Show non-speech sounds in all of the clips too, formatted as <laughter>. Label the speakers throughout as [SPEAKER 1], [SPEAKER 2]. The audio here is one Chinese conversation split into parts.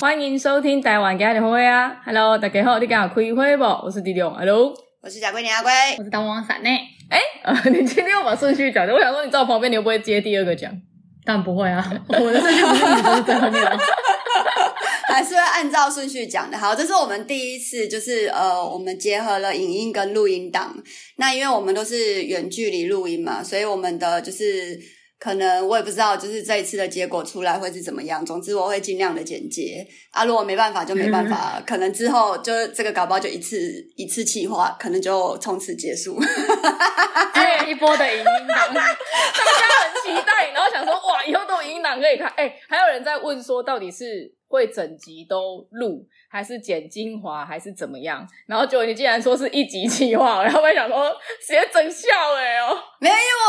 [SPEAKER 1] 欢迎收听台湾家的会啊！Hello，大家好，你敢有开会不？我是迪龙，Hello。
[SPEAKER 2] 我是贾桂林阿龟，
[SPEAKER 3] 我是当王伞呢，
[SPEAKER 1] 哎、呃， <laughs> 你今天要把顺序讲的，我想说你在我旁边，你又不会接第二个讲。
[SPEAKER 3] 但不会啊， <laughs> 我的顺序不是你的这样。
[SPEAKER 2] <laughs> 还是会按照顺序讲的。好，这是我们第一次，就是呃，我们结合了影音跟录音档。那因为我们都是远距离录音嘛，所以我们的就是可能我也不知道，就是这一次的结果出来会是怎么样。总之我会尽量的简洁啊，如果没办法就没办法，可能之后就是这个搞不好就一次一次气化，可能就从此结束。 <laughs>
[SPEAKER 3] 今
[SPEAKER 1] 哎
[SPEAKER 3] 年一波的影音档，
[SPEAKER 1] 大家很期待，然后想说哇，以后都有音档可以看。哎、还有人在问说，到底是会整集都录，还是剪精华，还是怎么样？然后结果你竟然说是一集计划，然后我还想说直接整笑哎、哦，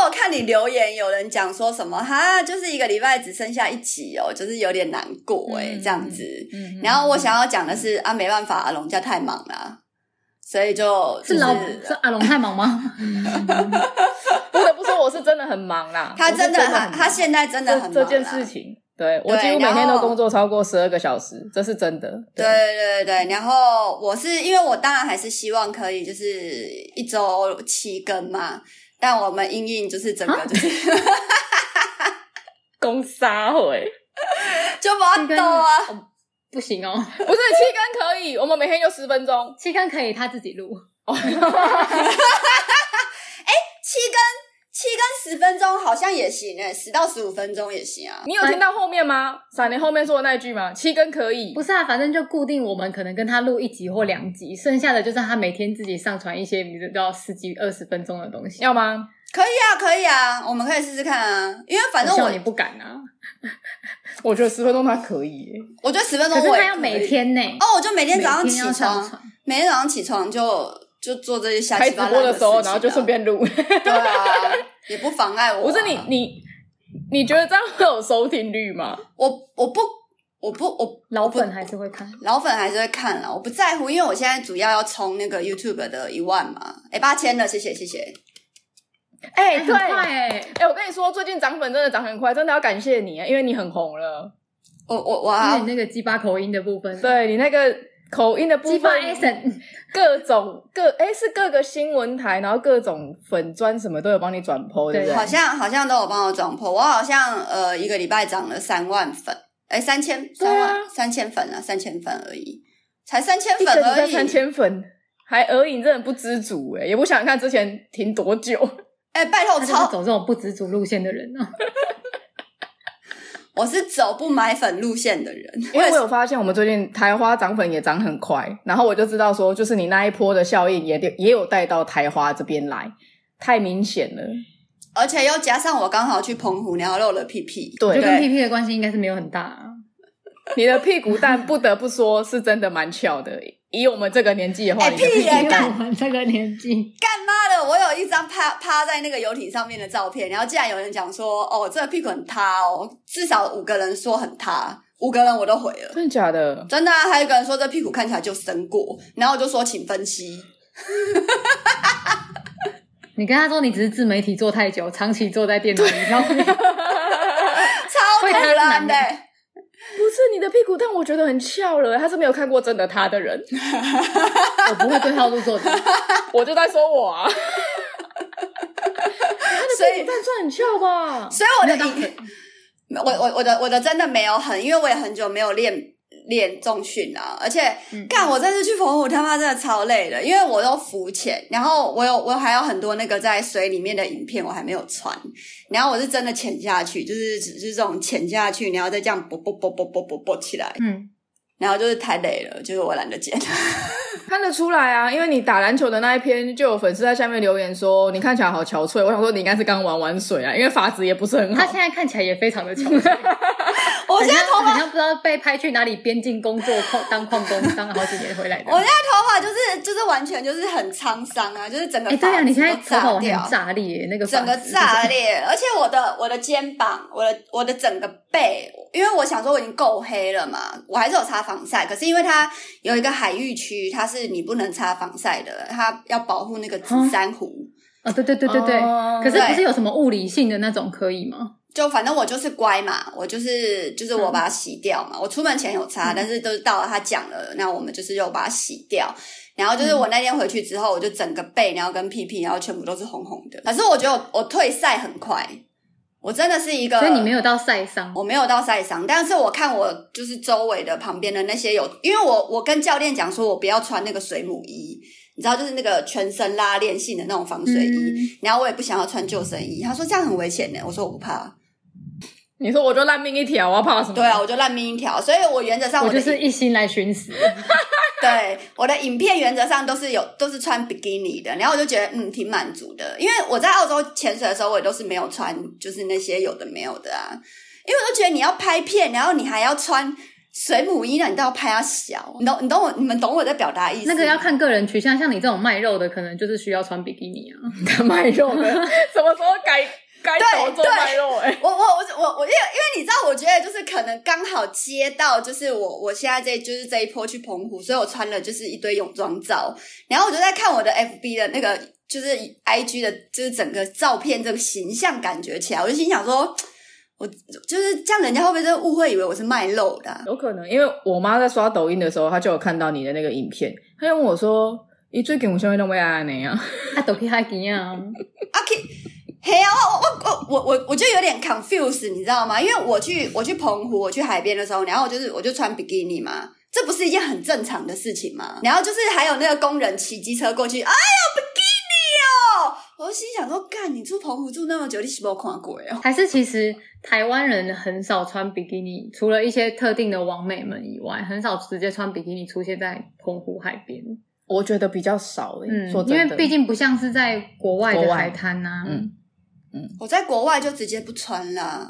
[SPEAKER 2] 我有看你留言，有人讲说什么哈，就是一个礼拜只剩下一集哦，就是有点难过哎、
[SPEAKER 1] 嗯
[SPEAKER 2] 这样子。
[SPEAKER 1] 嗯
[SPEAKER 2] 然后我想要讲的是啊，没办法，阿龙家太忙了，所以就是
[SPEAKER 3] 老是阿龙太忙吗？
[SPEAKER 1] 不得不说我是真的很忙啦，
[SPEAKER 2] 他
[SPEAKER 1] 我是真
[SPEAKER 2] 真的他
[SPEAKER 1] 很忙
[SPEAKER 2] 他现在真的很忙
[SPEAKER 1] 这这件
[SPEAKER 2] 啦
[SPEAKER 1] 事情，对我
[SPEAKER 2] 对
[SPEAKER 1] 几乎每
[SPEAKER 2] 然
[SPEAKER 1] 天都
[SPEAKER 2] 后
[SPEAKER 1] 工作超过十二个小时，这是真的。
[SPEAKER 2] 对
[SPEAKER 1] <laughs>
[SPEAKER 2] 对对对，然后我是因为我当然还是希望可以就是一周七更嘛，但我们英英就是整
[SPEAKER 3] 啊
[SPEAKER 2] 个就是 <laughs>
[SPEAKER 1] 攻杀回，
[SPEAKER 2] 就不要抖啊，
[SPEAKER 3] 哦不行哦，
[SPEAKER 1] 不是七根可以，我们每天就十分钟。
[SPEAKER 3] 七根可以他自己录，
[SPEAKER 2] 七更七更十分钟好像也行诶、十到十五分钟也行啊。
[SPEAKER 1] 你有听到后面吗？闪灵后面说的那一句吗？七根可以，
[SPEAKER 3] 不是啊，反正就固定我们可能跟他录一集或两集，剩下的就是他每天自己上传一些，比如到十几二十分钟的东西。
[SPEAKER 1] 要吗？
[SPEAKER 2] 可以啊，可以啊，我们可以试试看啊，因为反正
[SPEAKER 3] 我
[SPEAKER 2] 我
[SPEAKER 3] 笑你不敢啊，
[SPEAKER 1] 我觉得十分钟它可以耶，
[SPEAKER 2] 我觉得十分
[SPEAKER 3] 可
[SPEAKER 2] 钟
[SPEAKER 3] 是
[SPEAKER 2] 我也
[SPEAKER 3] 他要
[SPEAKER 2] 可
[SPEAKER 3] 每
[SPEAKER 2] 以
[SPEAKER 3] 天呢，
[SPEAKER 2] 哦，我就每天
[SPEAKER 3] 每
[SPEAKER 2] 早上
[SPEAKER 3] 天
[SPEAKER 2] 起
[SPEAKER 3] 要上
[SPEAKER 2] 床，
[SPEAKER 3] 传。
[SPEAKER 2] 每天早上起床就就做这些瞎
[SPEAKER 1] 开
[SPEAKER 2] 七
[SPEAKER 1] 直
[SPEAKER 2] 八
[SPEAKER 1] 播
[SPEAKER 2] 烂
[SPEAKER 1] 的时
[SPEAKER 2] 事情
[SPEAKER 1] 候，
[SPEAKER 2] 啊
[SPEAKER 1] 然后就顺便录。 <laughs>
[SPEAKER 2] 对啊，也不妨碍我、
[SPEAKER 1] 不
[SPEAKER 2] 啊。
[SPEAKER 1] 是你你你觉得这样会有收听率吗？
[SPEAKER 2] 我我不我不我
[SPEAKER 3] 老粉还是会看，
[SPEAKER 2] 老粉还是会看啦，我不在乎，因为我现在主要要冲那个 YouTube 的一万嘛，哎八千了，谢谢谢谢。
[SPEAKER 1] 哎、
[SPEAKER 3] 很
[SPEAKER 1] 对，
[SPEAKER 3] 快
[SPEAKER 1] 哎、
[SPEAKER 3] 哎，
[SPEAKER 1] 我跟你说，最近涨粉真的涨很快，真的要感谢你，因为你很红了。
[SPEAKER 2] 我我我
[SPEAKER 3] 因为
[SPEAKER 2] 啊
[SPEAKER 3] 你，那个鸡巴口音的部分，
[SPEAKER 1] 对你那个口音的部
[SPEAKER 3] 鸡巴
[SPEAKER 1] 分，
[SPEAKER 3] accent，
[SPEAKER 1] 各种各哎、是各个新闻台，然后各种粉砖什么都有帮你转播，对不对？
[SPEAKER 2] 好像好像都有帮我转破，我好像呃一个礼拜涨了三万粉，哎三千
[SPEAKER 1] 对啊
[SPEAKER 2] 三万三千粉啊，三千粉而已，才三千
[SPEAKER 1] 一
[SPEAKER 2] 粉
[SPEAKER 1] 个礼
[SPEAKER 2] 而
[SPEAKER 1] 拜
[SPEAKER 2] 已，
[SPEAKER 1] 三千粉，还而已，你真的不知足哎、也不想看之前停多
[SPEAKER 2] <laughs>
[SPEAKER 1] 久。
[SPEAKER 2] 哎拜托
[SPEAKER 3] 他就是
[SPEAKER 2] 超，
[SPEAKER 3] 走这种不知足路线的人啊。
[SPEAKER 2] 我是走不买粉路线的人，
[SPEAKER 1] 因为
[SPEAKER 2] 也
[SPEAKER 1] 我
[SPEAKER 2] 是
[SPEAKER 1] 有发现，我们最近台花涨粉也涨很快，然后我就知道说，就是你那一波的效应也也有带到台花这边来，太明显了。
[SPEAKER 2] 而且又加上我刚好去澎湖，然后露了屁屁，
[SPEAKER 1] 对
[SPEAKER 3] 就跟
[SPEAKER 2] 对
[SPEAKER 3] PP 的关系应该是没有很大、啊。
[SPEAKER 1] 你的屁股蛋不得不说是真的蛮翘的，以我们这个年纪的话，
[SPEAKER 2] 哎
[SPEAKER 1] 你的
[SPEAKER 2] 屁
[SPEAKER 1] 股
[SPEAKER 2] 耶干
[SPEAKER 3] 我们这个年纪，
[SPEAKER 2] 干妈的，我有一张趴趴在那个游艇上面的照片，然后竟然有人讲说，哦，这个屁股很塌哦，至少五个人说很塌，五个人我都回了，
[SPEAKER 1] 真的假的？
[SPEAKER 2] 真的、啊，还有一个人说这屁股看起来就生过，然后我就说请分析，
[SPEAKER 3] 你跟他说你只是自媒体做太久，长期坐在电脑里，然后
[SPEAKER 2] 超
[SPEAKER 3] 会
[SPEAKER 2] 突
[SPEAKER 3] 塌是
[SPEAKER 2] 然
[SPEAKER 3] 男
[SPEAKER 2] 的、
[SPEAKER 3] 的
[SPEAKER 1] 不是你的屁股蛋，我觉得很翘了。他是没有看过真的他的人，
[SPEAKER 3] 我不会对号入座的。
[SPEAKER 1] 我就在说我啊。
[SPEAKER 2] 所以
[SPEAKER 1] 蛋算很翘吧？
[SPEAKER 2] 所以我的
[SPEAKER 3] 没有到
[SPEAKER 2] 影，我我我的我的真的没有很，因为我也很久没有练练重训啦、而且
[SPEAKER 3] 嗯
[SPEAKER 2] 干我这次去澎湖他妈真的超累的，因为我都浮潜，然后我有我还有很多那个在水里面的影片我还没有传，然后我是真的潜下去，就是就是这种潜下去，然后再这样啵啵啵啵啵啵啵起来，
[SPEAKER 3] 嗯，
[SPEAKER 2] 然后就是太累了，就是我懒得剪。
[SPEAKER 1] 看得出来啊，因为你打篮球的那一篇，就有粉丝在下面留言说你看起来好憔悴。我想说你应该是刚玩完水啊，因为发质也不是很
[SPEAKER 3] <laughs> 他
[SPEAKER 1] 好
[SPEAKER 3] 现。在看起来也非常 <laughs> 的憔悴，
[SPEAKER 2] <laughs> 我
[SPEAKER 3] 好
[SPEAKER 2] 现在
[SPEAKER 3] 像
[SPEAKER 2] 头
[SPEAKER 3] 好像不知道被派去哪里边境工作，矿当矿工当了好几年回 <laughs> 来的。
[SPEAKER 2] 我现在头发就是就是完全就是很沧桑啊，就是整个
[SPEAKER 3] 哎，对
[SPEAKER 2] 发
[SPEAKER 3] 啊，
[SPEAKER 2] 质
[SPEAKER 3] 你现在
[SPEAKER 2] 都
[SPEAKER 3] 头发
[SPEAKER 2] 炸
[SPEAKER 3] 很
[SPEAKER 2] 掉。
[SPEAKER 3] 炸裂，那个
[SPEAKER 2] 整个
[SPEAKER 3] 发质
[SPEAKER 2] 炸裂， <laughs> 而且我的我的肩膀，我的我的整个背，因为我想说我已经够黑了嘛，我还是有擦防晒，可是因为它有一个海域区，它是你不能擦防晒的，它要保护那个紫珊瑚。
[SPEAKER 3] 哦，对对对对对
[SPEAKER 1] 哦。
[SPEAKER 3] 可是不
[SPEAKER 2] 对
[SPEAKER 3] 是有什么物理性的那种可以吗？
[SPEAKER 2] 就反正我就是乖嘛，我就是就是我把
[SPEAKER 3] 嗯
[SPEAKER 2] 它洗掉嘛。我出门前有擦，但是都是到了他讲了，那我们就是又把它洗掉。然后
[SPEAKER 3] 嗯
[SPEAKER 2] 就是我那天回去之后，我就整个背，然后跟屁屁，然后全部都是红红的。可是我觉得我我退赛很快，我真的是一个，
[SPEAKER 3] 所以你没有到晒伤。
[SPEAKER 2] 我没有到晒伤，但是我看我就是周围的旁边的那些有，因为我我跟教练讲说，我不要穿那个水母衣，你知道，就是那个全身拉链性的那种防水衣，
[SPEAKER 3] 嗯
[SPEAKER 2] 然后我也不想要穿救生衣。他说这样很危险呢，我说我不怕，
[SPEAKER 1] 你说我就烂命一条，我要怕什么？
[SPEAKER 2] 对啊，，我就烂命一条，所以我原则上
[SPEAKER 3] 哦我
[SPEAKER 2] 我的
[SPEAKER 3] 就是
[SPEAKER 2] 影
[SPEAKER 3] 一心来寻死，
[SPEAKER 2] <laughs> 对我的影片原则上都是有都是穿比基尼的，然后我就觉得嗯挺满足的，因为我在澳洲潜水的时候，我也都是没有穿，就是那些有的没有的啊，因为我都觉得你要拍片，然后你还要穿水母衣，那你都要拍它小，你懂你懂我你们懂我在表达意思吗？
[SPEAKER 3] 那个要看个人取向。像你这种卖肉的，可能就是需要穿比基尼啊。 <laughs>
[SPEAKER 1] 卖肉的，什么时候改改
[SPEAKER 2] 对
[SPEAKER 1] 手做卖肉、欸？哎，
[SPEAKER 2] 我我我我我因为因为你知道，我觉得就是可能刚好接到，就是我我现在这就是这一波去澎湖，所以我穿了就是一堆泳装照，然后我就在看我的 FB 的那个就是 IG 的，就是整个照片这个形象感觉起来，我就心想说，我就是这样，人家会不会真的误会以为我是卖肉的啊、
[SPEAKER 1] 有可能，因为我妈在刷抖音的时候，她就有看到你的那个影片，她就问我说：“你最近有什么都没安尼啊
[SPEAKER 3] 啊，都去海边啊，
[SPEAKER 2] 嘿啊，我我我我我我就有点 confused，你知道吗？因为我去我去澎湖，我去海边的时候，然后我就是我就穿比基尼嘛，这不是一件很正常的事情吗？然后就是还有那个工人骑机车过去，哎呀比基尼哦，我就心想说，干你住澎湖住那么久，你是不是有看过哦？
[SPEAKER 3] 还是其实台湾人很少穿比基尼，除了一些特定的网美们以外，很少直接穿比基尼出现在澎湖海边。？”
[SPEAKER 1] <laughs> 我觉得比较少、欸，
[SPEAKER 3] 嗯
[SPEAKER 1] 说，真
[SPEAKER 3] 因
[SPEAKER 1] 的，
[SPEAKER 3] 为毕竟不像是在国外
[SPEAKER 1] 国
[SPEAKER 3] 的
[SPEAKER 1] 外
[SPEAKER 3] 海滩啊呐、
[SPEAKER 1] 嗯
[SPEAKER 2] 我在国外就直接不穿啦。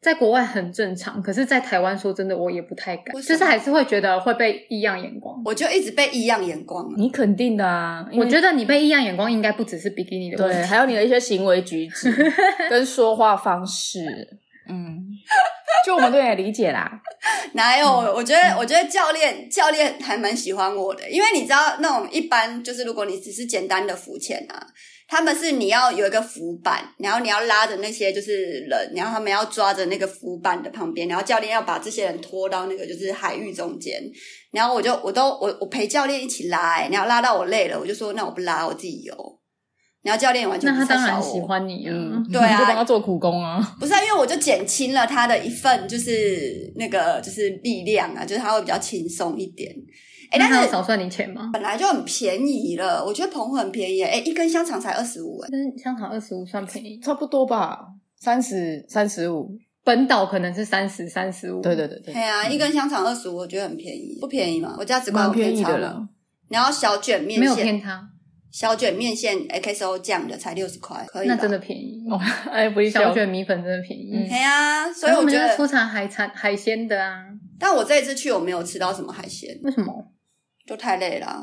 [SPEAKER 3] 在国外很正常，可是，在台湾说真的，我也不太敢，
[SPEAKER 2] 为什
[SPEAKER 3] 就
[SPEAKER 2] 么
[SPEAKER 3] 是还是会觉得会被异样眼光。
[SPEAKER 2] 我就一直被异样眼光了，
[SPEAKER 1] 你肯定的啊，因
[SPEAKER 3] 我
[SPEAKER 1] 为
[SPEAKER 3] 觉得你被异样眼光应该不只是比基尼的问
[SPEAKER 1] 对，
[SPEAKER 3] 题，
[SPEAKER 1] 还有你的一些行为举止跟说话方式，嗯，就我们对你的理解啦。
[SPEAKER 2] 哪有？
[SPEAKER 3] 嗯
[SPEAKER 2] 我觉得，我觉得教练教练还蛮喜欢我的，因为你知道那种一般就是如果你只是简单的浮潜啊，他们是你要有一个浮板，然后你要拉着那些就是人，然后他们要抓着那个浮板的旁边，然后教练要把这些人拖到那个就是海域中间，然后我就我都我我陪教练一起拉、欸，然后拉到我累了，我就说那我不拉，我自己游。然后教练完全
[SPEAKER 3] 那
[SPEAKER 2] 不在
[SPEAKER 3] 他当然
[SPEAKER 2] 找我
[SPEAKER 3] 喜欢你啊。
[SPEAKER 1] 嗯，
[SPEAKER 2] 对啊
[SPEAKER 1] 你就帮他做苦工啊。
[SPEAKER 2] 不是、啊，因为我就减轻了他的一份，就是那个就是力量啊，就是他会比较轻松一点。哎、
[SPEAKER 3] 那他
[SPEAKER 2] 但
[SPEAKER 3] 有
[SPEAKER 2] 是
[SPEAKER 3] 少算你钱吗？
[SPEAKER 2] 本来就很便宜了，我觉得澎湖很便宜，哎、一根香肠才二十五，哎，
[SPEAKER 3] 跟香港二十五算便宜，
[SPEAKER 1] 差不多吧，三十三十五，
[SPEAKER 3] 本岛可能是三十三十五。
[SPEAKER 1] 对对对对
[SPEAKER 2] 对，
[SPEAKER 3] 嗯
[SPEAKER 2] 啊，一根香肠二十五，我觉得很便宜，不便宜嘛，我价值观
[SPEAKER 1] 蛮
[SPEAKER 2] 有
[SPEAKER 1] 便宜
[SPEAKER 2] 差
[SPEAKER 1] 的
[SPEAKER 2] 吗？
[SPEAKER 1] 了。
[SPEAKER 2] 然后小卷面
[SPEAKER 3] 没有
[SPEAKER 2] 线，
[SPEAKER 3] 骗他，
[SPEAKER 2] 小卷面线 XO 酱的才六十块，可以吧
[SPEAKER 3] 那真的便宜。
[SPEAKER 1] 哦， <laughs> 哎，不一
[SPEAKER 3] 啊小
[SPEAKER 1] 笑，
[SPEAKER 3] 卷米粉真的便宜，
[SPEAKER 1] 嗯
[SPEAKER 2] 对啊，所以
[SPEAKER 3] 然后
[SPEAKER 2] 我
[SPEAKER 3] 我们
[SPEAKER 2] 觉
[SPEAKER 3] 要
[SPEAKER 2] 得，
[SPEAKER 3] 出产海产海鲜的啊？
[SPEAKER 2] 但我这一次去我没有吃到什么海鲜，
[SPEAKER 3] 为什么？
[SPEAKER 2] 就太累了啊。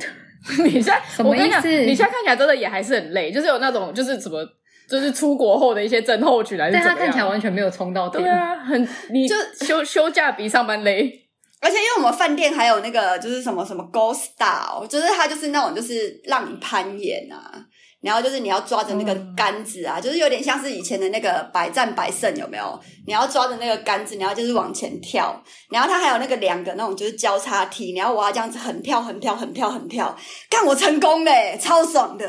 [SPEAKER 1] 你现在
[SPEAKER 3] 什么
[SPEAKER 1] 我跟你讲
[SPEAKER 3] 意思
[SPEAKER 1] 你现在看起来真的也还是很累，就是有那种就是怎么就是出国后的一些症候群还是
[SPEAKER 3] 但
[SPEAKER 1] 怎么样？
[SPEAKER 3] 他看起来完全没有冲到点。
[SPEAKER 1] 对啊，很你
[SPEAKER 2] 就
[SPEAKER 1] 就休休假比上班累。
[SPEAKER 2] 而且因为我们饭店还有那个就是什么什么 Go Star，就是它就是那种就是让你攀岩啊，然后就是你要抓着那个杆子啊，就是有点像是以前的那个百战百胜有没有？你要抓着那个杆子，然后就是往前跳，然后它还有那个两个那种就是交叉踢，然后我要这样子横跳横跳横跳横跳，干我成功嘞，超爽的！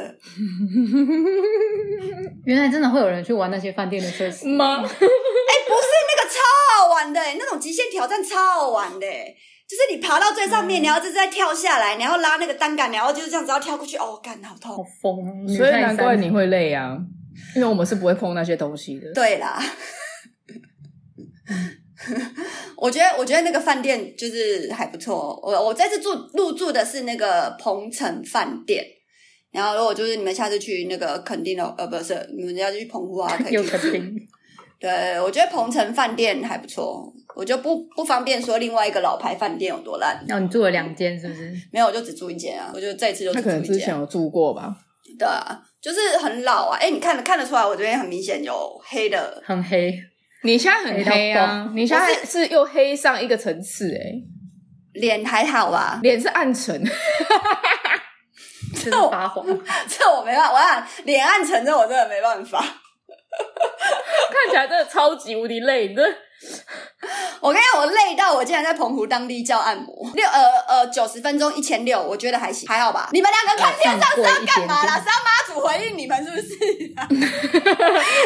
[SPEAKER 3] 原来真的会有人去玩那些饭店的设施
[SPEAKER 1] 吗？
[SPEAKER 2] 那个超好玩的、那种极限挑战超好玩的、就是你爬到最上面，然后就是再跳下来，然后拉那个单杆，然后就是这样子要跳过去，哦，干好痛
[SPEAKER 3] 好！疯哦，
[SPEAKER 1] 所以
[SPEAKER 3] 女泰
[SPEAKER 1] 难
[SPEAKER 3] 山
[SPEAKER 1] 怪你会累啊，因为我们是不会碰那些东西的。
[SPEAKER 2] 对啦， <laughs> 我觉得我觉得那个饭店就是还不错。我我这次住入住的是那个鹏城饭店。然后，如果就是你们下次去那个垦丁的，呃，不是，你们要去澎湖
[SPEAKER 1] <laughs>
[SPEAKER 2] 啊，可以
[SPEAKER 3] 有
[SPEAKER 2] 去
[SPEAKER 3] 肯定，
[SPEAKER 2] 对，我觉得鹏城饭店还不错，我就不不方便说另外一个老牌饭店有多烂，
[SPEAKER 3] 哦然后你住了两间是不是？
[SPEAKER 2] 没有，我就只住一间啊。我就这一次就
[SPEAKER 1] 他
[SPEAKER 2] 只
[SPEAKER 1] 可能
[SPEAKER 2] 住
[SPEAKER 1] 之
[SPEAKER 2] 一
[SPEAKER 1] 前
[SPEAKER 2] 间，
[SPEAKER 1] 有住过吧？
[SPEAKER 2] 对啊，就是很老啊。哎，你看看得出来，我这边很明显有黑的 <laughs>
[SPEAKER 3] 很黑，
[SPEAKER 1] 你现在很黑
[SPEAKER 3] 黑
[SPEAKER 1] 啊，你现在是又黑上一个层次、欸，
[SPEAKER 2] 脸，还好吧？
[SPEAKER 1] 脸是暗沉， <laughs>
[SPEAKER 3] 真的发黄。
[SPEAKER 2] <laughs> 这我没办法，我想脸暗沉，这我真的没办法。
[SPEAKER 1] 看看起来真的超级无敌累，
[SPEAKER 2] <laughs>
[SPEAKER 1] 你这
[SPEAKER 2] 我跟你讲，我累到我竟然在澎湖当地叫按摩，六呃呃九十分钟一千六，我觉得还行，还好吧。你们两个看天上是要干嘛啦？
[SPEAKER 3] 呃
[SPEAKER 2] 是要妈祖回应你们是不是？你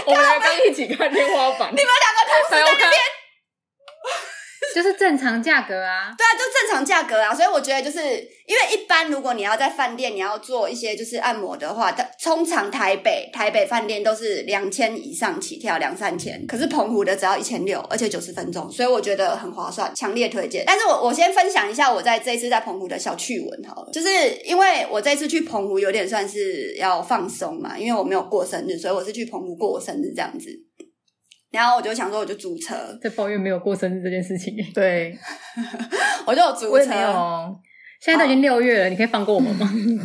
[SPEAKER 1] 我们来刚一起看天花板，
[SPEAKER 2] 们两个同时
[SPEAKER 1] 还
[SPEAKER 2] 在
[SPEAKER 1] 要
[SPEAKER 2] 那边
[SPEAKER 1] 看。
[SPEAKER 3] 就是正常价格啊。
[SPEAKER 2] 对啊，就正常价格啊，所以我觉得就是因为一般如果你要在饭店你要做一些就是按摩的话，它通常台北台北饭店都是两千以上起跳，两三千，可是澎湖的只要一千六，而且九十分钟，所以我觉得很划算，强烈推荐。但是我我先分享一下我在这一次在澎湖的小趣闻好了，就是因为我这次去澎湖有点算是要放松嘛，因为我没有过生日，所以我是去澎湖过我生日这样子。然后我就想说，我就租车， <laughs>
[SPEAKER 3] 在抱怨没有过生日这件事情，
[SPEAKER 1] 对，
[SPEAKER 2] 我就有租车，
[SPEAKER 1] 哎我也没有，
[SPEAKER 3] 现在都已经六月了，你可以放过我们吗？
[SPEAKER 2] 哦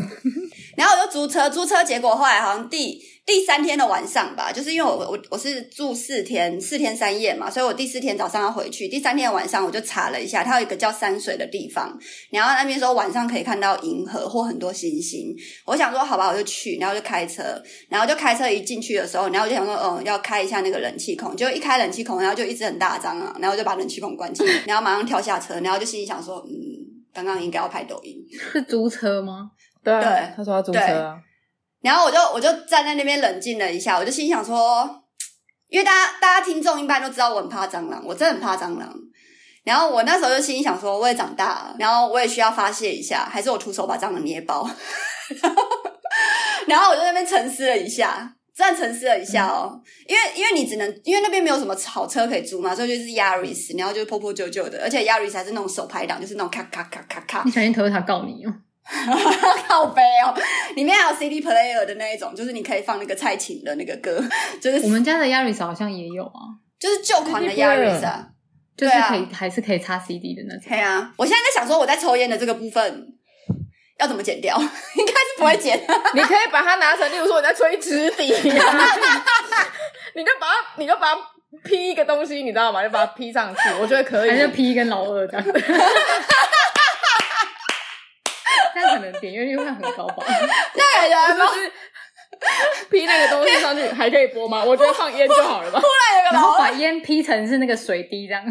[SPEAKER 2] 然后我就租车，租车结果后来好像第第三天的晚上吧，就是因为我我我是住四天四天三夜嘛，所以我第四天早上要回去，第三天晚上我就查了一下，它有一个叫山水的地方，然后那边说晚上可以看到银河或很多星星，我想说好吧，我就去，然后就开车，然后就开车一进去的时候，然后我就想说，嗯，要开一下那个冷气孔，就一开冷气孔，然后就一直很大张啊，然后就把冷气孔关起来，然后马上跳下车，然后就心里想说，嗯。刚刚应该要拍抖音，
[SPEAKER 3] <laughs> 是租车吗？
[SPEAKER 1] 对啊
[SPEAKER 2] 对，
[SPEAKER 1] 他说他租车
[SPEAKER 2] 对
[SPEAKER 1] 啊，
[SPEAKER 2] 然后我就我就站在那边冷静了一下，我就心想说，因为大家大家听众一般都知道我很怕蟑螂，我真的很怕蟑螂。然后我那时候就心里想说，我也长大了，然后我也需要发泄一下，还是我徒手把蟑螂捏爆。 <laughs> 然后我就在那边沉思了一下，真的沉思了一下哦，因为因为你只能因为那边没有什么好车可以租嘛，所以就是 Yaris，然后就是破破旧旧的，而且 Yaris 还是那种手排档，就是那种咔咔咔咔咔
[SPEAKER 3] 你，小心 Toyota 告你哦。
[SPEAKER 2] <laughs> 靠背哦，里面还有 CD player 的那一种，就是你可以放那个蔡琴的那个歌，就是
[SPEAKER 3] 我们家的 Yaris 好像也有啊，
[SPEAKER 2] 就是旧款的
[SPEAKER 1] CD player
[SPEAKER 2] Yaris 啊。
[SPEAKER 3] 就
[SPEAKER 2] 对
[SPEAKER 3] 是
[SPEAKER 2] 啊
[SPEAKER 3] 可以、还是可以插 CD 的那种。
[SPEAKER 2] 对啊，我现在在想说我在抽烟的这个部分要怎么剪掉， <laughs> 应该是不会剪。
[SPEAKER 3] <laughs>
[SPEAKER 1] 你可以把它拿成，例如说你在吹纸笛、
[SPEAKER 2] <laughs>
[SPEAKER 1] 啊，你就把它，你就把它披一个东西，你知道吗？就把它披上去，我觉得可以
[SPEAKER 3] 还。是 P 一跟老二这样。 <laughs> 这样可能点阅率会很高吧？
[SPEAKER 2] 那感觉还
[SPEAKER 3] <laughs>
[SPEAKER 2] 蛮
[SPEAKER 1] 就是披那个东西上去还可以播吗？我觉得放烟就好了
[SPEAKER 2] <laughs>
[SPEAKER 1] 吧。
[SPEAKER 2] 有个
[SPEAKER 3] 然
[SPEAKER 2] 老
[SPEAKER 3] 后
[SPEAKER 2] 外
[SPEAKER 3] 把烟 P 成是那个水滴这样，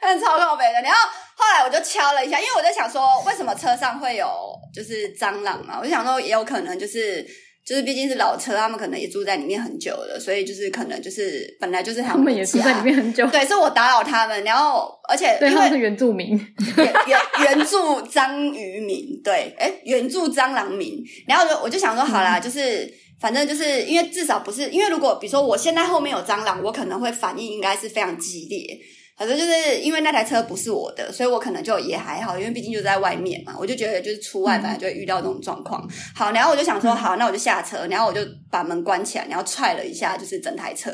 [SPEAKER 2] 很超靠北的。然后后来我就敲了一下，因为我在想说，为什么车上会有就是蟑螂嘛？我就想说，也有可能就是。就是毕竟是老车，他们可能也住在里面很久了，所以就是可能就是本来就是他
[SPEAKER 3] 他们也住在里面很久
[SPEAKER 2] 的家。。对，是我打扰他们，然后而且
[SPEAKER 3] 对，
[SPEAKER 2] 因
[SPEAKER 3] 他
[SPEAKER 2] 为
[SPEAKER 3] 们是原住民，
[SPEAKER 2] 原原原著章鱼民，对，哎，原著蟑螂民。然后我就我就想说，好啦，就是反正就是因为至少不是因为如果比如说我现在后面有蟑螂，我可能会反应应该是非常激烈。反正就是因为那台车不是我的，所以我可能就也还好，因为毕竟就在外面嘛，我就觉得就是出外本来就会遇到这种状
[SPEAKER 3] 嗯
[SPEAKER 2] 况。好，然后我就想说，好，那我就下车，然后我就把门关起来，然后踹了一下，就是整台车，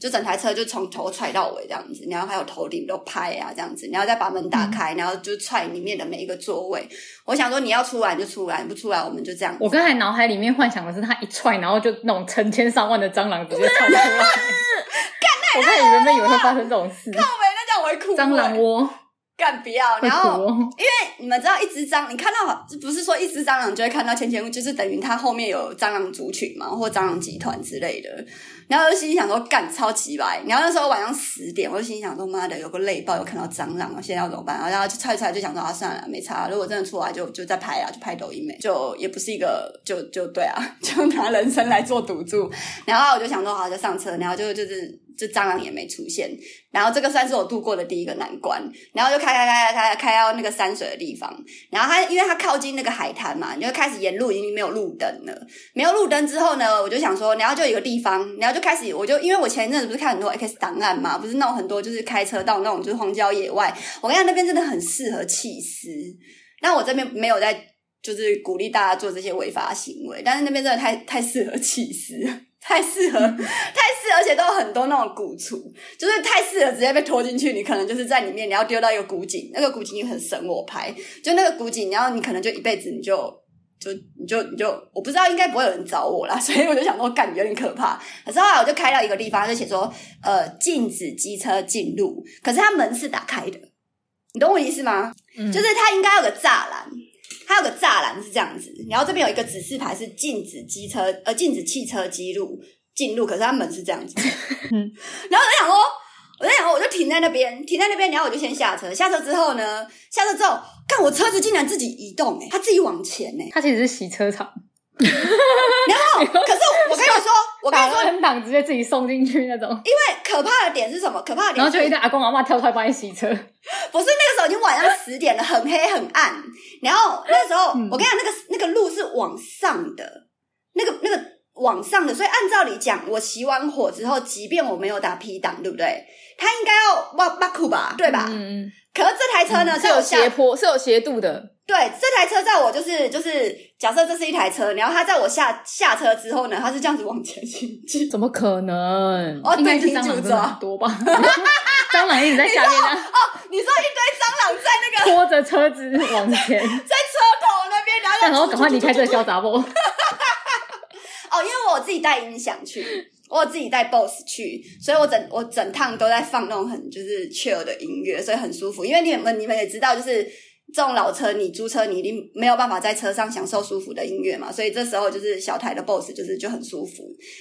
[SPEAKER 2] 就整台车就从头踹到尾这样子，然后还有头顶都拍啊这样子，然后再把门打开，然后就踹里面的每一个座位。我想说你要出来你就出来，你不出来 <laughs> 我们就这样。
[SPEAKER 3] 我刚才脑海里面幻想的是他一踹，然后就那种成千上万的蟑螂直接窜出来。我看你原本以为会发生这种事，
[SPEAKER 2] 靠北，那这样我会哭、欸
[SPEAKER 3] 蟑螂，窝
[SPEAKER 2] 干不要。
[SPEAKER 3] 会
[SPEAKER 2] 然
[SPEAKER 3] 苦
[SPEAKER 2] 后
[SPEAKER 3] 哦。
[SPEAKER 2] 哎你们知道一只蟑，你看到不是说一只蟑螂你就会看到千千，就是等于它后面有蟑螂族群嘛，或蟑螂集团之类的。然后我就心里想说，干超级白。然后那时候晚上十点，我就心里想说，妈的，有个累爆，有看到蟑螂，现在要怎么办？然后就踹一踹，就想说啊，算了，没差。如果真的出来就，就再拍啊，就拍抖音没，就也不是一个，就就对啊， <laughs> 就拿人生来做赌注。然后我就想说，好，就上车，然后就就是。就蟑螂也没出现，然后这个算是我度过的第一个难关，然后就开开开开开开到那个山水的地方，然后它因为它靠近那个海滩嘛，你就开始沿路已经没有路灯了，没有路灯之后呢，我就想说，然后就有一个地方，然后就开始，我就因为我前一阵子不是看很多 X 档案嘛，不是那种很多就是开车到那种就是荒郊野外，我跟你讲那边真的很适合弃尸。那我这边没有在就是鼓励大家做这些违法行为，但是那边真的太太适合弃尸，太适合太适合，而且都有很多那种古厝，就是太适合直接被拖进去，你可能就是在里面，你要丢到一个古井，那个古井也很神我拍，就那个古井，然后你可能就一辈子你就。就你就你就我不知道，应该不会有人找我啦，所以我就想说，感觉有点可怕。可是后来我就开到一个地方，就写说，呃，禁止机车进入，可是它门是打开的，你懂我意思吗？
[SPEAKER 1] 嗯
[SPEAKER 2] 就是它应该有个栅栏，它有个栅栏是这样子，然后这边有一个指示牌是禁止机车，呃，禁止汽车记录。进入，可是它门是这样子。然后我就想说，我就想说，我就停在那边，停在那边，然后我就先下车。下车之后呢，下车之后，看我车子竟然自己移动、欸，哎，它自己往前
[SPEAKER 3] <laughs>
[SPEAKER 2] 哎、
[SPEAKER 3] 它其实是洗车场，
[SPEAKER 2] 然后，
[SPEAKER 3] <laughs>
[SPEAKER 2] 可是我跟你说，我跟你
[SPEAKER 3] 打
[SPEAKER 2] 说，
[SPEAKER 3] 完档直接自己送进去那种，
[SPEAKER 2] 因为可怕的点是什么？可怕的点
[SPEAKER 3] 然后
[SPEAKER 2] 是
[SPEAKER 3] 就一堆阿公阿妈跳出来帮你洗车，
[SPEAKER 2] 不是那个时候已经晚上十点了，很黑很暗。然后那个时候，
[SPEAKER 3] 嗯
[SPEAKER 2] 我跟你讲，那个那个路是往上的，那个那个往上的，所以按照理讲，我熄完火之后，即便我没有打 P 档，对不对？它应该要哇巴库吧，对吧？
[SPEAKER 1] 嗯嗯，
[SPEAKER 2] 可是这台车
[SPEAKER 3] 嗯
[SPEAKER 2] 呢，
[SPEAKER 1] 是
[SPEAKER 2] 在我
[SPEAKER 1] 有
[SPEAKER 2] 啊下
[SPEAKER 1] 斜坡，是有斜度的，
[SPEAKER 2] 对这台车，在我就是就是假设这是一台车，然后它在我下下车之后呢，它是这样子往前行进。
[SPEAKER 1] 怎么可能？
[SPEAKER 2] 哦，
[SPEAKER 3] 应该
[SPEAKER 2] 对，
[SPEAKER 3] 是
[SPEAKER 2] 停
[SPEAKER 3] 蟑螂
[SPEAKER 2] 住
[SPEAKER 3] 真
[SPEAKER 2] 走。
[SPEAKER 3] 的很多吧， <laughs> 蟑螂一直在下面啊，
[SPEAKER 2] 你说一堆蟑螂在那个
[SPEAKER 3] 拖着车子往
[SPEAKER 2] <laughs>
[SPEAKER 3] 前，
[SPEAKER 2] 在车头那边，然后
[SPEAKER 3] 然后赶快离开这个小杂货。
[SPEAKER 2] 哦，因为我自己带音响去，我自己带 BOSS 去，所以我整我整趟都在放那种很就是 chill 的音乐，所以很舒服。因为你们你们也知道，就是这种老车，你租车你一定没有办法在车上享受舒服的音乐嘛，所以这时候就是小台的 BOSS 就是就很舒服。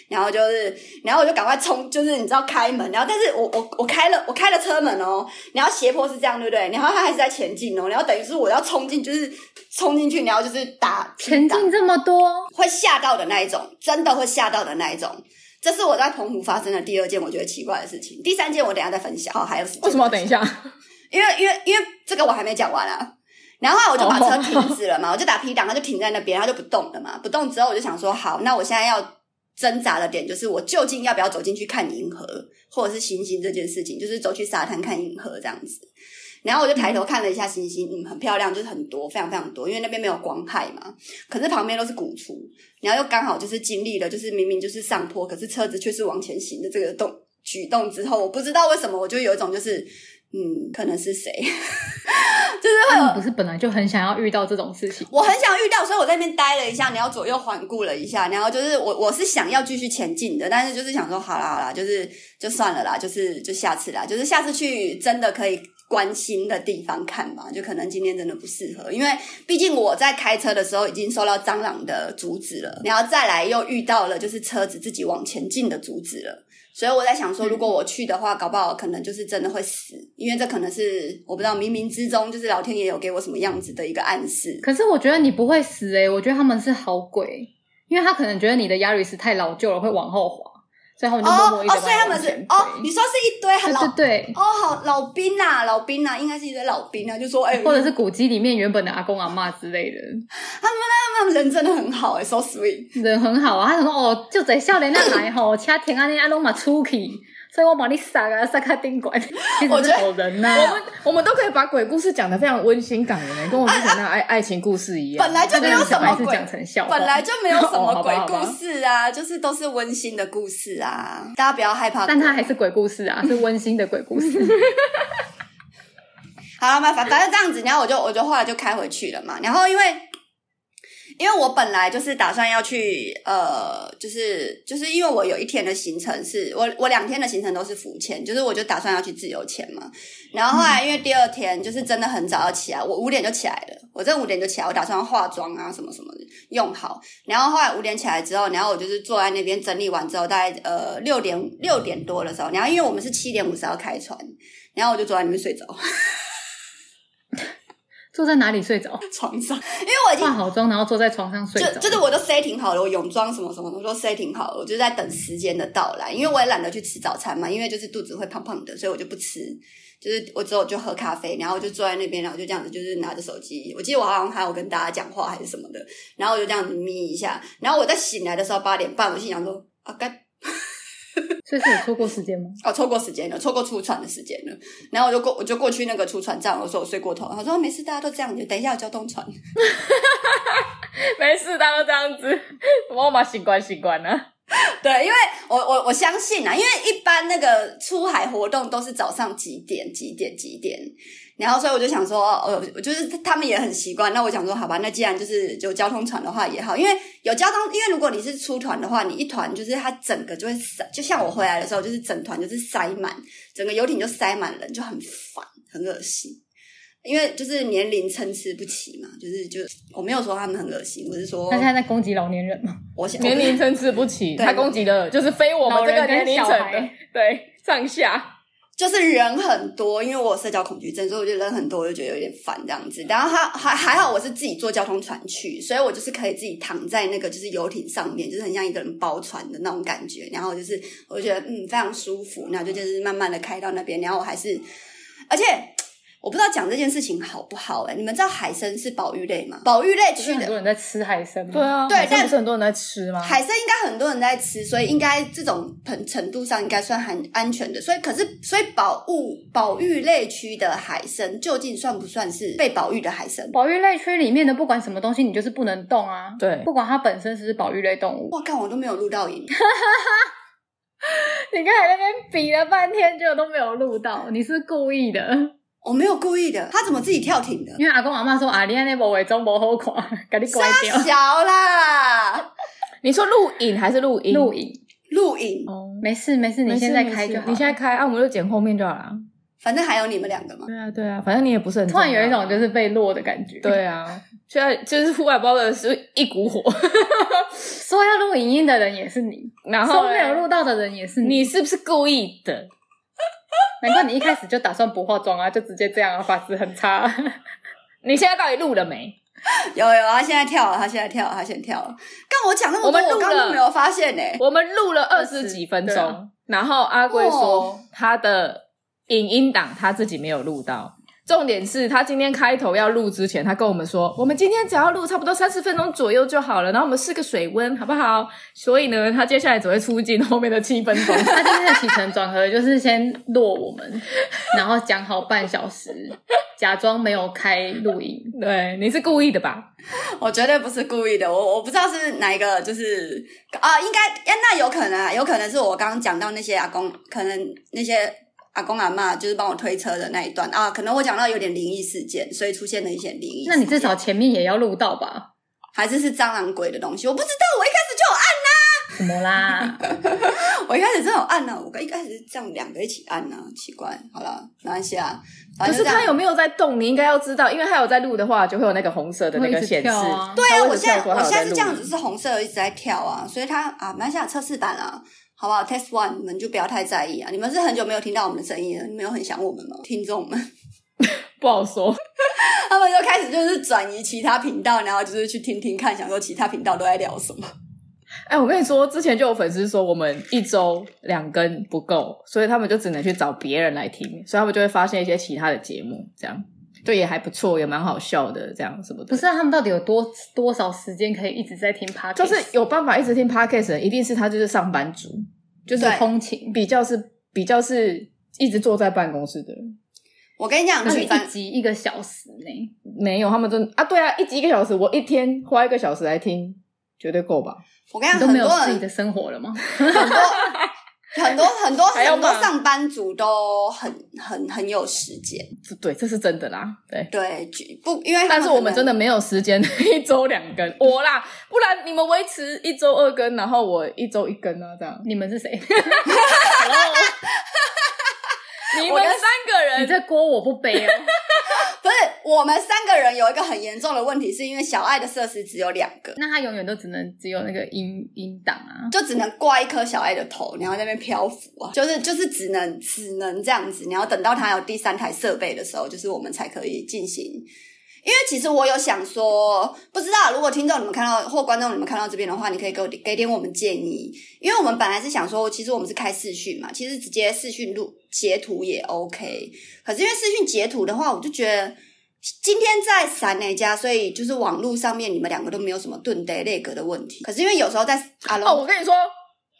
[SPEAKER 2] 然后就是，然后我就赶快冲，就是你知道开门，然后但是我我我开了我开了车门哦，然后斜坡是这样对不对？然后它还是在前进哦，然后等于是我要冲进，就是冲进去，然后就是打
[SPEAKER 3] 前
[SPEAKER 2] 打
[SPEAKER 3] 进这么多，
[SPEAKER 2] 会吓到的那一种，真的会吓到的那一种。这是我在澎湖发生的第二件我觉得奇怪的事情，第三件我等一下再分享。好，哦还有时间
[SPEAKER 1] 为什么要等一下？
[SPEAKER 2] 因为因为因为这个我还没讲完啊。然后后来我就把车停止了嘛，我就打 P 档，它就停在那边，它就不动了嘛。不动之后，我就想说，好，那我现在要挣扎的点就是，我究竟要不要走进去看银河，或者是星星这件事情，就是走去沙滩看银河这样子。然后我就抬头看了一下星星，嗯，很漂亮，就是很多，非常非常多，因为那边没有光害嘛。可是旁边都是古厝，然后又刚好就是经历了，就是明明就是上坡，可是车子却是往前行的这个动举动之后，我不知道为什么，我就有一种就是，嗯，可能是谁， <laughs> 就是会有
[SPEAKER 3] <laughs> 不是本来就很想要遇到这种事情，
[SPEAKER 2] 我很想遇到，所以我在那边待了一下，然后左右环顾了一下，然后就是我我是想要继续前进的，但是就是想说，好啦好啦，就是就算了啦，就是就下次啦，就是下次去真的可以关心的地方看吧，就可能今天真的不适合，因为毕竟我在开车的时候已经受到蟑螂的阻止了，然后再来又遇到了就是车子自己往前进的阻止了。所以我在想说，如果我去的话，搞不好可能就是真的会死，因为这可能是我不知道冥冥之中就是老天爷有给我什么样子的一个暗示。
[SPEAKER 3] 可是我觉得你不会死诶、我觉得他们是好鬼，因为他可能觉得你的亚里斯太老旧了，会往后滑，所以他们就默
[SPEAKER 2] 哦
[SPEAKER 3] 默一直
[SPEAKER 2] 哦，所以他们是哦，你说是一堆很
[SPEAKER 3] 对
[SPEAKER 2] 老
[SPEAKER 3] 对对，
[SPEAKER 2] 哦，好老兵呐、老兵呐、应该是一堆老兵啊，就说哎、
[SPEAKER 3] 或者是古迹里面原本的阿公阿妈之类的，
[SPEAKER 2] 他们人真的很好哎、s o sweet。
[SPEAKER 3] 人很好啊。他想说哦，就这少年那来吼，车停啊那阿拢嘛出去，所以我把你杀啊杀开宾馆， <laughs> 其
[SPEAKER 2] 我
[SPEAKER 3] 实
[SPEAKER 2] 觉得
[SPEAKER 3] 是好人啊
[SPEAKER 1] 我
[SPEAKER 3] 呐、
[SPEAKER 1] 们我们都可以把鬼故事讲得非常温馨感人，跟我之前那爱爱情故事一样。
[SPEAKER 2] 啊本来就
[SPEAKER 3] 这
[SPEAKER 2] 没
[SPEAKER 3] 个
[SPEAKER 2] 有什
[SPEAKER 3] 小
[SPEAKER 2] 么
[SPEAKER 3] 孩子
[SPEAKER 2] 鬼
[SPEAKER 3] 讲，成笑
[SPEAKER 2] <laughs>
[SPEAKER 3] 话，
[SPEAKER 2] 本来就没有什么鬼
[SPEAKER 3] <laughs> 哦好吧
[SPEAKER 2] 故事啊，就是都是温馨的故事啊，大家不要害怕鬼。
[SPEAKER 3] 但它还是鬼故事啊，是温馨的鬼故事。 <laughs>
[SPEAKER 2] 好了嘛，反反正这样子，然后我就我就后来就开回去了嘛。然后因为因为我本来就是打算要去呃，就是就是因为我有一天的行程是我我两天的行程都是浮潜，就是我就打算要去自由潜嘛。然后后来因为第二天就是真的很早要起来，我五点就起来了，我真的五点就起来，我打算要化妆啊什么什么的用好。然后后来五点起来之后，然后我就是坐在那边整理完之后，大概呃六点六点多的时候，然后因为我们是七点五十要开船，然后我就坐在那边睡着。
[SPEAKER 3] 坐在哪里睡着？
[SPEAKER 2] 床上，因为我已经
[SPEAKER 3] 化好妆，然后坐在床上睡
[SPEAKER 2] 就
[SPEAKER 3] 着。
[SPEAKER 2] 就是我都 setting 好了，我泳装什么什么我都 setting 好了，我就在等时间的到来，因为我也懒得去吃早餐嘛，因为就是肚子会胖胖的，所以我就不吃，就是我只有就喝咖啡，然后我就坐在那边，然后就这样子，就是拿着手机，我记得我好像还有跟大家讲话还是什么的，然后我就这样子眯一下，然后我在醒来的时候八点半，我心想说啊该
[SPEAKER 3] 所以是有错过时间吗？
[SPEAKER 2] 哦，错过时间了，错过出船的时间了。然后我就过，我就过去那个出船站，我说我睡过头。他说啊没事，大家都这样，你等一下有交通船。
[SPEAKER 1] 没事，大家都这样子，我妈习惯习惯啊了。
[SPEAKER 2] 对，因为我我我相信啊，因为一般那个出海活动都是早上几点几点几点，然后所以我就想说，呃，我就是他们也很习惯，那我想说，好吧，那既然就是有交通船的话也好，因为有交通，因为如果你是出团的话，你一团就是它整个就会塞，就像我回来的时候，就是整团就是塞满，整个游艇就塞满人，就很烦，很恶心。因为就是年龄参差不齐嘛，就是就我没有说他们很恶心，我是说
[SPEAKER 3] 他现在在攻击老年人嘛，
[SPEAKER 2] 我想
[SPEAKER 1] 年龄参差不齐，
[SPEAKER 2] 对
[SPEAKER 1] 他攻击的就是非我们
[SPEAKER 3] 老
[SPEAKER 1] 这个
[SPEAKER 3] 人
[SPEAKER 1] 年
[SPEAKER 3] 跟
[SPEAKER 1] 龄
[SPEAKER 3] 小
[SPEAKER 1] 层的
[SPEAKER 3] 孩，，
[SPEAKER 1] 对上下。
[SPEAKER 2] 就是人很多，因为我有社交恐惧症，所以我觉得人很多，我就觉得有点烦这样子。然后还还还好，我是自己坐交通船去，所以我就是可以自己躺在那个就是游艇上面，就是很像一个人包船的那种感觉。然后就是我就觉得嗯非常舒服，然后就就是慢慢的开到那边，然后我还是，而且我不知道讲这件事情好不好哎、你们知道海参是保育类吗？嗯保育类
[SPEAKER 3] 不
[SPEAKER 2] 去
[SPEAKER 3] 是很
[SPEAKER 2] 的
[SPEAKER 3] 多人在吃海参吗？
[SPEAKER 1] 对，啊，
[SPEAKER 2] 对
[SPEAKER 1] 好像
[SPEAKER 2] 但
[SPEAKER 1] 不是很多人在吃吗？
[SPEAKER 2] 海参应该很多人在吃，所以应该这种程程度上应该算很安全的。所以可是，所以保物保育类区的海参究竟算不算是被保育的海参？
[SPEAKER 3] 保育类区里面的不管什么东西，你就是不能动啊。
[SPEAKER 1] 对
[SPEAKER 3] 不管它本身是不是保育类动物，
[SPEAKER 2] 我看我都没有录到影，
[SPEAKER 3] <laughs>
[SPEAKER 2] <laughs>
[SPEAKER 3] 你刚才那边比了半天，结果都没有录到，你是故意的。
[SPEAKER 2] 我没有故意的。他怎么自己跳艇的？
[SPEAKER 3] 因为阿公阿妈说啊，你那不伪装不好看，赶紧关掉。
[SPEAKER 2] 小啦，
[SPEAKER 1] 你说录影还是录音？
[SPEAKER 3] <laughs> 录影
[SPEAKER 2] 录影，
[SPEAKER 1] 哦，
[SPEAKER 3] 没事没事，
[SPEAKER 1] 没
[SPEAKER 3] 你
[SPEAKER 1] 事
[SPEAKER 3] 现在
[SPEAKER 1] 没事
[SPEAKER 3] 开就好。
[SPEAKER 1] 你现在开，啊，我们就剪后面就好了。
[SPEAKER 2] 反正还有你们两个嘛。
[SPEAKER 1] 对啊，对啊，反正你也不是很
[SPEAKER 3] 突然有一
[SPEAKER 1] 重要
[SPEAKER 3] 种就是被落的感 <laughs> 觉。，
[SPEAKER 1] 对啊，现在就是忽然包的是一股
[SPEAKER 3] <laughs>
[SPEAKER 1] 火，
[SPEAKER 3] 说要录影音的人也是你，
[SPEAKER 1] 然后
[SPEAKER 3] 说没有录到的人也是
[SPEAKER 1] 嘞，
[SPEAKER 3] 你。
[SPEAKER 1] 你是不是故意的？
[SPEAKER 3] 难怪你一开始就打算不化妆啊，就直接这样啊，发质很差。啊
[SPEAKER 1] 你现在到底录了没？
[SPEAKER 2] 有有，他现在跳了，他现在跳了，他现在跳了。但我讲那么
[SPEAKER 1] 我
[SPEAKER 2] 多，
[SPEAKER 1] 们录
[SPEAKER 2] 我刚刚
[SPEAKER 1] 了
[SPEAKER 2] 都没有发现呢、
[SPEAKER 1] 我们录了二十几分
[SPEAKER 3] 哎对啊
[SPEAKER 1] 钟，然后阿龟说
[SPEAKER 2] 哦
[SPEAKER 1] 他的影音档他自己没有录到。重点是他今天开头要录之前，他跟我们说，我们今天只要录差不多三十分钟左右就好了，然后我们试个水温，好不好？所以呢，他接下来只会促进后面的七分
[SPEAKER 3] <laughs>
[SPEAKER 1] 钟。
[SPEAKER 3] <laughs> 他今天的起承转合就是先落我 <laughs> 们，然后讲好半小时，假装没有开录影。
[SPEAKER 1] 对，你是故意的吧？
[SPEAKER 2] 我绝对不是故意的，我我不知道是哪一个，就是啊、应该哎，那有可能啊，有可能是我刚刚讲到那些阿公，可能那些阿公阿妈就是帮我推车的那一段啊，可能我讲到有点灵异事件，所以出现了一些灵异事件。
[SPEAKER 3] 那你至少前面也要录到吧？
[SPEAKER 2] 还是是蟑螂鬼的东西，我不知道，我一开始就有按
[SPEAKER 3] 什么 <laughs> 啦？
[SPEAKER 2] 呐、我一开始真的有按呐、我一开始是这样两个一起按呐、奇怪，好了，没关系啊，反
[SPEAKER 1] 可是
[SPEAKER 2] 正就这样
[SPEAKER 1] 他有没有在动？你应该要知道，因为他有在录的话，就会有那个红色的那
[SPEAKER 3] 会一
[SPEAKER 1] 个
[SPEAKER 3] 直
[SPEAKER 1] 显示。
[SPEAKER 3] 跳啊
[SPEAKER 2] 对啊，
[SPEAKER 1] 他为什么
[SPEAKER 2] 我现在
[SPEAKER 1] 跳过
[SPEAKER 2] 我
[SPEAKER 1] 他有
[SPEAKER 2] 现
[SPEAKER 1] 在
[SPEAKER 2] 在是
[SPEAKER 1] 录
[SPEAKER 2] 这样子，是红色一直在跳啊，所以它啊，蛮想测试版啊，好不好？Test one，你们就不要太在意啊。你们是很久没有听到我们的声音了，你们有很想我们吗？听众们， <laughs>
[SPEAKER 1] 不好说。 <laughs>
[SPEAKER 2] 他们就开始就是转移其他频道，然后就是去听听看，想说其他频道都在聊什么。
[SPEAKER 1] 哎、我跟你说，之前就有粉丝说我们一周两更不够，所以他们就只能去找别人来听，所以他们就会发现一些其他的节目，这样对也还不错，也蛮好笑的，这样什么的。
[SPEAKER 3] 不是、啊、他们到底有多多少时间可以一直在听 podcast？
[SPEAKER 1] 就是有办法一直听 podcast 的人，一定是他就是上班族，
[SPEAKER 3] 就是
[SPEAKER 2] 对
[SPEAKER 3] 通勤，
[SPEAKER 1] 比较是比较是一直坐在办公室的人。
[SPEAKER 2] 我跟你讲，
[SPEAKER 3] 那
[SPEAKER 2] 举
[SPEAKER 3] 一
[SPEAKER 2] 凡
[SPEAKER 3] 集一个小时呢？
[SPEAKER 1] 没有，他们真啊，对啊，一集一个小时，我一天花一个小时来听，绝对够吧？
[SPEAKER 2] 我跟你
[SPEAKER 3] 你
[SPEAKER 2] 讲，
[SPEAKER 3] 都
[SPEAKER 2] 很
[SPEAKER 3] 没有
[SPEAKER 2] 多
[SPEAKER 3] 自己
[SPEAKER 2] 人
[SPEAKER 3] 的生活了吗？ <laughs>
[SPEAKER 2] 很
[SPEAKER 1] <laughs>
[SPEAKER 2] 多。很多很多
[SPEAKER 1] 还要
[SPEAKER 2] 很多
[SPEAKER 1] 骂
[SPEAKER 2] 上班族都很很很有时间，
[SPEAKER 1] 这对，这是真的啦，对。
[SPEAKER 2] 对，举不因为他
[SPEAKER 1] 但是
[SPEAKER 2] 可
[SPEAKER 1] 我们
[SPEAKER 2] 能
[SPEAKER 1] 真的没有时间 <laughs> 一周两更，我啦，不然你们维持一周二更，然后我一周一更啊，这样。 <laughs>
[SPEAKER 3] 你们是谁？ <laughs>
[SPEAKER 1] 你
[SPEAKER 2] 我
[SPEAKER 1] 们
[SPEAKER 2] 跟
[SPEAKER 1] 三个
[SPEAKER 3] 你
[SPEAKER 1] 人，
[SPEAKER 3] 这呃锅我不背哦。 <laughs>
[SPEAKER 2] 不是，我们三个人有一个很严重的问题，是因为小爱的设施只有两个，
[SPEAKER 3] 那他永远都只能只有那个音音档啊。
[SPEAKER 2] 就只能挂一颗小爱的头，然后在那边漂浮啊，就是就是只能只能这样子，然后等到它有第三台设备的时候，就是我们才可以进行。因为其实我有想说，不知道如果听众你们看到或观众你们看到这边的话，你可以给我给点我们建议，因为我们本来是想说，其实我们是开视讯嘛，其实直接视讯录截图也 OK，可是因为视讯截图的话，我就觉得。今天在闪那家，所以就是网络上面你们两个都没有什么顿呆内格的问题。可是因为有时候在阿龙、
[SPEAKER 1] 哦，我跟你说，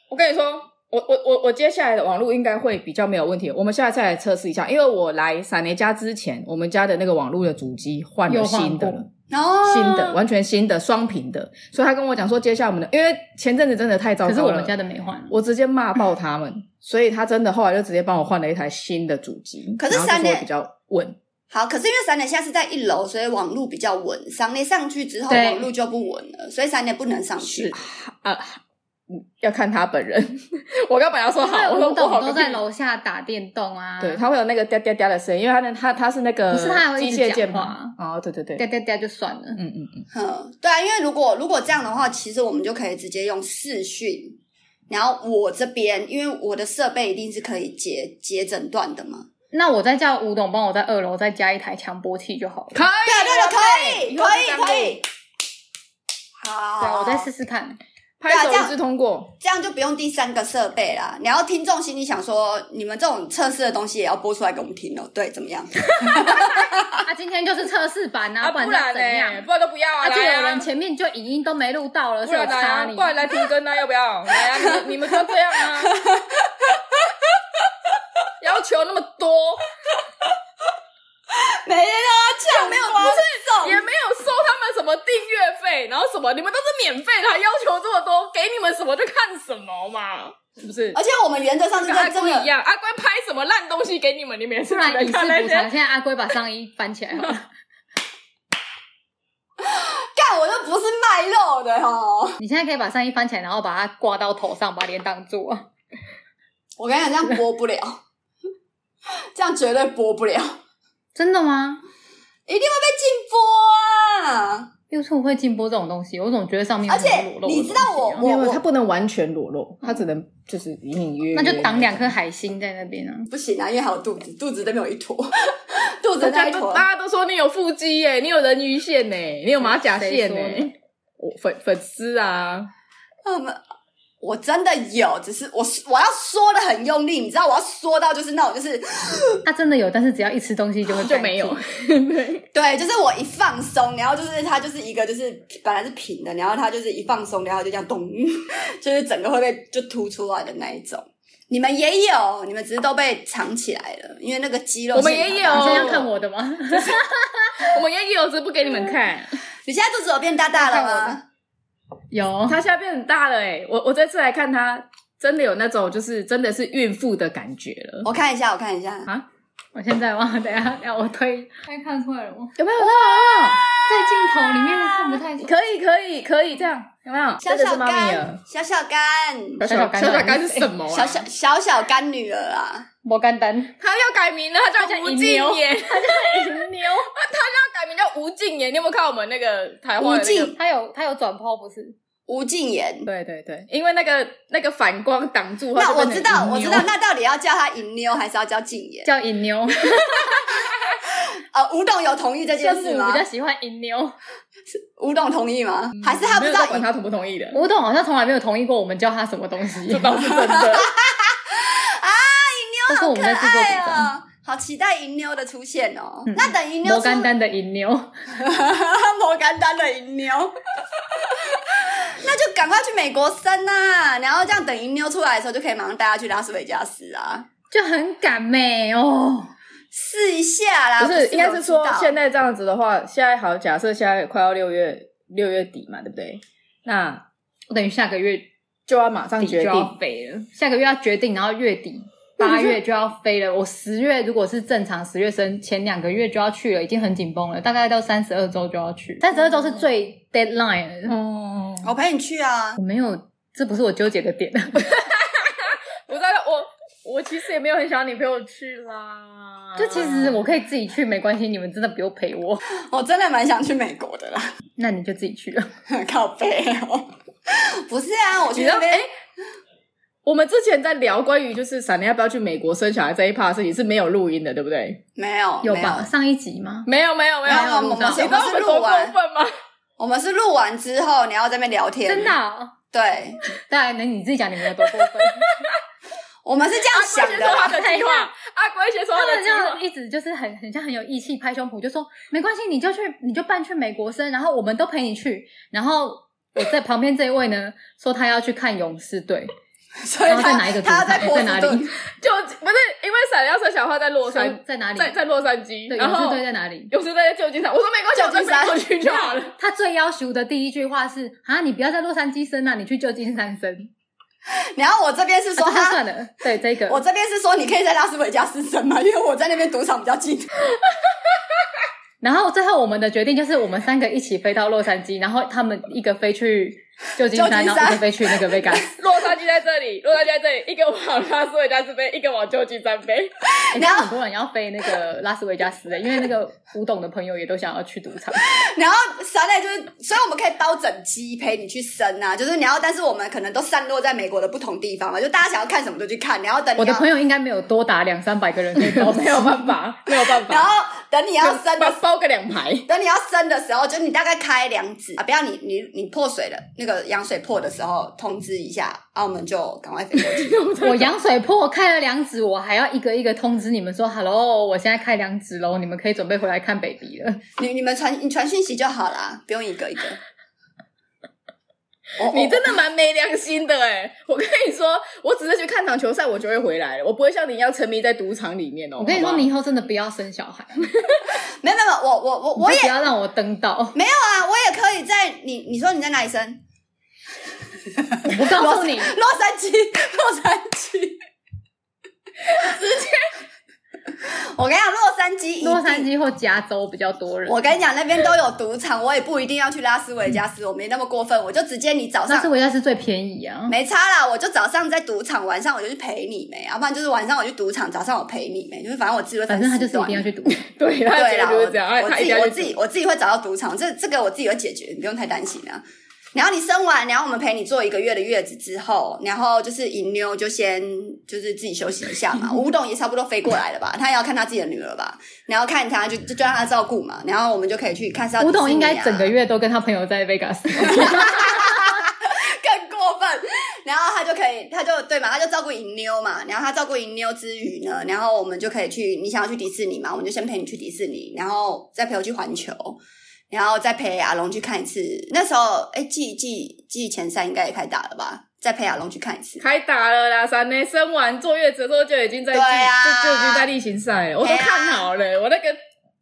[SPEAKER 1] 我跟你说，我我我我接下来的网络应该会比较没有问题。我们下次再来测试一下，因为我来闪雷家之前，我们家的那个网络的主机换了
[SPEAKER 3] 又换
[SPEAKER 1] 新的
[SPEAKER 3] 过
[SPEAKER 1] 了。
[SPEAKER 2] 哦，
[SPEAKER 1] 新的，完全新的双屏的，所以他跟我讲说，接下来我们的，因为前阵子真的太糟糕了，
[SPEAKER 3] 可是我们家的没换，啊
[SPEAKER 1] 我直接骂爆他们，所以他真的后来就直接帮我换了一台新的主机，
[SPEAKER 2] 可是
[SPEAKER 1] 然后就是
[SPEAKER 2] 三
[SPEAKER 1] 会
[SPEAKER 2] 年
[SPEAKER 1] 比较稳。
[SPEAKER 2] 好，可是因为闪电现在是在一楼，所以网路比较稳。闪电上去之后，
[SPEAKER 3] 对
[SPEAKER 2] 网路就不稳了，所以闪电不能上去
[SPEAKER 1] 是。啊，嗯要看他本人。 <laughs> 我刚本来说
[SPEAKER 3] 因为
[SPEAKER 1] 好，我说
[SPEAKER 3] 吴
[SPEAKER 1] 不好
[SPEAKER 3] 董
[SPEAKER 1] 个
[SPEAKER 3] 都
[SPEAKER 1] 屁
[SPEAKER 3] 在楼下打电动啊，
[SPEAKER 1] 对，他会有那个哒哒哒的声音，因为他那他他是那个
[SPEAKER 3] 不是他还会一
[SPEAKER 1] 机
[SPEAKER 3] 直
[SPEAKER 1] 械
[SPEAKER 3] 讲
[SPEAKER 1] 键
[SPEAKER 3] 话
[SPEAKER 1] 盘哦，对对对，
[SPEAKER 3] 哒哒哒就算了。
[SPEAKER 1] 嗯嗯嗯，
[SPEAKER 2] 嗯，对啊，因为如果如果这样的话，其实我们就可以直接用视讯。然后我这边，因为我的设备一定是可以截截诊断的嘛。
[SPEAKER 3] 那我再叫吴董帮我在二楼再加一台强波器就好了。
[SPEAKER 1] 可以，
[SPEAKER 2] 对啊，
[SPEAKER 1] 对
[SPEAKER 2] 对啊，可以，可以，可以。。好，
[SPEAKER 3] 对啊，我再试
[SPEAKER 1] <laughs>
[SPEAKER 3] 试看。
[SPEAKER 2] 对
[SPEAKER 1] 拍
[SPEAKER 2] 啊
[SPEAKER 1] 手
[SPEAKER 2] 这样
[SPEAKER 1] 一致通过，
[SPEAKER 2] 这样就不用第三个设备啦。然后听众心里想说，你们这种测试的东西也要播出来给我们听哦。对，怎么样？
[SPEAKER 3] 啊，今天就是测试版啊，
[SPEAKER 1] 不
[SPEAKER 3] 管
[SPEAKER 1] 然
[SPEAKER 3] 它怎
[SPEAKER 1] 呢？
[SPEAKER 3] 样。
[SPEAKER 1] 不然都不要啊，
[SPEAKER 3] 而且
[SPEAKER 1] 来
[SPEAKER 3] 有
[SPEAKER 1] 啊
[SPEAKER 3] 人前面就影音都没录到了，
[SPEAKER 1] 不
[SPEAKER 3] 所以我
[SPEAKER 1] 然来
[SPEAKER 3] 插
[SPEAKER 1] 啊，
[SPEAKER 3] 你
[SPEAKER 1] 不。然来停更啊，要不
[SPEAKER 3] <laughs>
[SPEAKER 1] 要？来啊，你们你们就这样啊，要求那么多，
[SPEAKER 2] <laughs> 没有啊，这样没有不是
[SPEAKER 1] 也没有收他们什么订阅费，然后什么，你们都是免费的，还要求这么多，给你们什么就看什么嘛，是不
[SPEAKER 3] 哦
[SPEAKER 1] 是？
[SPEAKER 2] 而且我们原则上是
[SPEAKER 1] 跟
[SPEAKER 2] 在
[SPEAKER 1] 阿
[SPEAKER 2] 这
[SPEAKER 1] 龟一
[SPEAKER 2] 个，
[SPEAKER 1] 样，阿龟拍什么烂东西给你们，你们也是
[SPEAKER 3] 突然
[SPEAKER 1] 只
[SPEAKER 3] 以
[SPEAKER 1] 能
[SPEAKER 3] 示
[SPEAKER 1] 看那
[SPEAKER 3] 补偿，
[SPEAKER 1] 些。
[SPEAKER 3] 现在阿龟把上衣翻起来好了。
[SPEAKER 2] 干我都不是卖肉的哦。
[SPEAKER 3] 你现在可以把上衣翻起来，然后把它挂到头上，把脸挡住啊。
[SPEAKER 2] 我跟你讲，这样播不了，这样绝对播不了，
[SPEAKER 3] 真的吗
[SPEAKER 2] 一定会被禁播啊！
[SPEAKER 3] ？YouTube 会禁播这种东西，我总觉得上面
[SPEAKER 2] 而且
[SPEAKER 3] 会有裸露的
[SPEAKER 2] 你知道
[SPEAKER 3] 东西啊
[SPEAKER 2] 我没有它
[SPEAKER 1] 不能完全裸露，他只能就是隐隐约
[SPEAKER 3] 那就挡两颗海星在那边啊。
[SPEAKER 2] 不行啊，因为还有肚子，肚子这边有一坨，肚子
[SPEAKER 1] 大
[SPEAKER 2] 那
[SPEAKER 1] 家
[SPEAKER 2] 一
[SPEAKER 1] 都
[SPEAKER 2] 坨。
[SPEAKER 1] 大家都说你有腹肌耶，你有人鱼线呢，你有马甲线
[SPEAKER 3] 谁说
[SPEAKER 1] 呢，我粉粉丝啊，
[SPEAKER 2] 嗯，我真的有，只是我我要说的很用力，你知道，我要说到就是那种就是。
[SPEAKER 3] 它真的有，但是只要一吃东西就
[SPEAKER 1] <laughs>
[SPEAKER 3] 会
[SPEAKER 1] 就没有
[SPEAKER 3] 干净。啊
[SPEAKER 2] 对，就是我一放松，然后就是它就是一个就是本来是平的，然后它就是一放松，然后就这样咚， <laughs> 就是整个会被就凸出来的那一种。你们也有，你们只是都被藏起来了，因为那个肌肉
[SPEAKER 1] 我们
[SPEAKER 2] 线
[SPEAKER 1] 也
[SPEAKER 2] 条
[SPEAKER 1] 有
[SPEAKER 2] 大
[SPEAKER 3] 你现在要看我的吗？
[SPEAKER 1] 我们也有，只是不给你们看。
[SPEAKER 2] 你现在肚子有变大大了
[SPEAKER 3] 看我
[SPEAKER 2] 吗？哦
[SPEAKER 3] 有，
[SPEAKER 1] 他现在变很大了哎，我我这次来看他，真的有那种就是真的是孕妇的感觉了。
[SPEAKER 2] 我看一下，我看一下，
[SPEAKER 3] 我现在吗？等一下，等一下我推，大家看出来了吗？
[SPEAKER 1] 有没有？有
[SPEAKER 3] 在镜头里面看不太
[SPEAKER 1] 没有？可以可以可以这样，有没有？
[SPEAKER 2] 小
[SPEAKER 1] 真的
[SPEAKER 2] 小
[SPEAKER 1] 是妈咪啊了
[SPEAKER 2] 干，。小小干，
[SPEAKER 3] 小小干
[SPEAKER 1] 小 <laughs> 小干是什么啊？
[SPEAKER 2] 小小小小干女儿啊！
[SPEAKER 3] 摩干丹，
[SPEAKER 1] 他要改名了，他
[SPEAKER 3] 叫
[SPEAKER 1] 叫吴
[SPEAKER 3] 银
[SPEAKER 1] 敬
[SPEAKER 3] 牛
[SPEAKER 1] <laughs> 言，他
[SPEAKER 3] 银牛，
[SPEAKER 1] 要改名叫吴敬言。你有没有看我们那个台湾
[SPEAKER 2] 吴
[SPEAKER 1] 的那个？
[SPEAKER 2] 敬
[SPEAKER 3] 他有他有转抛不是？
[SPEAKER 2] 吴敬言，
[SPEAKER 1] 对对对，因为那个那个反光挡住，
[SPEAKER 2] 那
[SPEAKER 1] 他就
[SPEAKER 2] 我
[SPEAKER 1] 变成
[SPEAKER 2] 知道，
[SPEAKER 1] 银
[SPEAKER 2] 我
[SPEAKER 1] 牛
[SPEAKER 2] 知道，那到底要叫她银妞还是要叫敬言？
[SPEAKER 3] 叫银
[SPEAKER 2] <laughs>
[SPEAKER 3] 牛，
[SPEAKER 2] 呃，吴董有同意这件
[SPEAKER 3] 生
[SPEAKER 2] 事
[SPEAKER 3] 母
[SPEAKER 2] 吗
[SPEAKER 3] 比？较喜欢银牛。
[SPEAKER 2] 吴董同意吗？
[SPEAKER 1] <laughs>
[SPEAKER 2] 还是他
[SPEAKER 1] 嗯
[SPEAKER 2] 不
[SPEAKER 1] 没有
[SPEAKER 2] 知
[SPEAKER 1] 在
[SPEAKER 2] 道
[SPEAKER 1] 管他同不同意
[SPEAKER 2] <laughs>
[SPEAKER 1] 的，
[SPEAKER 3] 吴董好像从来没有同意过我们教他什么东西，
[SPEAKER 1] 这倒是真的。
[SPEAKER 3] 都是我
[SPEAKER 2] 可
[SPEAKER 3] 们在制作
[SPEAKER 2] 爱
[SPEAKER 3] 主张。
[SPEAKER 2] 哦，好期待银妞的出现哦。
[SPEAKER 3] 嗯
[SPEAKER 2] 那等银妞
[SPEAKER 3] 摩
[SPEAKER 2] 出，
[SPEAKER 3] 干丹的银牛，
[SPEAKER 2] <laughs> 摩甘丹的银妞， <laughs> 那就赶快去美国生啊！然后这样等银妞出来的时候，就可以马上带她去拉斯维加斯啊，
[SPEAKER 3] <laughs> 就很赶美哦。
[SPEAKER 2] 试一下啦。
[SPEAKER 1] 啊不是，应该
[SPEAKER 2] 我
[SPEAKER 1] 是
[SPEAKER 2] 知
[SPEAKER 1] 说
[SPEAKER 2] 道
[SPEAKER 1] 现在这样子的话，现在好，假设现在快要六月六月底嘛，对不对？那
[SPEAKER 3] 我等于下个月
[SPEAKER 1] 就要马上
[SPEAKER 3] 底
[SPEAKER 1] 决
[SPEAKER 3] 就要
[SPEAKER 1] 定。
[SPEAKER 3] 飞了，下个月要决定，然后月底八月就要飞了。我十月如果是正常十月生，前两个月就要去了，已经很紧绷了，大概到三十二周就要去，三十二周是最 deadline 的。
[SPEAKER 1] 哦，
[SPEAKER 2] 我陪你去啊。
[SPEAKER 3] 我没有，这不是我纠结的 <laughs> 点。
[SPEAKER 1] 我知道，我我其实也没有很想要你陪我去啦。
[SPEAKER 3] 就其实我可以自己去，没关系，你们真的不用陪我，
[SPEAKER 2] 我真的蛮想去美国的啦， <laughs>
[SPEAKER 3] 那你就自己去了。
[SPEAKER 2] 靠背哦。 <laughs> 不是啊，我
[SPEAKER 1] 你
[SPEAKER 2] 去
[SPEAKER 1] 知道
[SPEAKER 2] 那
[SPEAKER 1] 哎。
[SPEAKER 2] 边
[SPEAKER 1] 我们之前在聊关于就是闪亮要不要去美国生小孩这一趴的事情是没有录音的，对不对？
[SPEAKER 2] 没有
[SPEAKER 3] 有
[SPEAKER 2] 没
[SPEAKER 3] 吧？上一集吗？
[SPEAKER 1] 没有没有没
[SPEAKER 2] 有没有
[SPEAKER 1] 你
[SPEAKER 2] 我们
[SPEAKER 1] 知
[SPEAKER 2] 是
[SPEAKER 1] 道我们多
[SPEAKER 2] 录完
[SPEAKER 1] 过分吗？
[SPEAKER 2] 我们是录完之后，然后在那边聊天，
[SPEAKER 3] 真的哦、
[SPEAKER 2] 对，
[SPEAKER 3] 当然，那你自己讲你们有多过分。
[SPEAKER 2] 我们是这
[SPEAKER 1] 阿
[SPEAKER 2] 样
[SPEAKER 1] 龟
[SPEAKER 2] 想
[SPEAKER 1] 先
[SPEAKER 2] 的
[SPEAKER 1] 说他
[SPEAKER 2] 啦。
[SPEAKER 1] 的 <laughs> 计划，阿龟先说
[SPEAKER 3] 他
[SPEAKER 1] 他的
[SPEAKER 3] 们
[SPEAKER 1] 计划
[SPEAKER 3] 就。一直就是很很像很有义气，拍胸脯就说没关系，你就去你就办去美国生，然后我们都陪你去。然后我在旁边这一位呢，说他要去看勇士队，
[SPEAKER 2] 所以
[SPEAKER 3] 然后在
[SPEAKER 2] 他
[SPEAKER 3] 哪一个
[SPEAKER 2] 他
[SPEAKER 3] 主场
[SPEAKER 2] 在波
[SPEAKER 3] 在
[SPEAKER 2] 士
[SPEAKER 3] 哪
[SPEAKER 2] 顿
[SPEAKER 3] 里？
[SPEAKER 1] 就不是因为闪亮生小孩在洛
[SPEAKER 3] 说
[SPEAKER 1] 杉，
[SPEAKER 3] 在哪里？
[SPEAKER 1] 在在洛杉矶，
[SPEAKER 3] 对，
[SPEAKER 1] 然
[SPEAKER 3] 勇士
[SPEAKER 1] 后
[SPEAKER 3] 队在哪里？
[SPEAKER 1] 有时在旧金山，我说没关系，我
[SPEAKER 2] 旧金山
[SPEAKER 1] 再飞过去就好了。
[SPEAKER 3] 他最要求的第一句话是：啊，你不要在洛杉矶生啊，你去旧金山生。
[SPEAKER 2] 然后我这边是
[SPEAKER 3] 啊、这
[SPEAKER 2] 说
[SPEAKER 3] 就
[SPEAKER 2] 他，
[SPEAKER 3] 算了，对这个
[SPEAKER 2] 我这边是说你可以在拉斯维加斯生嘛，因为我在那边赌场比较近。
[SPEAKER 3] 然后最后我们的决定就是，我们三个一起飞到洛杉矶，然后他们一个飞去旧金山，
[SPEAKER 2] 旧金山
[SPEAKER 3] 然后一个飞去那个 Vegas，
[SPEAKER 1] 洛杉矶在这里，洛杉矶在这里，一个往拉斯维加斯飞，一个往旧金山 <laughs> 飞。
[SPEAKER 3] 欸但很多人要飞那个拉斯维加斯的，欸因为那个古董的朋友也都想要去赌场。
[SPEAKER 2] 然后三类就是，所以我们可以包整机陪你去生啊，就是你要，但是我们可能都散落在美国的不同地方嘛，就大家想要看什么就去看，然后等你
[SPEAKER 3] 我的
[SPEAKER 2] 要
[SPEAKER 3] 朋友应该没有多达两三百个人可以
[SPEAKER 1] <laughs>
[SPEAKER 3] 包
[SPEAKER 1] 哦没有办法，没有办法，
[SPEAKER 2] 然后等你要生
[SPEAKER 1] 包
[SPEAKER 2] 的，
[SPEAKER 1] 包个两排。
[SPEAKER 2] 等你要生的时候，就你大概开两指啊，不要你你你破水了，那个羊水破的时候通知一下，啊，我们就赶快飞过
[SPEAKER 3] <laughs>
[SPEAKER 2] 去。
[SPEAKER 3] 我羊水破开了两指，我还要一个一个通知你们说，Hello，我现在开两指喽，你们可以准备回来看 baby 了。
[SPEAKER 2] 你你们传你传讯息就好啦，不用一
[SPEAKER 3] <laughs>
[SPEAKER 2] 个一个。我
[SPEAKER 1] 你
[SPEAKER 2] 的
[SPEAKER 1] 真的蛮没良心的哎、我跟你说，我只是去看场球赛，我就会回来了，我不会像你一样沉迷在赌场里面哦、
[SPEAKER 3] 我跟你
[SPEAKER 1] 好
[SPEAKER 3] 说，
[SPEAKER 1] 不好
[SPEAKER 3] 你以后真的不要生小孩，
[SPEAKER 2] 没有没有，没有我我我我
[SPEAKER 3] 你
[SPEAKER 2] 也
[SPEAKER 3] 就不要让我登到。
[SPEAKER 2] 没有啊，我也可以在你你说你在哪里生？
[SPEAKER 3] 我告诉你，
[SPEAKER 2] 洛杉矶，洛杉矶，直接。我跟你讲，洛杉矶一定，
[SPEAKER 3] 洛杉矶或加州比较多人。
[SPEAKER 2] 我跟你讲，那边都有赌场，我也不一定要去拉斯维加斯，我没那么过分，我就直接你早
[SPEAKER 3] 拉斯
[SPEAKER 2] 上
[SPEAKER 3] 维加斯最便宜啊，
[SPEAKER 2] 没差啦，我就早上在赌场，晚上我就去陪你没，要不然就是晚上我去赌场，早上我陪你没，就是反正我自己会分
[SPEAKER 3] 反正他
[SPEAKER 2] 时
[SPEAKER 3] 就是一
[SPEAKER 2] 段
[SPEAKER 3] 定要去赌场。
[SPEAKER 1] 对，他的
[SPEAKER 2] 对
[SPEAKER 1] 结
[SPEAKER 2] 啦，
[SPEAKER 1] 论就是这样，哎他
[SPEAKER 2] 我
[SPEAKER 1] 他
[SPEAKER 2] 自
[SPEAKER 1] 一
[SPEAKER 2] 己
[SPEAKER 1] 定要
[SPEAKER 2] 我
[SPEAKER 1] 去
[SPEAKER 2] 自己我自己会找到赌场，这这个我自己会解决，你不用太担心啊。然后你生完，然后我们陪你坐一个月的月子之后，然后就是银妞就先就是自己休息一下
[SPEAKER 1] <laughs>
[SPEAKER 2] 嘛。吴董也差不多飞过来了吧，他也要看他自己的女儿吧，然后看他就就就让他照顾嘛。然后我们就可以去看是要
[SPEAKER 3] 吴
[SPEAKER 2] 迪士
[SPEAKER 3] 董
[SPEAKER 2] 尼啊
[SPEAKER 3] 应该整个月都跟他朋友在 Vegas，
[SPEAKER 2] <laughs> 更过分。然后他就可以，他就对嘛，他就照顾银妞嘛。然后他照顾银妞之余呢，然后我们就可以去，你想要去迪士尼嘛，我们就先陪你去迪士尼，然后再陪我去环球，然后再陪阿龙去看一次。那时候，哎，季季季前赛应该也开打了吧？再陪阿龙去看一次。
[SPEAKER 1] 开打了啦！三内生完坐月子之后就已经在
[SPEAKER 2] 对啊
[SPEAKER 1] 就就已经在例行赛了，我都
[SPEAKER 2] 对啊
[SPEAKER 1] 看好了，我那个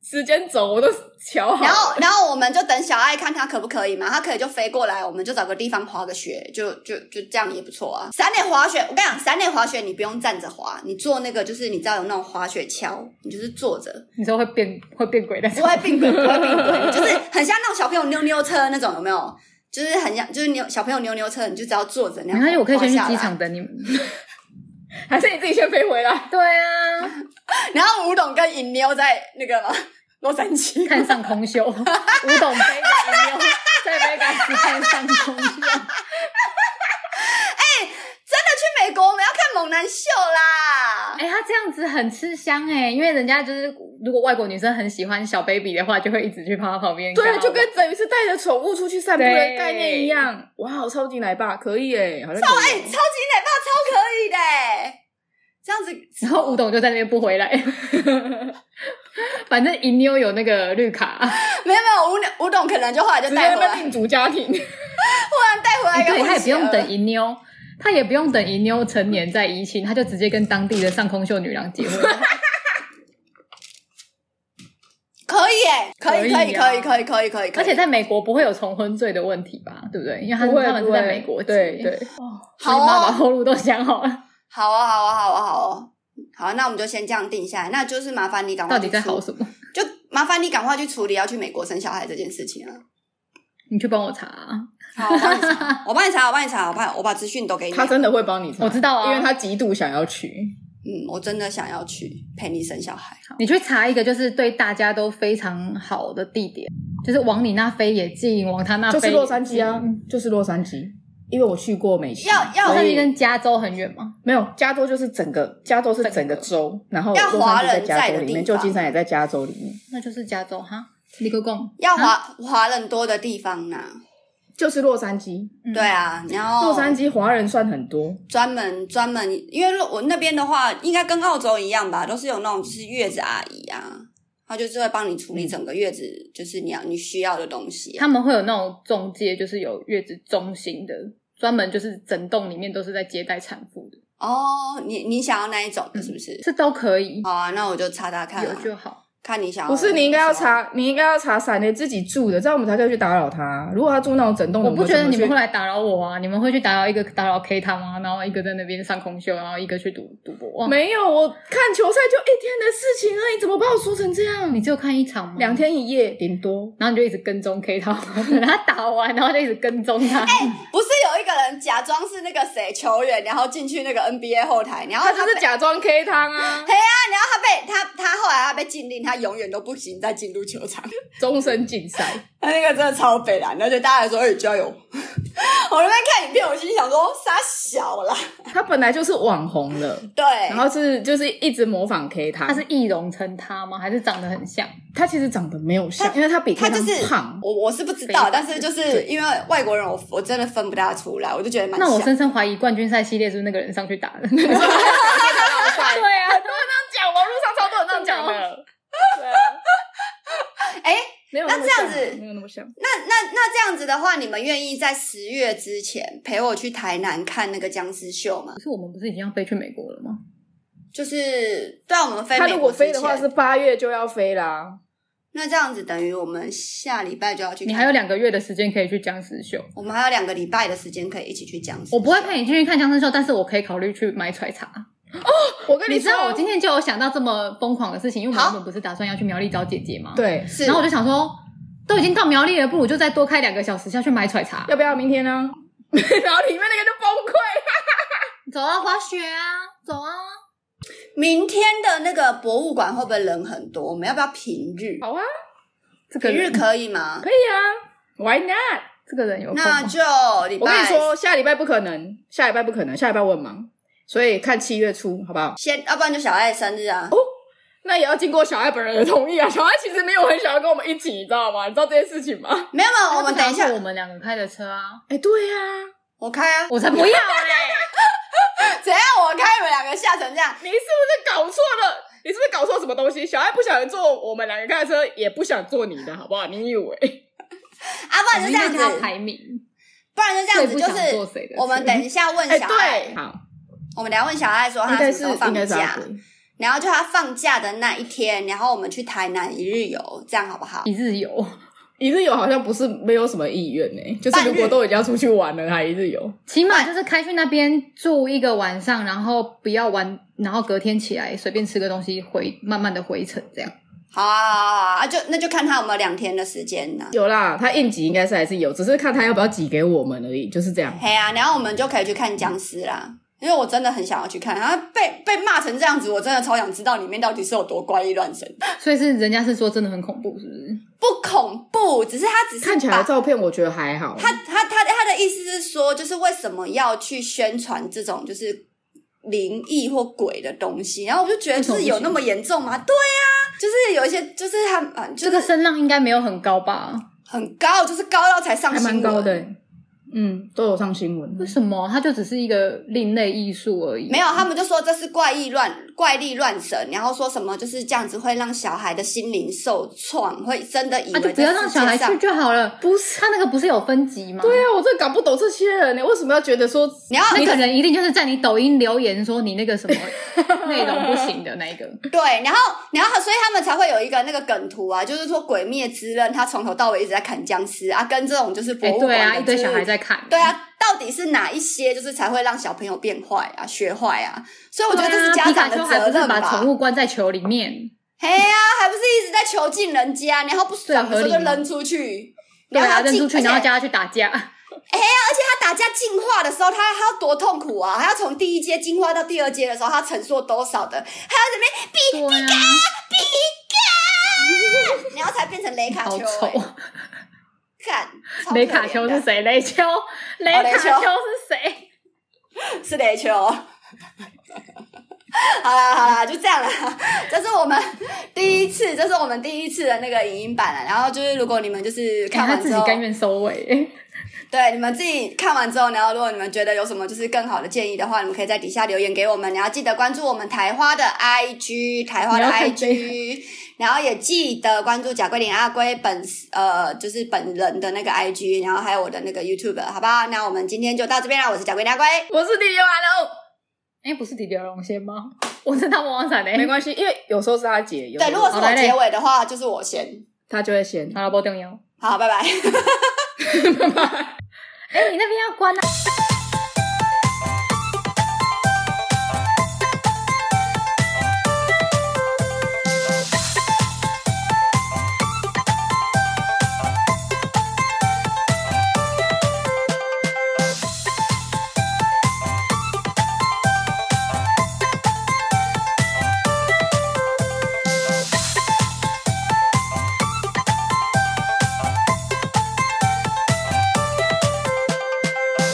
[SPEAKER 1] 时间轴我都瞧好
[SPEAKER 2] 然
[SPEAKER 1] 了。
[SPEAKER 2] 后，然后我们就等小爱看他可不可以嘛，他可以就飞过来，我们就找个地方滑个雪，就就就这样也不错啊。伞内滑雪，我跟你讲，伞内滑雪你不用站着滑，你坐那个就是你知道有那种滑雪橇，你就是坐着，
[SPEAKER 3] 你说会变会变鬼的。
[SPEAKER 2] 不会并轨，不会并轨，就是很像那种小朋友溜溜车那种，有没有？就是很像，就是扭小朋友溜溜车，你就只要坐着那
[SPEAKER 3] 没
[SPEAKER 2] 样。
[SPEAKER 3] 关系，我可以先去机
[SPEAKER 2] 滑下
[SPEAKER 3] 场
[SPEAKER 2] 来。
[SPEAKER 3] 等你们。 <laughs>
[SPEAKER 1] 还是你自己先飞回来，
[SPEAKER 3] 对啊，
[SPEAKER 2] 然后吴董跟尹妞在那个嘛洛杉
[SPEAKER 3] <laughs>
[SPEAKER 2] 矶，
[SPEAKER 3] 看上空修，吴董飞的银牛在 Vegas 看上空修。
[SPEAKER 2] 真的去美国我们要看猛男秀啦！
[SPEAKER 3] 哎、他这样子很吃香哎、因为人家就是如果外国女生很喜欢小 baby 的话，就会一直去趴他旁边看。
[SPEAKER 1] 对，啊就跟整一次带着宠物出去散步的
[SPEAKER 3] 哦对
[SPEAKER 1] 概念一样。哇，好超级奶爸可以哎，好像
[SPEAKER 2] 超哎、
[SPEAKER 1] 可以
[SPEAKER 2] 超级奶爸超可以的、这样子。
[SPEAKER 3] 然后吴董就在那边不回来。反正银妞有那个绿卡，啊
[SPEAKER 2] 没有没有吴吴董可能就后来就
[SPEAKER 1] 直
[SPEAKER 2] 带
[SPEAKER 1] 接
[SPEAKER 2] 回
[SPEAKER 1] 被
[SPEAKER 2] 来，
[SPEAKER 1] 另组家庭。
[SPEAKER 2] 忽然带回来一个
[SPEAKER 3] 哎对，他也
[SPEAKER 2] 混
[SPEAKER 3] 不
[SPEAKER 2] 血儿
[SPEAKER 3] 用等银妞，他也不用等银妞成年再移亲，他就直接跟当地的上空秀女郎结婚。
[SPEAKER 2] 可以哎、可以可
[SPEAKER 3] 可
[SPEAKER 2] 以
[SPEAKER 3] 以
[SPEAKER 2] 可
[SPEAKER 3] 啊
[SPEAKER 2] 以可以可以可以，
[SPEAKER 3] 而且在美国不会有重婚罪的问题吧？对不对？因为他
[SPEAKER 1] 不会
[SPEAKER 3] 他们是
[SPEAKER 1] 不会
[SPEAKER 3] 在美国结
[SPEAKER 1] 对对，
[SPEAKER 3] 所以
[SPEAKER 2] 好哦
[SPEAKER 3] 妈把后路都想好了，
[SPEAKER 2] 好啊好啊好啊好啊好，那我们就先这样定下来，那就是麻烦你赶快
[SPEAKER 3] 到底
[SPEAKER 2] 去
[SPEAKER 3] 在
[SPEAKER 2] 处
[SPEAKER 3] 好什么？
[SPEAKER 2] 就麻烦你赶快去处理要去美国生小孩这件事情啊！
[SPEAKER 3] 你去帮我查、啊，
[SPEAKER 2] 好，我帮你查， <laughs> 我帮你查，我帮你查，我把我把资讯都给你。
[SPEAKER 1] 他真的会帮你查，
[SPEAKER 3] 我知道啊
[SPEAKER 1] 因为他极度想要去。
[SPEAKER 2] 嗯，我真的想要去陪你生小孩。
[SPEAKER 3] 你去查一个就是对大家都非常好的地点，就是往你那飞也近，往他那飞
[SPEAKER 1] 就
[SPEAKER 3] 嗯也近
[SPEAKER 1] 是洛杉矶啊，就是洛杉矶，因为我去过美西，
[SPEAKER 2] 要要
[SPEAKER 3] 洛
[SPEAKER 1] 所
[SPEAKER 3] 杉
[SPEAKER 1] 以
[SPEAKER 3] 矶跟加州很远吗？
[SPEAKER 1] 没有加州就是整个加州是整个州，然后洛杉矶在加州里面，旧金山也在加州里面，
[SPEAKER 3] 那就是加州哈，立刻贡
[SPEAKER 2] 要华华人多的地方呐、
[SPEAKER 1] 就是洛杉矶，
[SPEAKER 3] 嗯
[SPEAKER 2] 对啊，然
[SPEAKER 3] 哦
[SPEAKER 2] 后
[SPEAKER 1] 洛杉矶华人算很多，
[SPEAKER 2] 专门专门，因为我那边的话，应该跟澳洲一样吧，都是有那种就是月子阿姨啊，她就是会帮你处理整个月子，就是你要你需要的东西、啊
[SPEAKER 3] 他。们会有那种中介，就是有月子中心的，专门就是整栋里面都是在接待产妇的，
[SPEAKER 2] 哦，你你想要那一种的是不是？
[SPEAKER 3] 这都可以，
[SPEAKER 2] 好啊，那我就查查看、啊，
[SPEAKER 3] 有就好。
[SPEAKER 2] 看你想要
[SPEAKER 1] 不是，你应该要
[SPEAKER 2] 什么。
[SPEAKER 1] 查，你应该要查闪雷自己住的，这样我们才可以去打扰他。如果他住那种整栋的，
[SPEAKER 3] 哦我不觉得
[SPEAKER 1] 怎么
[SPEAKER 3] 你们
[SPEAKER 1] 去
[SPEAKER 3] 会来打扰我啊！你们会去打扰一个打扰 K 他吗？然后一个在那边上空秀，然后一个去赌赌博。哇，
[SPEAKER 1] 没有，我看球赛就一天的事情而已，怎么把我说成这样？
[SPEAKER 3] 你只有看一场吗？
[SPEAKER 1] 两，天一夜顶多。
[SPEAKER 3] 然后你就一直跟踪 K <laughs> 他，等他打完，然后就一直跟踪 <laughs> 他。
[SPEAKER 2] 不是有一个人假装是那个谁球员，然后进去那个 NBA 后台，然后
[SPEAKER 1] 他
[SPEAKER 2] 他
[SPEAKER 1] 就是
[SPEAKER 2] 被
[SPEAKER 1] 假装 K 汤啊，
[SPEAKER 2] 然后他被他他后来他被禁令，他永远都不行再进入球场。 <laughs>
[SPEAKER 1] 终身禁赛。
[SPEAKER 2] 他那个真的超北蓝的，而且大家还说：“哎、加油！” <laughs> 我那边看影片，我心想说：“傻小啦。
[SPEAKER 1] 他本来就是网红了，”
[SPEAKER 2] 对，
[SPEAKER 1] 然后是就是一直模仿 K 汤。
[SPEAKER 3] 他是易容成他吗？还是长得很像？
[SPEAKER 1] 他其实长得没有像，
[SPEAKER 2] 他
[SPEAKER 1] 因为他比 K
[SPEAKER 2] 他就
[SPEAKER 1] 汤
[SPEAKER 2] 是
[SPEAKER 1] 胖。
[SPEAKER 2] 我我是不知
[SPEAKER 3] 肥
[SPEAKER 2] 道
[SPEAKER 3] 胖，
[SPEAKER 2] 但是就是因为外国人我，我真的分不大出来，我就觉得蛮
[SPEAKER 3] 那我
[SPEAKER 2] 像。
[SPEAKER 3] 深深怀疑冠军赛系列是不是那个人上去打 <laughs> 的？对
[SPEAKER 1] <laughs>
[SPEAKER 3] 啊，
[SPEAKER 1] 讲网络上超多人这样
[SPEAKER 3] 讲
[SPEAKER 1] 的，啊
[SPEAKER 2] <laughs> 哎、
[SPEAKER 1] 没有
[SPEAKER 2] 那
[SPEAKER 1] 么
[SPEAKER 2] 这
[SPEAKER 1] 像
[SPEAKER 2] 样子
[SPEAKER 1] 没有那么像。
[SPEAKER 2] 那那那这样子的话，你们愿意在十月之前陪我去台南看那个僵尸秀吗
[SPEAKER 3] 可？是我们不是已经要飞去美国了 <laughs> 吗？
[SPEAKER 2] 就是对啊，我们飞
[SPEAKER 1] 他
[SPEAKER 2] 美
[SPEAKER 1] 如果
[SPEAKER 2] 国之
[SPEAKER 1] 飞的话
[SPEAKER 2] 前
[SPEAKER 1] 是八月就要飞啦，
[SPEAKER 2] 那这样子等于我们下礼拜就要去看，
[SPEAKER 3] 你还有两个月的时间可以去僵尸秀。
[SPEAKER 2] 我们还有两个礼拜的时间可以一起去僵尸。
[SPEAKER 3] 我不会陪你进去看僵尸秀，但是我可以考虑去买揣茶。
[SPEAKER 1] 我跟
[SPEAKER 3] 你知
[SPEAKER 1] 说，
[SPEAKER 3] 道我今天就有想到这么疯狂的事情，因为我们
[SPEAKER 2] 好
[SPEAKER 3] 原本不是打算要去苗栗找姐姐吗？。
[SPEAKER 1] 对
[SPEAKER 2] 是，啊
[SPEAKER 3] 然后我就想说，都已经到苗栗了，不如就再多开两个小时下去买揣茶，
[SPEAKER 1] 要不要明天呢？ <laughs> 然后里面那个就崩溃了。
[SPEAKER 3] 走啊，滑雪啊，走啊。
[SPEAKER 2] 明天的那个博物馆会不会人很多？我们要不要平日？
[SPEAKER 3] 哦
[SPEAKER 1] 好啊，
[SPEAKER 3] 这个
[SPEAKER 2] 平日
[SPEAKER 3] 人，
[SPEAKER 2] 可以吗
[SPEAKER 1] 可？以啊，Why not？
[SPEAKER 3] 这个人有空吗
[SPEAKER 2] 那就礼
[SPEAKER 1] 我跟你
[SPEAKER 2] 拜
[SPEAKER 1] 说，下礼拜不可能，下礼拜不可能，下礼拜我很忙，所以看七月初好不好？
[SPEAKER 2] 先，要不然就小爱生日啊。
[SPEAKER 3] 哦
[SPEAKER 1] 那也要经过小爱本人的同意啊。小爱其实没有很想要跟我们一起，你知道吗？你知道这件事情吗？
[SPEAKER 2] 没有没有，我们等一下
[SPEAKER 3] 他不想坐，我们两个开的车啊，
[SPEAKER 1] 哎、对啊，
[SPEAKER 2] 我开啊。 <laughs>
[SPEAKER 3] 我才不要嘞！
[SPEAKER 2] 怎样？我开你们两个吓成这样？
[SPEAKER 1] 你是不是搞错了？你是不是搞错什么东西？小爱不想坐我们两个开的车，也不想坐你的，好不好？你以为？
[SPEAKER 2] 啊，不然
[SPEAKER 3] 我们
[SPEAKER 2] 就这样
[SPEAKER 3] 应该是要
[SPEAKER 2] 子，
[SPEAKER 3] 排名，
[SPEAKER 2] 不然就这样子，
[SPEAKER 3] 最不
[SPEAKER 2] 就
[SPEAKER 3] 想坐谁
[SPEAKER 2] 是
[SPEAKER 3] 的
[SPEAKER 2] 我们等一下问
[SPEAKER 1] 哎、
[SPEAKER 2] 小爱，
[SPEAKER 1] 对，好，
[SPEAKER 2] 我们等一下问小爱说
[SPEAKER 1] 应
[SPEAKER 2] 他
[SPEAKER 1] 该是
[SPEAKER 2] 什么时候
[SPEAKER 1] 应
[SPEAKER 2] 放
[SPEAKER 1] 该是阿
[SPEAKER 2] 假
[SPEAKER 1] 鬼，
[SPEAKER 2] 然后就他放假的那一天，然后我们去台南一日游，这样好不好？
[SPEAKER 3] 一日游，
[SPEAKER 1] 一日游好像不是没有什么意愿呢、就是
[SPEAKER 2] 半日
[SPEAKER 1] 如果都已经要出去玩了，还一日游，
[SPEAKER 3] 起码就是开去那边住一个晚上，然后不要玩，然后隔天起来随便吃个东西回，慢慢的回程这样。
[SPEAKER 2] 好啊，好啊，好啊啊，就那就看他有没有两天的时间呢、
[SPEAKER 1] 有啦，他应急应该是还是有，只是看他要不要挤给我们而已，就是这样。
[SPEAKER 2] 嘿啊，然后我们就可以去看僵尸啦，因为我真的很想要去看。然后被被骂成这样子，我真的超想知道里面到底是有多怪异乱神，
[SPEAKER 3] 所以是人家是说真的很恐怖，是不是？
[SPEAKER 2] 不恐怖，只是他只是
[SPEAKER 1] 看起来
[SPEAKER 2] 把
[SPEAKER 1] 的照片我觉得还好，
[SPEAKER 2] 他他他他的意思是说，就是为什么要去宣传这种就是灵异或鬼的东西？然后我就觉得，就是有那么严重吗？对呀、就是有一些，就是他啊，就
[SPEAKER 3] 这个
[SPEAKER 2] 是
[SPEAKER 3] 声浪应该没有很高吧？
[SPEAKER 2] 很高，就是高到才上
[SPEAKER 1] 还
[SPEAKER 2] 新
[SPEAKER 1] 蛮
[SPEAKER 2] 闻
[SPEAKER 1] 高的、。嗯，都有上新闻
[SPEAKER 3] 为。什么？它就只是一个另类艺术而已。
[SPEAKER 2] 没有，他们就说这是怪异乱怪力乱神，然后说什么就是这样子会让小孩的心灵受创，会真的以
[SPEAKER 3] 啊，就
[SPEAKER 2] 为
[SPEAKER 3] 不要
[SPEAKER 2] 这
[SPEAKER 3] 让
[SPEAKER 2] 世
[SPEAKER 3] 小孩
[SPEAKER 2] 界
[SPEAKER 3] 去
[SPEAKER 2] 上。
[SPEAKER 3] 就好了。不是，他那个不是有分级吗？
[SPEAKER 1] 对啊，我真的搞不懂这些人，你为什么要觉得说
[SPEAKER 2] 你要
[SPEAKER 3] 那个人一定就是在你抖音留言说你那个
[SPEAKER 2] <laughs>
[SPEAKER 3] 什么内容不行的那一个，
[SPEAKER 2] 对，然后，然后，所以他们才会有一个那个梗图啊，就是说《鬼灭之刃》，他从头到尾一直在砍僵尸啊，跟这种就是博
[SPEAKER 3] 哎、
[SPEAKER 2] 物馆
[SPEAKER 3] 对
[SPEAKER 2] 的、
[SPEAKER 3] 啊，一堆
[SPEAKER 2] 就是
[SPEAKER 3] 小孩在看，
[SPEAKER 2] 对，啊，到底是哪一些就是才会让小朋友变坏啊、学坏啊？所以我觉得这是
[SPEAKER 3] 对啊
[SPEAKER 2] 家长的
[SPEAKER 3] 皮卡丘还
[SPEAKER 2] 责
[SPEAKER 3] 不是
[SPEAKER 2] 任
[SPEAKER 3] 把
[SPEAKER 2] 吧。
[SPEAKER 3] 宠物关在球里面，
[SPEAKER 2] 嘿呀、还不是一直在囚禁人家，然后不爽的时候
[SPEAKER 3] 对啊合
[SPEAKER 2] 就
[SPEAKER 3] 理吗
[SPEAKER 2] 扔出去，
[SPEAKER 3] 对
[SPEAKER 2] 然后
[SPEAKER 3] 啊，
[SPEAKER 2] 他
[SPEAKER 3] 扔
[SPEAKER 2] 进
[SPEAKER 3] 出去，然后
[SPEAKER 2] 而且
[SPEAKER 3] 叫他去打架。
[SPEAKER 2] 而且他打架进化的时候，他他要多痛苦啊！他要从第一阶进化到第二阶的时候，他承受多少的，还
[SPEAKER 3] 对
[SPEAKER 2] <laughs>
[SPEAKER 3] 啊，
[SPEAKER 2] 要怎么，然后才变成雷卡
[SPEAKER 3] 好
[SPEAKER 2] 丘、
[SPEAKER 3] 丑
[SPEAKER 2] 欸。。看，超可
[SPEAKER 3] 雷卡丘
[SPEAKER 2] 怜的
[SPEAKER 3] 是谁？雷丘，雷卡
[SPEAKER 2] 雷
[SPEAKER 3] 丘
[SPEAKER 2] 丘
[SPEAKER 3] 是谁？
[SPEAKER 2] 是雷球。 <laughs> 好啦好啦，就这样啦。这是我们第一次，这是我们第一次的那个影音版了。然后就是，如果你们就是 <laughs> 看
[SPEAKER 3] 哎他
[SPEAKER 2] 完
[SPEAKER 3] 自
[SPEAKER 2] 之
[SPEAKER 3] 己
[SPEAKER 2] 后，
[SPEAKER 3] 甘愿收尾。
[SPEAKER 2] 对你们自己看完之后，然后如果你们觉得有什么就是更好的建议的话，你们可以在底下留言给我们。然后记得关注我们台花的 IG，台花的
[SPEAKER 3] 你要看这
[SPEAKER 2] IG，然后也记得关注贾桂林阿龟本呃就是本人的那个 IG，然后还有我的那个 YouTube，好不好？那我们今天就到这边啦，我是贾桂林阿龟。
[SPEAKER 1] 我是地球阿龙？
[SPEAKER 3] 哎，不是迪迪龙先吗？我真的忘了嘞。
[SPEAKER 1] 没关系，因为有时候是他姐，有时候
[SPEAKER 2] 对，如果是
[SPEAKER 3] 好
[SPEAKER 2] 我
[SPEAKER 3] 来嘞
[SPEAKER 2] 结尾的话，就是我先。
[SPEAKER 1] 他就会先。
[SPEAKER 3] 好了，不重要。
[SPEAKER 2] 好，拜拜。
[SPEAKER 3] 哎、你那边要关啊！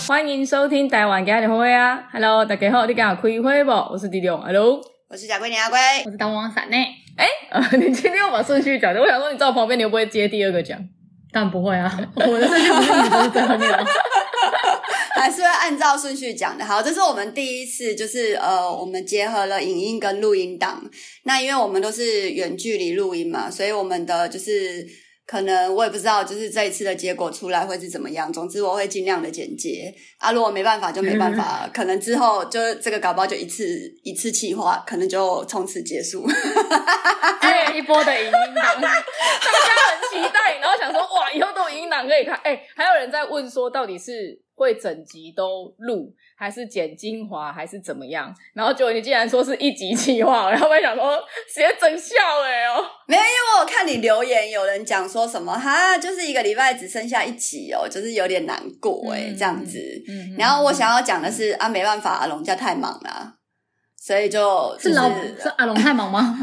[SPEAKER 1] 欢迎收听台湾家的会啊，Hello，大家好，你敢有开会不？我是迪龙，Hello。
[SPEAKER 2] <laughs> 我是贾桂林阿龟，
[SPEAKER 3] 我是当王伞呢，欸
[SPEAKER 1] 哎、 <laughs> 呃，你今天要把顺序讲的，我想说你在我旁边，你会不会接第二个讲？
[SPEAKER 3] 当然不会啊， <laughs> 我的事情不是你不是最后面吗？ <laughs>
[SPEAKER 2] 还是会按照顺序讲的。好，这是我们第一次，就是呃，我们结合了影音跟录音档。那因为我们都是远距离录音嘛，所以我们的就是可能我也不知道，就是这一次的结果出来会是怎么样。总之我会尽量的简洁啊，如果没办法就没办法，可能之后就是这个搞不好就一次一次企划，可能就从此结束。
[SPEAKER 3] 哎、一波的影音档，
[SPEAKER 1] 大家很期待，然后想说哇，以后都有音档可以看。哎、还有人在问说，到底是会整集都录，还是剪精华，还是怎么样？然后结果你竟然说是一集计划，然后我还想说直接整笑哎、哦，
[SPEAKER 2] 我有看你留言，有人讲说什么哈，就是一个礼拜只剩下一集哦，就是有点难过诶、
[SPEAKER 3] 嗯
[SPEAKER 2] 这样子。
[SPEAKER 3] 嗯
[SPEAKER 2] 然后我想要讲的是啊，没办法，阿龙家太忙了，所以就、就是嗯
[SPEAKER 3] 老 <laughs> 是阿龙太忙吗？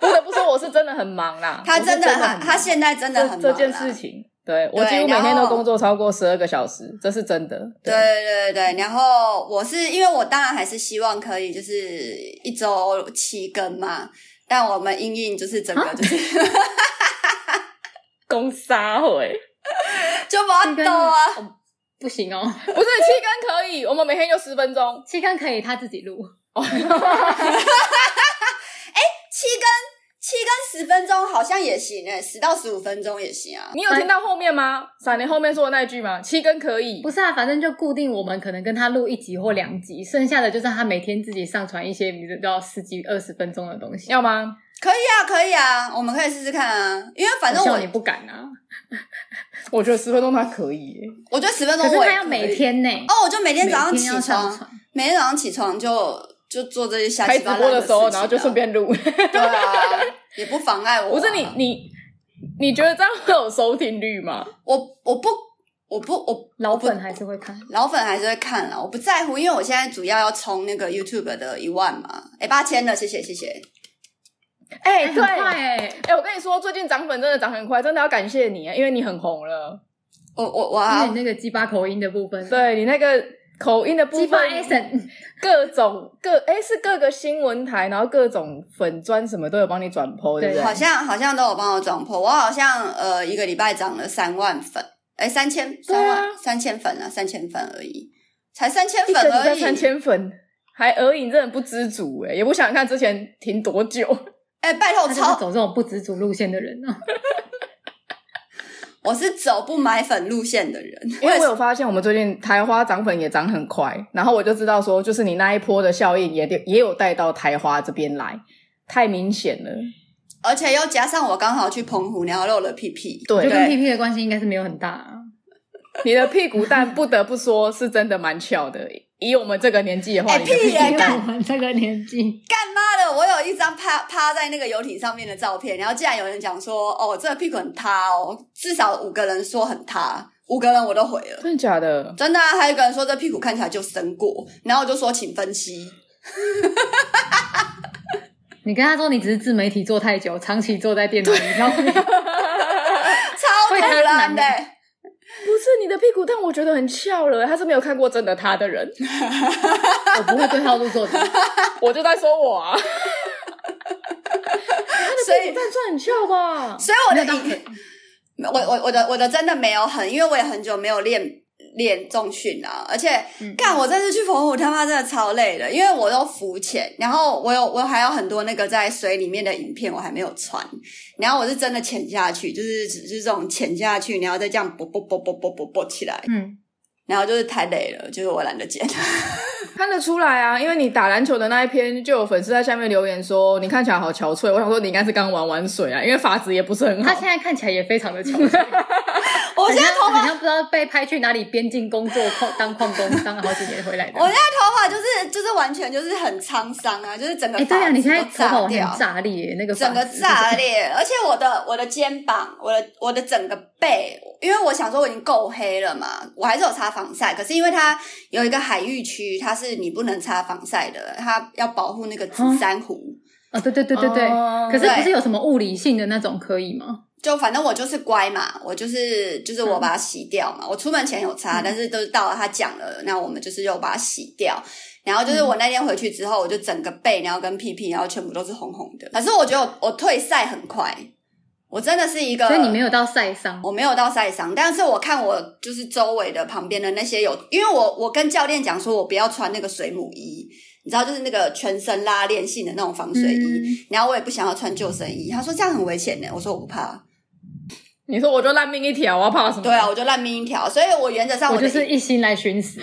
[SPEAKER 1] 不得不说，我是真的很忙啦，
[SPEAKER 2] 他
[SPEAKER 1] 我是真
[SPEAKER 2] 真的
[SPEAKER 1] 很
[SPEAKER 2] 很，
[SPEAKER 1] 忙
[SPEAKER 2] 他现在真的很忙啊
[SPEAKER 1] 这这件
[SPEAKER 2] 啦
[SPEAKER 1] 事。情，对我几乎
[SPEAKER 2] 然
[SPEAKER 1] 每
[SPEAKER 2] 后
[SPEAKER 1] 天都工作超过十二个小时，这是真的。
[SPEAKER 2] 对对对对，然后我是因为我当然还是希望可以就是一周七更嘛，但我们英英就是整个就是、
[SPEAKER 1] 公杀回
[SPEAKER 2] 就不要抖啊，
[SPEAKER 3] 哦不行哦，
[SPEAKER 1] 不是七根可以，我们每天就十分钟。
[SPEAKER 3] 七根可以他自己录，
[SPEAKER 2] 七更七更十分钟好像也行诶、十到十五分钟也行啊。
[SPEAKER 1] 你有听到后面吗？闪灵后面说的那一句吗？七根可以，
[SPEAKER 3] 不是啊，反正就固定我们可能跟他录一集或两集，剩下的就是他每天自己上传一些，比如到十几二十分钟的东西。
[SPEAKER 1] 要吗？
[SPEAKER 2] 可以啊，可以啊，我们可以试试看啊，因为反正
[SPEAKER 3] 笑
[SPEAKER 2] 我
[SPEAKER 3] 你不敢啊，
[SPEAKER 1] 我觉得十分钟它可以耶，
[SPEAKER 2] 我觉得十分钟
[SPEAKER 3] 可是
[SPEAKER 2] 我也
[SPEAKER 3] 他要
[SPEAKER 2] 可
[SPEAKER 3] 每
[SPEAKER 2] 以
[SPEAKER 3] 天呢、
[SPEAKER 2] 哦，我就每天
[SPEAKER 3] 每
[SPEAKER 2] 早上
[SPEAKER 3] 天
[SPEAKER 2] 起
[SPEAKER 3] 要上
[SPEAKER 2] 床，
[SPEAKER 3] 传。
[SPEAKER 2] 每天早上起床就就做这些下
[SPEAKER 1] 开
[SPEAKER 2] 七
[SPEAKER 1] 直
[SPEAKER 2] 八
[SPEAKER 1] 播
[SPEAKER 2] 烂
[SPEAKER 1] 的
[SPEAKER 2] 事
[SPEAKER 1] 时
[SPEAKER 2] 情
[SPEAKER 1] 候，
[SPEAKER 2] 啊
[SPEAKER 1] 然后就顺
[SPEAKER 2] <laughs>
[SPEAKER 1] 便录。
[SPEAKER 2] 对啊，也不妨碍我、
[SPEAKER 1] 不
[SPEAKER 2] 啊
[SPEAKER 1] 是你，你你觉得这样会有收听率吗？
[SPEAKER 2] 我我不我不我
[SPEAKER 3] 老粉还是会看，
[SPEAKER 2] 老粉还是会看啦，我不在乎，因为我现在主要要冲那个 YouTube 的一万嘛，哎八千了，谢谢谢谢，
[SPEAKER 1] 哎、
[SPEAKER 3] 很
[SPEAKER 1] 对，
[SPEAKER 3] 快
[SPEAKER 2] 啊
[SPEAKER 1] 哎、
[SPEAKER 3] 哎、
[SPEAKER 1] 我跟你说，最近涨粉真的涨很快，真的要感谢你，因为你很红了。
[SPEAKER 2] 我我
[SPEAKER 3] 因为
[SPEAKER 2] 哇
[SPEAKER 3] 你，那个鸡巴口音的部分，，
[SPEAKER 2] 嗯
[SPEAKER 1] 对你那个口音的部
[SPEAKER 3] 鸡巴
[SPEAKER 1] 分，
[SPEAKER 3] accent，
[SPEAKER 1] 各种各哎、是各个新闻台，然后各种粉砖什么都有帮你转播，对不
[SPEAKER 3] 对
[SPEAKER 1] 对？
[SPEAKER 2] 好像好像都有帮我撞破，我好像呃一个礼拜涨了三万粉，哎三千三万、
[SPEAKER 1] 对啊
[SPEAKER 2] 三千粉啊，三千粉而已，才三千
[SPEAKER 1] 一
[SPEAKER 2] 粉
[SPEAKER 1] 个礼
[SPEAKER 2] 而
[SPEAKER 1] 拜
[SPEAKER 2] 已，
[SPEAKER 1] 三千粉，还而已，你真的不知足哎、也不想想看之前停多久。
[SPEAKER 2] 哎拜托
[SPEAKER 3] 他就是
[SPEAKER 2] 超
[SPEAKER 3] 走这种不知足路线的人啊。
[SPEAKER 2] 我是走不买粉路线的人，
[SPEAKER 1] 因为
[SPEAKER 2] 也
[SPEAKER 1] 我
[SPEAKER 2] 是
[SPEAKER 1] 有发现，我们最近台花涨粉也涨很快，然后我就知道说，就是你那一波的效应也得也有带到台花这边来，太明显了。
[SPEAKER 2] 而且又加上我刚好去澎湖，然后露了屁屁，
[SPEAKER 3] 我
[SPEAKER 1] 对
[SPEAKER 3] 觉得跟
[SPEAKER 2] 对
[SPEAKER 3] P P 的关系应该是没有很大、啊。
[SPEAKER 1] 你的屁股蛋不得不说是真的蛮翘的， <laughs> 以我们这个年纪的话，
[SPEAKER 2] 哎
[SPEAKER 1] 你的
[SPEAKER 2] 屁
[SPEAKER 1] 股
[SPEAKER 2] 眼干
[SPEAKER 3] 我们这个年纪，
[SPEAKER 2] 干妈的，我有一张趴趴在那个游艇上面的照片，然后竟然有人讲说，哦，这个屁股很塌哦，至少五个人说很塌，五个人我都回了。
[SPEAKER 1] 真的假的？
[SPEAKER 2] 真的、啊，还有一个人说这屁股看起来就生过，然后我就说请分析。
[SPEAKER 3] 你跟他说你只是自媒体做太久，长期坐在电脑里，然后 <laughs>
[SPEAKER 2] 超
[SPEAKER 3] 会
[SPEAKER 2] 突
[SPEAKER 3] 贪婪
[SPEAKER 2] 然的、
[SPEAKER 1] 不是你的屁股蛋，我觉得很翘了，他是没有看过真的他的人，
[SPEAKER 3] 我不会对号入座的。
[SPEAKER 1] 我就在说我 <laughs> 啊，
[SPEAKER 2] 所以
[SPEAKER 1] 蛋算很翘吧？
[SPEAKER 2] 所以我的
[SPEAKER 3] 没有到
[SPEAKER 2] 影，我我我的我的真的没有很，因为我也很久没有练练重训啦、而且
[SPEAKER 3] 嗯
[SPEAKER 2] 干、我这次去澎湖他妈真的超累的，因为我都浮潜，然后我有我还有很多那个在水里面的影片我还没有传，然后我是真的潜下去，就是就是这种潜下去，然后再这样啵啵啵啵啵啵啵起来，
[SPEAKER 3] 嗯，
[SPEAKER 2] 然后就是太累了，就是我懒得剪。
[SPEAKER 1] 看得出来啊，因为你打篮球的那一篇，就有粉丝在下面留言说你看起来好憔悴。我想说你应该是刚玩完水啊，因为发质也不是很
[SPEAKER 3] 他
[SPEAKER 1] 好
[SPEAKER 3] 现。在看起来也非常的憔 <laughs> 悴，
[SPEAKER 2] 我
[SPEAKER 3] 好
[SPEAKER 2] 现
[SPEAKER 3] 像
[SPEAKER 2] 在头
[SPEAKER 3] 好
[SPEAKER 2] 发，
[SPEAKER 3] 像不知道被派去哪里边境工作矿当矿工，当了好几年回来的。
[SPEAKER 2] 我现在头发就是就是完全就是很沧桑啊，就是整个
[SPEAKER 3] 哎，对啊，
[SPEAKER 2] 发
[SPEAKER 3] 你
[SPEAKER 2] 质
[SPEAKER 3] 现在
[SPEAKER 2] 都
[SPEAKER 3] 头发
[SPEAKER 2] 炸
[SPEAKER 3] 很
[SPEAKER 2] 掉，
[SPEAKER 3] 炸裂，那个发
[SPEAKER 2] 整个
[SPEAKER 3] 质
[SPEAKER 2] 炸裂，而且我的我的肩膀，我的我的整个背，因为我想说我已经够黑了嘛，我还是有擦防晒，可是因为它有一个海域区，它是你不能擦防晒的，它要保护那个紫珊瑚。
[SPEAKER 3] 哦，对对对对对。
[SPEAKER 1] 哦
[SPEAKER 3] 可是不是
[SPEAKER 2] 对
[SPEAKER 3] 有什么物理性的那种可以吗？
[SPEAKER 2] 就反正我就是乖嘛，我就是就是我把它洗掉
[SPEAKER 3] 嗯
[SPEAKER 2] 嘛。我出门前有擦，但是都是到了他讲了，那我们就是又把它洗掉。然后
[SPEAKER 3] 嗯
[SPEAKER 2] 就是我那天回去之后，我就整个背，然后跟屁屁，然后全部都是红红的。可是我觉得我我退赛很快，我真的是一个，
[SPEAKER 3] 所以你没有到晒伤，
[SPEAKER 2] 我没有到晒伤，但是我看我就是周围的旁边的那些有，因为我我跟教练讲说，我不要穿那个水母衣，你知道，就是那个全身拉链性的那种防水衣，
[SPEAKER 3] 嗯
[SPEAKER 2] 然后我也不想要穿救生衣。他说这样很危险呢，我说我不怕，
[SPEAKER 1] 你说我就烂命一条，我要怕什么？
[SPEAKER 2] 对啊，，我就烂命一条，所以我原则上
[SPEAKER 3] 我
[SPEAKER 2] 的
[SPEAKER 3] 就是
[SPEAKER 2] 影
[SPEAKER 3] 一心来寻死。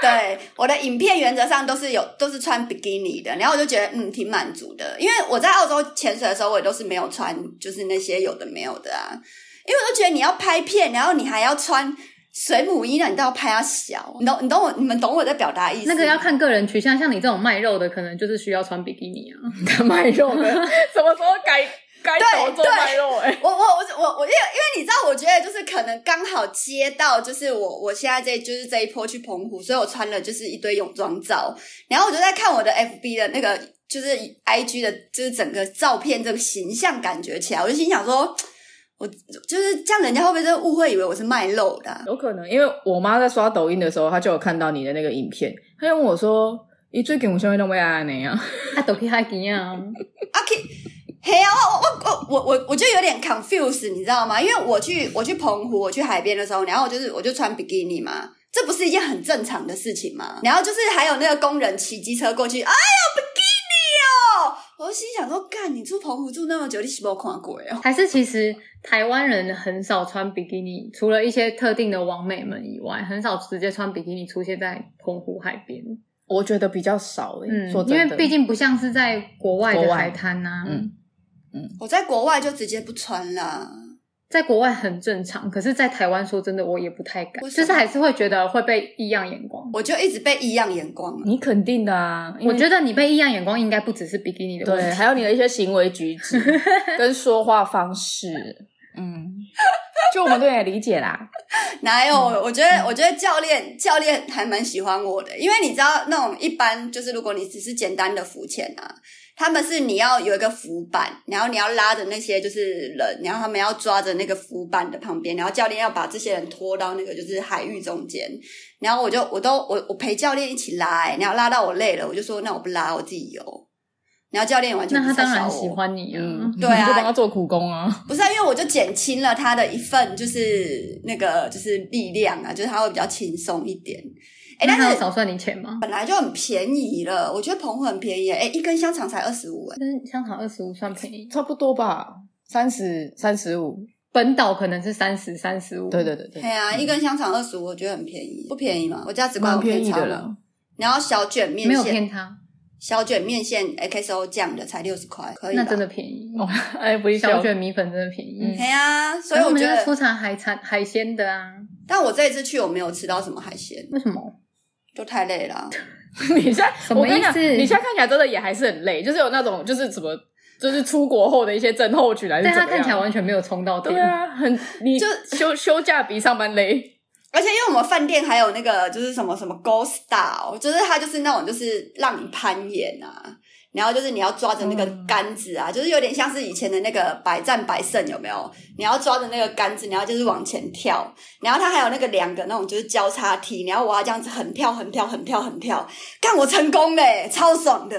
[SPEAKER 2] 对我的影片原则上都是有都是穿比基尼的，然后我就觉得嗯挺满足的，因为我在澳洲潜水的时候，我也都是没有穿就是那些有的没有的啊，因为我都觉得你要拍片，然后你还要穿水母衣，那你都要拍它小，你懂你懂我你们懂我在表达意思吗？
[SPEAKER 3] 那个要看个人取向，像你这种卖肉的，可能就是需要穿比
[SPEAKER 1] <laughs>
[SPEAKER 3] 基尼啊。
[SPEAKER 1] 卖肉的，什么时候改改
[SPEAKER 2] 对
[SPEAKER 1] 手做卖肉、欸？哎，
[SPEAKER 2] 我我我我我因为因为你知道，我觉得就是可能刚好接到，就是我我现在这就是这一波去澎湖，所以我穿了就是一堆泳装照，然后我就在看我的 FB 的那个就是 IG 的，就是整个照片这个形象感觉起来，我就心想说，我就是这样，人家会不会就误会以为我是卖肉的啊、
[SPEAKER 1] 有可能，因为我妈在刷抖音的时候，她就有看到你的那个影片，她就问我说：“你最近有什么都没安那样
[SPEAKER 3] 他抖皮
[SPEAKER 1] 啊
[SPEAKER 3] 还一样，
[SPEAKER 2] 啊嘿啊，我我我我我我就有点 confused，你知道吗？因为我去我去澎湖，我去海边的时候，然后我就是我就穿比基尼嘛，这不是一件很正常的事情吗？然后就是还有那个工人骑机车过去，哎呀，比基尼哦！我就心想说，干，你住澎湖住那么久，你是没有看过哦？
[SPEAKER 3] <laughs> 还是其实台湾人很少穿比基尼，除了一些特定的网美们以外，很少直接穿比基尼出现在澎湖海边。？”
[SPEAKER 1] 我觉得比较少哎、
[SPEAKER 3] 嗯
[SPEAKER 1] 说，
[SPEAKER 3] 因
[SPEAKER 1] 真的，
[SPEAKER 3] 为毕竟不像是在国外
[SPEAKER 1] 国
[SPEAKER 3] 的
[SPEAKER 1] 外
[SPEAKER 3] 海滩啊呐、
[SPEAKER 1] 嗯
[SPEAKER 2] 我在国外就直接不穿啦。
[SPEAKER 3] 在国外很正常，可是，在台湾说真的，我也不太敢，
[SPEAKER 2] 为什
[SPEAKER 3] 就
[SPEAKER 2] 么
[SPEAKER 3] 是还是会觉得会被异样眼光。
[SPEAKER 2] 我就一直被异样眼光啊，
[SPEAKER 1] 你肯定的啊，因为
[SPEAKER 3] 我觉得你被异样眼光应该不只是比基尼的问
[SPEAKER 1] 对，
[SPEAKER 3] 题，
[SPEAKER 1] 还有你的一些行为举 <laughs> 止跟说话方式， <laughs> 嗯，就我们对你的理解啦。
[SPEAKER 2] <laughs> 哪有？
[SPEAKER 3] 嗯
[SPEAKER 2] 我觉得，我觉得教练教练还蛮喜欢我的，因为你知道那种一般就是如果你只是简单的浮潜啊，他们是你要有一个浮板，然后你要拉着那些就是人，然后他们要抓着那个浮板的旁边，然后教练要把这些人拖到那个就是海域中间，然后我就我都我我陪教练一起拉、欸，然后拉到我累了，我就说那我不拉，我自己游。然后教练完全
[SPEAKER 3] 那
[SPEAKER 2] 不
[SPEAKER 3] 他
[SPEAKER 2] 是在
[SPEAKER 3] 当然
[SPEAKER 2] 笑我
[SPEAKER 3] 喜欢你啊。
[SPEAKER 1] <laughs> 嗯，
[SPEAKER 2] 对啊
[SPEAKER 1] 你就帮他做苦工啊。
[SPEAKER 2] 不是、啊，因为我就减轻了他的一份，就是那个就是力量啊，就是他会比较轻松一点。哎、
[SPEAKER 3] 那他
[SPEAKER 2] 但
[SPEAKER 3] 有
[SPEAKER 2] 是
[SPEAKER 3] 少算你钱吗？
[SPEAKER 2] 本来就很便宜了，我觉得澎湖很便宜耶，哎、一根香肠才二十五，哎，
[SPEAKER 3] 但是香肠二十五算便宜，
[SPEAKER 1] 差不多吧，三十三十五，
[SPEAKER 3] 本岛可能是三十三十五。
[SPEAKER 1] 对对对对
[SPEAKER 2] 对，
[SPEAKER 3] 嗯
[SPEAKER 2] 啊，一根香肠二十五，我觉得很便宜，不便宜嘛，我价值观
[SPEAKER 1] 蛮
[SPEAKER 2] 有
[SPEAKER 1] 便宜
[SPEAKER 2] 偏差
[SPEAKER 1] 的
[SPEAKER 2] 吗。
[SPEAKER 1] 了。
[SPEAKER 2] 然后小卷面
[SPEAKER 3] 没有
[SPEAKER 2] 线，
[SPEAKER 3] 骗他，
[SPEAKER 2] 小卷面线 XO 酱的才六十块，可以吧
[SPEAKER 3] 那真的便宜。
[SPEAKER 1] 哦，嗯哎，不是
[SPEAKER 3] 小卷米粉真的便宜，
[SPEAKER 2] 对啊，所以
[SPEAKER 3] 然后我
[SPEAKER 2] 我
[SPEAKER 3] 们
[SPEAKER 2] 觉
[SPEAKER 3] 要
[SPEAKER 2] 得，
[SPEAKER 3] 出产海产海鲜的啊。
[SPEAKER 2] 但我这一次去我没有吃到什么海鲜，
[SPEAKER 3] 为什么？
[SPEAKER 2] 就太累了啊、
[SPEAKER 1] 你现在
[SPEAKER 3] 什么
[SPEAKER 1] 我跟你讲，
[SPEAKER 3] 意思
[SPEAKER 1] 你现在看起来真的也还是很累，就是有那种就是怎么就是出国后的一些症候群还是
[SPEAKER 3] 但
[SPEAKER 1] 怎么
[SPEAKER 3] 他
[SPEAKER 1] 样？
[SPEAKER 3] 看起来完全没有冲到点
[SPEAKER 1] 对。啊，很你
[SPEAKER 2] 就
[SPEAKER 1] 休休假比上班累。
[SPEAKER 2] 而且因为我们饭店还有那个就是什么什么 Go Star，哦就是它就是那种就是让你攀岩啊，然后就是你要抓着那个杆子啊，就是有点像是以前的那个百战百胜有没有？你要抓着那个杆子，然后就是往前跳，然后它还有那个两个那种就是交叉踢，然后我要这样子横跳横跳横跳横跳，干我成功嘞，超爽的！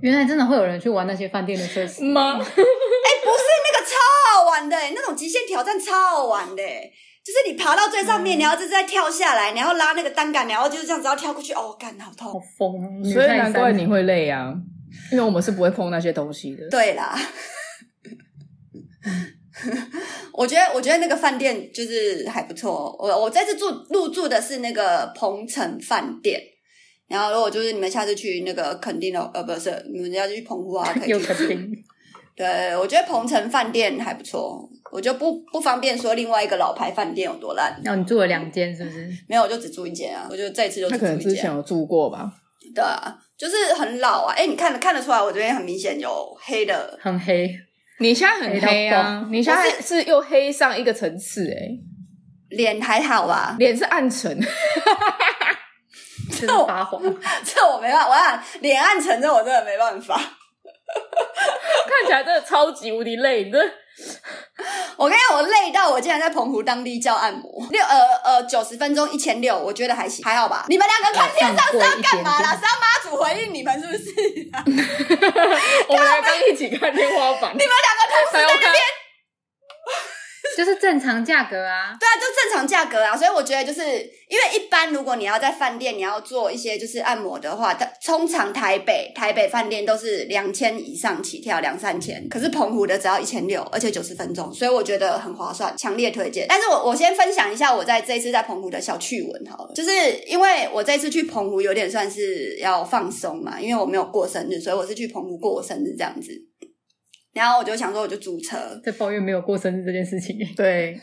[SPEAKER 3] 原来真的会有人去玩那些饭店的设施
[SPEAKER 1] 吗？
[SPEAKER 2] 那个超好玩的、那种极限挑战超好玩的、就是你爬到最上面，然后就是再跳下来，然后拉那个单杆，然后就是这样子要跳过去，哦，干好痛
[SPEAKER 3] 好！疯啊！
[SPEAKER 1] 所以
[SPEAKER 3] 女泰
[SPEAKER 1] 难
[SPEAKER 3] 山
[SPEAKER 1] 怪你会累啊，因为我们是不会碰那些东西的。
[SPEAKER 2] 对啦，我觉得，我觉得那个饭店就是还不错。哦我我这次住入住的是那个鹏城饭店，然后如果就是你们下次去那个垦丁的，呃，不是你们要去澎湖啊，可以
[SPEAKER 3] 有
[SPEAKER 2] 去
[SPEAKER 3] 肯
[SPEAKER 2] 住。
[SPEAKER 3] 定。
[SPEAKER 2] 对，我觉得鹏城饭店还不错，哦我就不不方便说另外一个老牌饭店有多烂，
[SPEAKER 3] 那、你住了两间是不是？
[SPEAKER 2] 没有，我就只住一间啊，我就这一次就
[SPEAKER 1] 他
[SPEAKER 2] 只
[SPEAKER 1] 可能
[SPEAKER 2] 住
[SPEAKER 1] 之
[SPEAKER 2] 一
[SPEAKER 1] 前
[SPEAKER 2] 间。
[SPEAKER 1] 有住过吧？
[SPEAKER 2] 对啊，就是很老啊，哎，你看看得出来，我这边很明显有黑的
[SPEAKER 3] 很黑，
[SPEAKER 1] 你现在很黑
[SPEAKER 3] 黑
[SPEAKER 1] 啊！你现在是又黑上一个层次、欸，
[SPEAKER 2] 脸，还好吧？
[SPEAKER 1] 脸是暗沉， <laughs>
[SPEAKER 3] 就是
[SPEAKER 2] 哦
[SPEAKER 3] 发黄。
[SPEAKER 2] <laughs> 这我没办法，我想脸暗沉，这我真的没办法。
[SPEAKER 1] 看起来真的超级无敌累，你这
[SPEAKER 2] 我跟你讲，我累到我竟然在澎湖当地叫按摩，六呃呃九十分钟一千六，我觉得还行，还好吧？你们两个看电
[SPEAKER 3] 上
[SPEAKER 2] 商是
[SPEAKER 3] 过
[SPEAKER 2] 要
[SPEAKER 3] 一
[SPEAKER 2] 干
[SPEAKER 3] 点
[SPEAKER 2] 嘛啦？
[SPEAKER 3] 点
[SPEAKER 2] 是要妈祖回应你们是不是、啊？你们
[SPEAKER 1] 我们才刚一起看天花板，你们
[SPEAKER 2] 两个同时
[SPEAKER 1] 才要看，
[SPEAKER 3] 就是正常价格啊。
[SPEAKER 2] 对啊，就正常价格啊。所以我觉得就是因为一般如果你要在饭店你要做一些就是按摩的话，它通常台北台北饭店都是两千以上起跳，两三千。可是澎湖的只要一千六，而且九十分钟，所以我觉得很划算，强烈推荐。但是我我先分享一下我在这一次在澎湖的小趣闻好了，就是因为我这次去澎湖有点算是要放松嘛，因为我没有过生日，所以我是去澎湖过我生日这样子。然后我就想说，我就租车， <laughs>
[SPEAKER 3] 在抱怨没有过生日这件事情，
[SPEAKER 1] 对，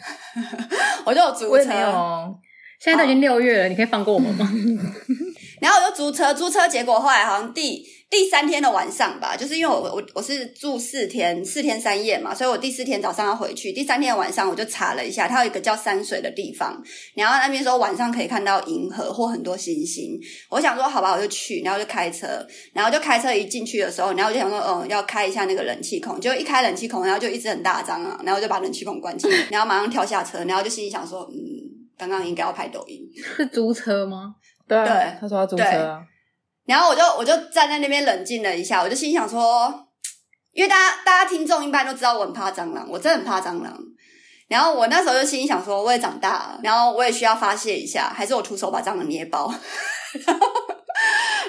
[SPEAKER 2] 我就有租车，
[SPEAKER 1] 我也没有哦，
[SPEAKER 3] 现在都已经六月了，你可以放过我们
[SPEAKER 2] <laughs>
[SPEAKER 3] 吗？
[SPEAKER 2] 然后我就租车，租车结果后来好像第第三天的晚上吧，就是因为我我我是住四天四天三夜嘛，所以我第四天早上要回去，第三天的晚上我就查了一下，它有一个叫山水的地方，然后那边说晚上可以看到银河或很多星星。我想说好吧，我就去，然后就开车，然后就开车一进去的时候，然后我就想说，嗯，要开一下那个冷气孔，就一开冷气孔，然后就一直很大张啊，然后我就把冷气孔关起来，然后马上跳下车，然后就心里想说，嗯。刚刚应该要拍抖音，
[SPEAKER 3] 是租车吗？
[SPEAKER 1] 对啊
[SPEAKER 2] 对
[SPEAKER 1] 他说他租车啊，
[SPEAKER 2] 然后我就我就站在那边冷静了一下，我就心想说，因为大家大家听众一般都知道我很怕蟑螂，我真的很怕蟑螂。然后我那时候就心里想说，我也长大了，然后我也需要发泄一下，还是我徒手把蟑螂捏爆。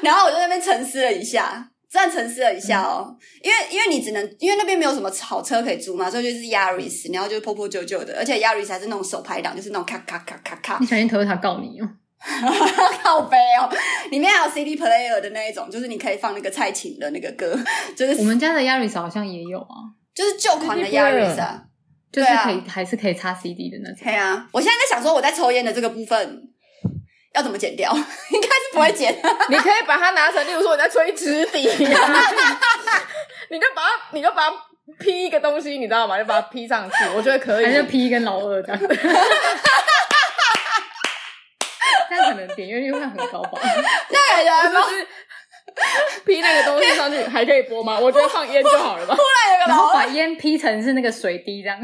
[SPEAKER 2] 然后我就在那边沉思了一下，真的沉思了一下哦，因为因为你只能因为那边没有什么好车可以租嘛，所以就是 Yaris，然后就是破破旧旧的，而且 Yaris 还是那种手排档，就是那种咔咔咔咔咔
[SPEAKER 3] 你，小心 Toyota 告你哦。
[SPEAKER 2] <laughs> 靠背哦，里面还有 CD player 的那一种，就是你可以放那个蔡琴的那个歌，就是
[SPEAKER 3] 我们家的 Yaris 好像也有啊，
[SPEAKER 2] 就是旧款的
[SPEAKER 1] CD player
[SPEAKER 2] Yaris 啊。
[SPEAKER 3] 就是
[SPEAKER 2] 对啊
[SPEAKER 3] 可以、还是可以插 CD 的那种。
[SPEAKER 2] 对啊，我现在在想说，我在抽烟的这个部分要怎么剪掉？ <laughs> 应该是不会剪，
[SPEAKER 3] <laughs>
[SPEAKER 1] <laughs> 你可以把它拿成，例如说你在吹纸笛、啊， <laughs> 你就把它，你就把它披一个东西，你知道吗？就把它披上去，我觉得可以
[SPEAKER 3] 还。是 P 跟老二这样。但可能点阅率会很高吧？
[SPEAKER 2] 那感觉还蛮
[SPEAKER 1] 就是披那个东西上去还可以播吗？我觉得放烟就好了吧。
[SPEAKER 2] 那个
[SPEAKER 3] 然
[SPEAKER 2] 老
[SPEAKER 3] 后 <laughs>
[SPEAKER 2] 二，
[SPEAKER 3] 把烟 P 成是那个水滴这样，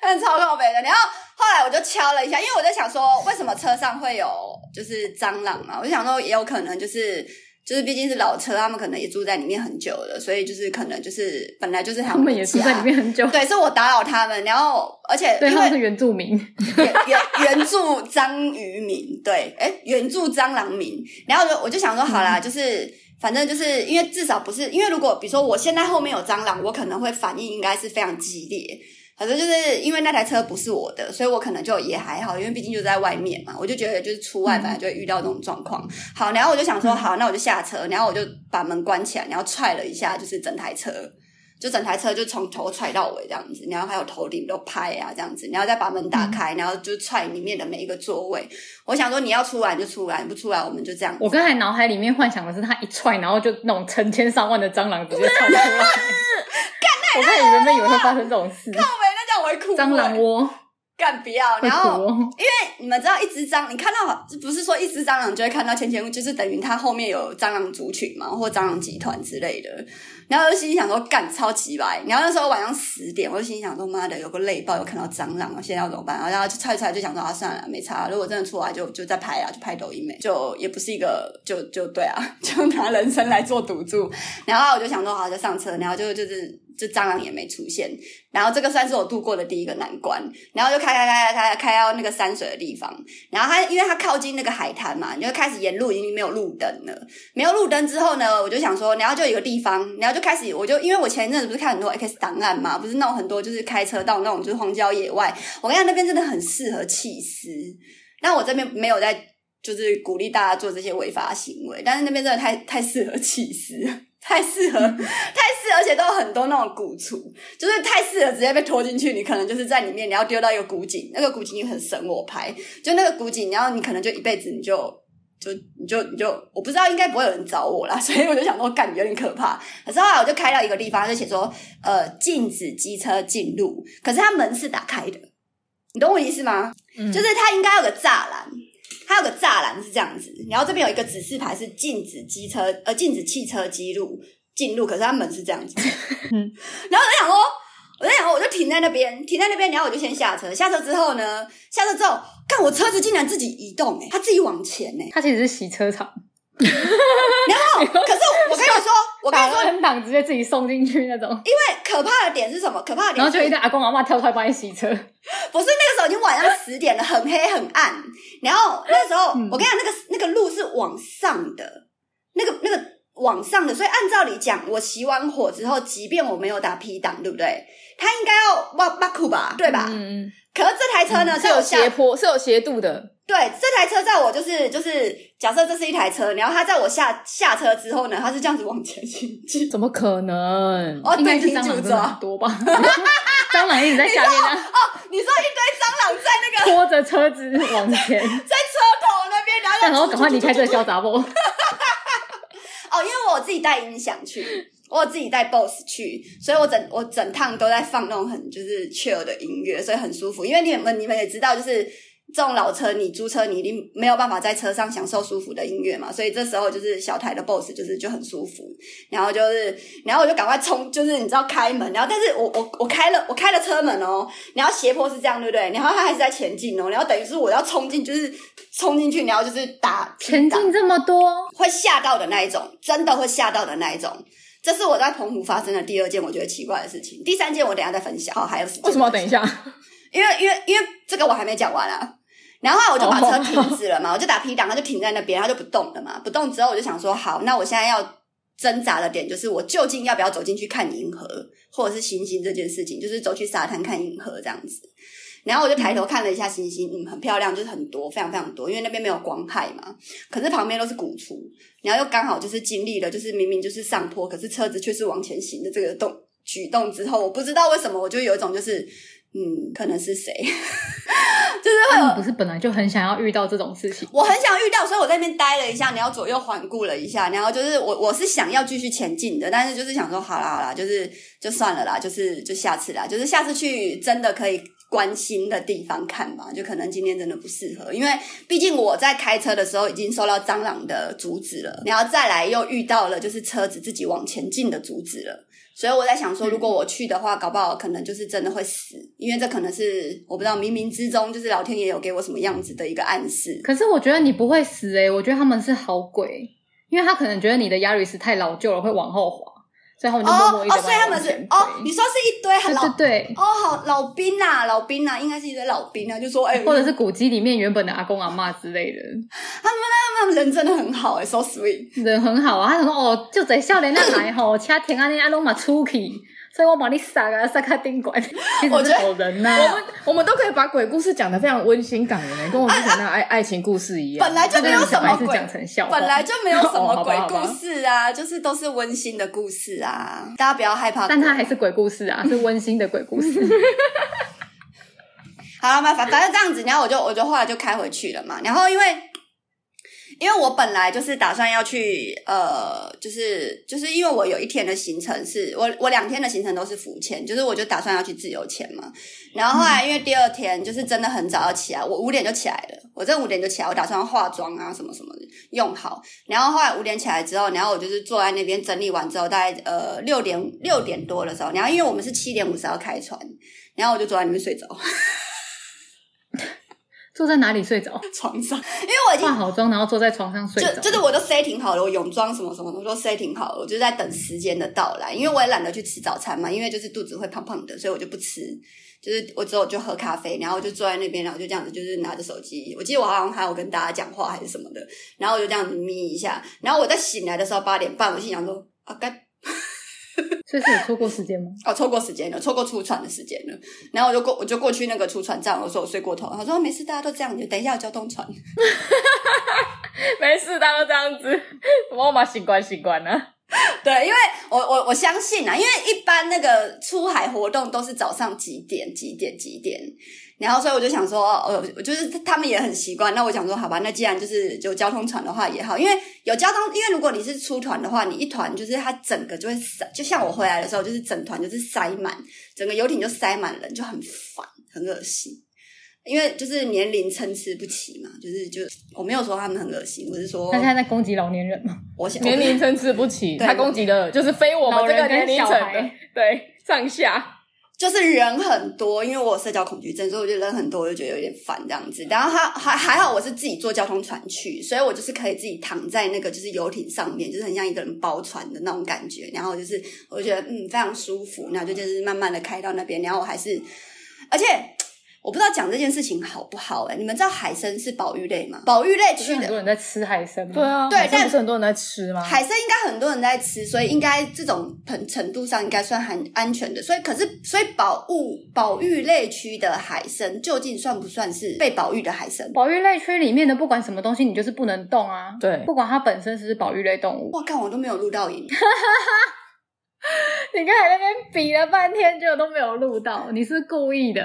[SPEAKER 2] 但超靠背的。然后后来我就敲了一下，因为我在想说，为什么车上会有就是蟑螂嘛？我就想说，也有可能就是。就是毕竟是老车，他们可能也住在里面很久了，所以就是可能就是本来就是他
[SPEAKER 3] 他们也住在里面很久
[SPEAKER 2] 家，。对，是我打扰他们，然后而且
[SPEAKER 3] 对，
[SPEAKER 2] 因
[SPEAKER 3] 他
[SPEAKER 2] 为
[SPEAKER 3] 们是原住民，
[SPEAKER 2] 原原原著章鱼名，对，哎，原著蟑螂名。然后我就我就想说，好啦，就是反正就是因为至少不是因为如果比如说我现在后面有蟑螂，我可能会反应应该是非常激烈。反正就是因为那台车不是我的，所以我可能就也还好，因为毕竟就在外面嘛，我就觉得就是出外本
[SPEAKER 3] 嗯
[SPEAKER 2] 来就会遇到这种状况。好，然后我就想说，好，那我就下车，然后我就把门关起来，然后踹了一下，就是整台车。就整台车就从头踹到尾这样子，然后还有头顶都拍啊这样子，然后再把门打开，然后就踹里面的每一个座位。我想说你要出来你就出来，你不出来我们就这样。
[SPEAKER 3] 我刚才脑海里面幻想的是他一踹，然后就那种成千上万的蟑螂直
[SPEAKER 2] <laughs>
[SPEAKER 3] 接窜出来。我看你原本以为会发生这种事，
[SPEAKER 2] 靠北，那这样我会哭、
[SPEAKER 3] 蟑螂窝
[SPEAKER 2] 干不要。
[SPEAKER 3] 会
[SPEAKER 2] 然
[SPEAKER 3] 苦
[SPEAKER 2] 后
[SPEAKER 3] 哦。
[SPEAKER 2] 你们知道一只蟑，你看到不是说一只蟑螂就会看到千千，就是等于它后面有蟑螂族群嘛，或蟑螂集团之类的。然后我就心里想说，干超级白。然后那时候晚上十点，我就心里想说，妈的，有个累爆，有看到蟑螂了，现在要怎么办？然后就踹一踹，就想说啊，算了，没差。如果真的出来就，就再拍啊，就拍抖音没，就也不是一个，就就对啊，就拿人生来做赌注。然后我就想说，好，就上车，然后就就是。就蟑螂也没出现。然后这个算是我度过的第一个难关，然后就开开开开开开到那个山水的地方，然后它因为它靠近那个海滩嘛，你就开始沿路已经没有路灯了，没有路灯之后呢，我就想说，然后就有个地方，然后就开始我就因为我前一阵子不是看很多 X 档案嘛，不是那种很多就是开车到那种就是荒郊野外，我跟你讲那边真的很适合弃尸，那我这边没有在。就是鼓励大家做这些违法行为，但是那边真的太太适合弃尸了，太适合，太适合，而且都有很多那种古厝，就是太适合直接被拖进去。你可能就是在里面，你要丢到一个古井，那个古井也很神我拍，就那个古井，然后你可能就一辈子你就就你就你就，我不知道应该不会有人找我啦，所以我就想说，感觉有点可怕。可是后来我就开到一个地方，就写说呃禁止机车进入，可是它门是打开的，你懂我意思吗？
[SPEAKER 1] 嗯
[SPEAKER 2] 就是它应该有个栅栏。它有个栅栏是这样子，然后这边有一个指示牌是禁止机车呃禁止汽车记录进入，可是它门是这样子。
[SPEAKER 3] 嗯
[SPEAKER 2] 然后我在想说，我在想说，我就停在那边，停在那边，然后我就先下车。下车之后呢，下车之后，看我车子竟然自己移动、欸，它自己往前呢、欸
[SPEAKER 3] 它其实是洗车场，
[SPEAKER 2] 然后，可是我跟你说，我跟你
[SPEAKER 3] 把
[SPEAKER 2] 说，
[SPEAKER 3] 安档直接自己送进去那种，
[SPEAKER 2] 因为可怕的点是什么？可怕的点
[SPEAKER 3] 然
[SPEAKER 2] 是
[SPEAKER 3] 后就一堆阿公阿妈跳出来帮你洗车，
[SPEAKER 2] 不是那个时候已经晚上十点了，很黑很暗。然后那时候、
[SPEAKER 3] 嗯
[SPEAKER 2] 我跟你讲，那个那个路是往上的，那个那个往上的，所以按照理讲，我熄完火之后，即便我没有打 P 档，对不对？它应该要挖挖苦吧，对吧？
[SPEAKER 1] 嗯嗯，
[SPEAKER 2] 可是这台车呢，
[SPEAKER 1] 是
[SPEAKER 2] 在
[SPEAKER 1] 有
[SPEAKER 2] 我下
[SPEAKER 1] 斜坡，是有斜度的，
[SPEAKER 2] 对这台车，在我就是就是假设这是一台车，然后它在我下下车之后呢，它是这样子往前行进。
[SPEAKER 1] 怎么可能？
[SPEAKER 2] 哦，
[SPEAKER 3] 应
[SPEAKER 2] 对，
[SPEAKER 3] 该是
[SPEAKER 2] 停
[SPEAKER 3] 蟑
[SPEAKER 2] 住
[SPEAKER 3] 螂
[SPEAKER 2] 走。
[SPEAKER 3] 真的很多吧？ <laughs> 蟑螂一直在下面啊，
[SPEAKER 2] 你说一堆蟑螂在那个
[SPEAKER 3] 拖着车子往
[SPEAKER 2] <laughs>
[SPEAKER 3] 前，
[SPEAKER 2] 在车头那边，然后就
[SPEAKER 3] 然后赶快离开这个小杂货。
[SPEAKER 2] 哦，因为我有自己带音响去，我有自己带 BOSS 去，所以我整我整趟都在放那种很就是 chill 的音乐，所以很舒服。因为你们你们也知道，就是这种老车，你租车你一定没有办法在车上享受舒服的音乐嘛，所以这时候就是小台的 BOSS 就是就很舒服。然后就是，然后我就赶快冲，就是你知道开门，然后但是我我我开了我开了车门哦，然后斜坡是这样对不对？然后它还是在前进哦，然后等于是我要冲进，就是冲进去，然后就是打
[SPEAKER 3] 前
[SPEAKER 2] 打
[SPEAKER 3] 进这么多，
[SPEAKER 2] 会吓到的那一种，真的会吓到的那一种。这是我在澎湖发生的第二件我觉得奇怪的事情，第三件我等一下再分享。好，还有时间
[SPEAKER 1] 为什么要等一下？
[SPEAKER 2] 因为因为因为这个我还没讲完啊。然后后来我就把车停止了嘛，我就打 P 档，它就停在那边，它就不动了嘛。不动之后，我就想说，好，那我现在要挣扎的点就是，我究竟要不要走进去看银河，或者是星星这件事情，就是走去沙滩看银河这样子。然后我就抬头看了一下星星，嗯，很漂亮，就是很多，非常非常多，因为那边没有光害嘛。可是旁边都是古厝，然后又刚好就是经历了，就是明明就是上坡，可是车子却是往前行的这个动举动之后，我不知道为什么，我就有一种就是，嗯，可能是谁，就是会有
[SPEAKER 3] 你不是本来就很想要遇到这种事情，
[SPEAKER 2] 我很想遇到，所以我在那边待了一下，然后左右环顾了一下，然后就是我我是想要继续前进的，但是就是想说，好啦好啦，就是就算了啦，就是就下次啦，就是下次去真的可以关心的地方看吧，就可能今天真的不适合，因为毕竟我在开车的时候已经受到蟑螂的阻止了，然后再来又遇到了就是车子自己往前进的阻止了。所以我在想说，如果我去的话，搞不好可能就是真的会死，因为这可能是我不知道，冥冥之中就是老天爷有给我什么样子的一个暗示。
[SPEAKER 3] 可是我觉得你不会死诶、我觉得他们是好鬼，因为他可能觉得你的亚瑞斯太老旧了，会往后滑，所以他们就默
[SPEAKER 2] 哦
[SPEAKER 3] 默一直
[SPEAKER 2] 哦，
[SPEAKER 3] 往
[SPEAKER 2] 所以他们
[SPEAKER 3] 往
[SPEAKER 2] 是
[SPEAKER 3] 前推
[SPEAKER 2] 哦，你说是一堆很
[SPEAKER 3] 对
[SPEAKER 2] 老
[SPEAKER 3] 对对，
[SPEAKER 2] 哦，好老兵呐、老兵呐、应该是一堆老兵啊，就说哎、
[SPEAKER 3] 或者是古迹里面原本的阿公阿嬷之类的，
[SPEAKER 2] 他们人真的很好哎、s o sweet。
[SPEAKER 3] 人很好啊。他想说哦，就在少年那来吼，车停啊，你阿拢嘛出去，所以我把你杀啊，杀开宾馆， <laughs> 其
[SPEAKER 2] 我
[SPEAKER 3] 实
[SPEAKER 2] 觉得
[SPEAKER 3] 是好人
[SPEAKER 1] 我
[SPEAKER 3] 呐、
[SPEAKER 1] 们我们都可以把鬼故事讲得非常温馨感人欸，跟我们之前那爱爱情故事一样。
[SPEAKER 2] 本来就
[SPEAKER 3] 这
[SPEAKER 2] 没
[SPEAKER 3] 个
[SPEAKER 2] 有
[SPEAKER 3] 是
[SPEAKER 2] 什
[SPEAKER 3] 小
[SPEAKER 2] 么
[SPEAKER 3] 孩子
[SPEAKER 2] 鬼，
[SPEAKER 3] 讲成笑话，
[SPEAKER 2] 本来就没有什
[SPEAKER 3] <laughs>
[SPEAKER 1] 哦
[SPEAKER 2] 么
[SPEAKER 1] 好
[SPEAKER 2] 鬼
[SPEAKER 1] 吧好吧
[SPEAKER 2] 故事啊，就是都是温馨的故事啊，大家不要害怕鬼。
[SPEAKER 3] 但它还是鬼故事啊，是温馨的鬼故事。 <laughs>
[SPEAKER 2] 好了嘛，反反正这样子，然后我就我就后来就开回去了嘛。然后因为因为我本来就是打算要去呃，就是就是因为我有一天的行程是我我两天的行程都是浮潜，就是我就打算要去自由潜嘛。然后后来因为第二天就是真的很早要起来，我五点就起来了，我真的五点就起来，我打算要化妆啊什么什么的用好。然后后来五点起来之后，然后我就是坐在那边整理完之后，大概呃六点六点多的时候，然后因为我们是七点五十要开船，然后我就坐在那边睡着。
[SPEAKER 3] 坐在哪里睡着？
[SPEAKER 2] 床上，因为我已经
[SPEAKER 3] 化好妆，然后坐在床上睡
[SPEAKER 2] 就
[SPEAKER 3] 着。
[SPEAKER 2] 就是我都 setting 好了，我泳装什么什么我都 setting 好了，我就在等时间的到来，因为我也懒得去吃早餐嘛，因为就是肚子会胖胖的，所以我就不吃，就是我只有就喝咖啡，然后我就坐在那边，然后就这样子，就是拿着手机，我记得我好像还有跟大家讲话还是什么的，然后我就这样子眯一下，然后我在醒来的时候八点半，我心想说啊该
[SPEAKER 3] 所以是有错过时间吗？
[SPEAKER 2] 哦，错过时间了，错过出船的时间了。然后我就过，我就过去那个出船站，我说我睡过头了。他说啊没事，大家都这样，你就等一下有交通船。
[SPEAKER 1] 没事，大家都这样子，我嘛习惯习惯了。
[SPEAKER 2] 对，因为我我我相信啊，因为一般那个出海活动都是早上几点几点几点，然后所以我就想说，呃，我就是他们也很习惯。那我想说，好吧，那既然就是有交通船的话也好，因为有交通，因为如果你是出团的话，你一团就是它整个就会塞，就像我回来的时候，就是整团就是塞满，整个游艇就塞满人，就很烦，很恶心。因为就是年龄参差不齐嘛，就是就我没有说他们很恶心，我是说
[SPEAKER 3] 那现在在攻击老年人吗？
[SPEAKER 2] 我想
[SPEAKER 1] 年龄参差不齐，
[SPEAKER 2] 对
[SPEAKER 1] 他攻击的就是非我们这个
[SPEAKER 3] 老人跟
[SPEAKER 1] 年龄层
[SPEAKER 3] 小
[SPEAKER 1] 的
[SPEAKER 3] 孩，
[SPEAKER 1] 对上下。
[SPEAKER 2] 就是人很多，因为我有社交恐惧症，所以我觉得人很多，我就觉得有点烦这样子。然后还还还好，我是自己坐交通船去，所以我就是可以自己躺在那个就是游艇上面，就是很像一个人包船的那种感觉。然后就是我就觉得嗯非常舒服，然后就就是慢慢的开到那边，然后我还是，而且我不知道讲这件事情好不好哎、你们知道海参是保育类吗？保育类
[SPEAKER 3] 不是
[SPEAKER 2] 去
[SPEAKER 3] 啊很
[SPEAKER 2] 的
[SPEAKER 3] 多人在吃海参吗？
[SPEAKER 1] 对，啊，
[SPEAKER 2] 对
[SPEAKER 1] 好像
[SPEAKER 2] 但
[SPEAKER 1] 不是很多人在吃吗？
[SPEAKER 2] 海参应该很多人在吃，所以应该这种程程度上应该算很安全的。所以可是，所以保物保育类区的海参究竟算不算是被保育的海参？
[SPEAKER 3] 保育类区里面的不管什么东西，你就是不能动啊。
[SPEAKER 1] 对
[SPEAKER 3] 不管它本身是不是保育类动物。
[SPEAKER 2] 我看我都没有录到影，
[SPEAKER 3] 你刚才那边比了半天，结果都没有录到，你是故意的。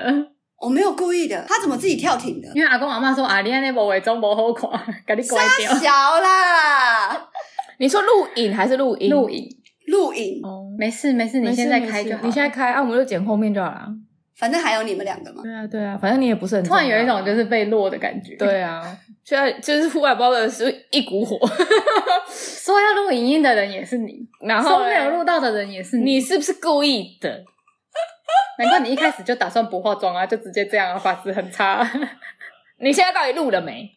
[SPEAKER 2] 我没有故意的。他怎么自己跳艇的？
[SPEAKER 3] 因为阿公阿妈说啊，你安尼无伪装无好看，赶紧关掉。
[SPEAKER 2] 小啦，
[SPEAKER 1] 你说录影还是录音？
[SPEAKER 3] 录影
[SPEAKER 2] 录影，
[SPEAKER 1] 哦，
[SPEAKER 3] 没事没事，你
[SPEAKER 1] 没事
[SPEAKER 3] 现在开就好
[SPEAKER 1] 没
[SPEAKER 3] 了。
[SPEAKER 1] 事你现在开，啊，我们就剪后面就好了。
[SPEAKER 2] 反正还有你们两个嘛。
[SPEAKER 1] 对啊，对啊，反正你也不是很
[SPEAKER 3] 突然有一种
[SPEAKER 1] 是。
[SPEAKER 3] 就是被落的感觉。，
[SPEAKER 1] 对啊，现在就是忽然不知道为什么是一股火，
[SPEAKER 3] 说要录影音的人也是你，
[SPEAKER 1] 然后
[SPEAKER 3] 说没有录到的人也是
[SPEAKER 1] 嘞，
[SPEAKER 3] 你。
[SPEAKER 1] 你是不是故意的？
[SPEAKER 3] 难怪你一开始就打算不化妆啊，就直接这样啊，发质很差。
[SPEAKER 1] 你现在到底录了
[SPEAKER 2] 哎
[SPEAKER 1] 没？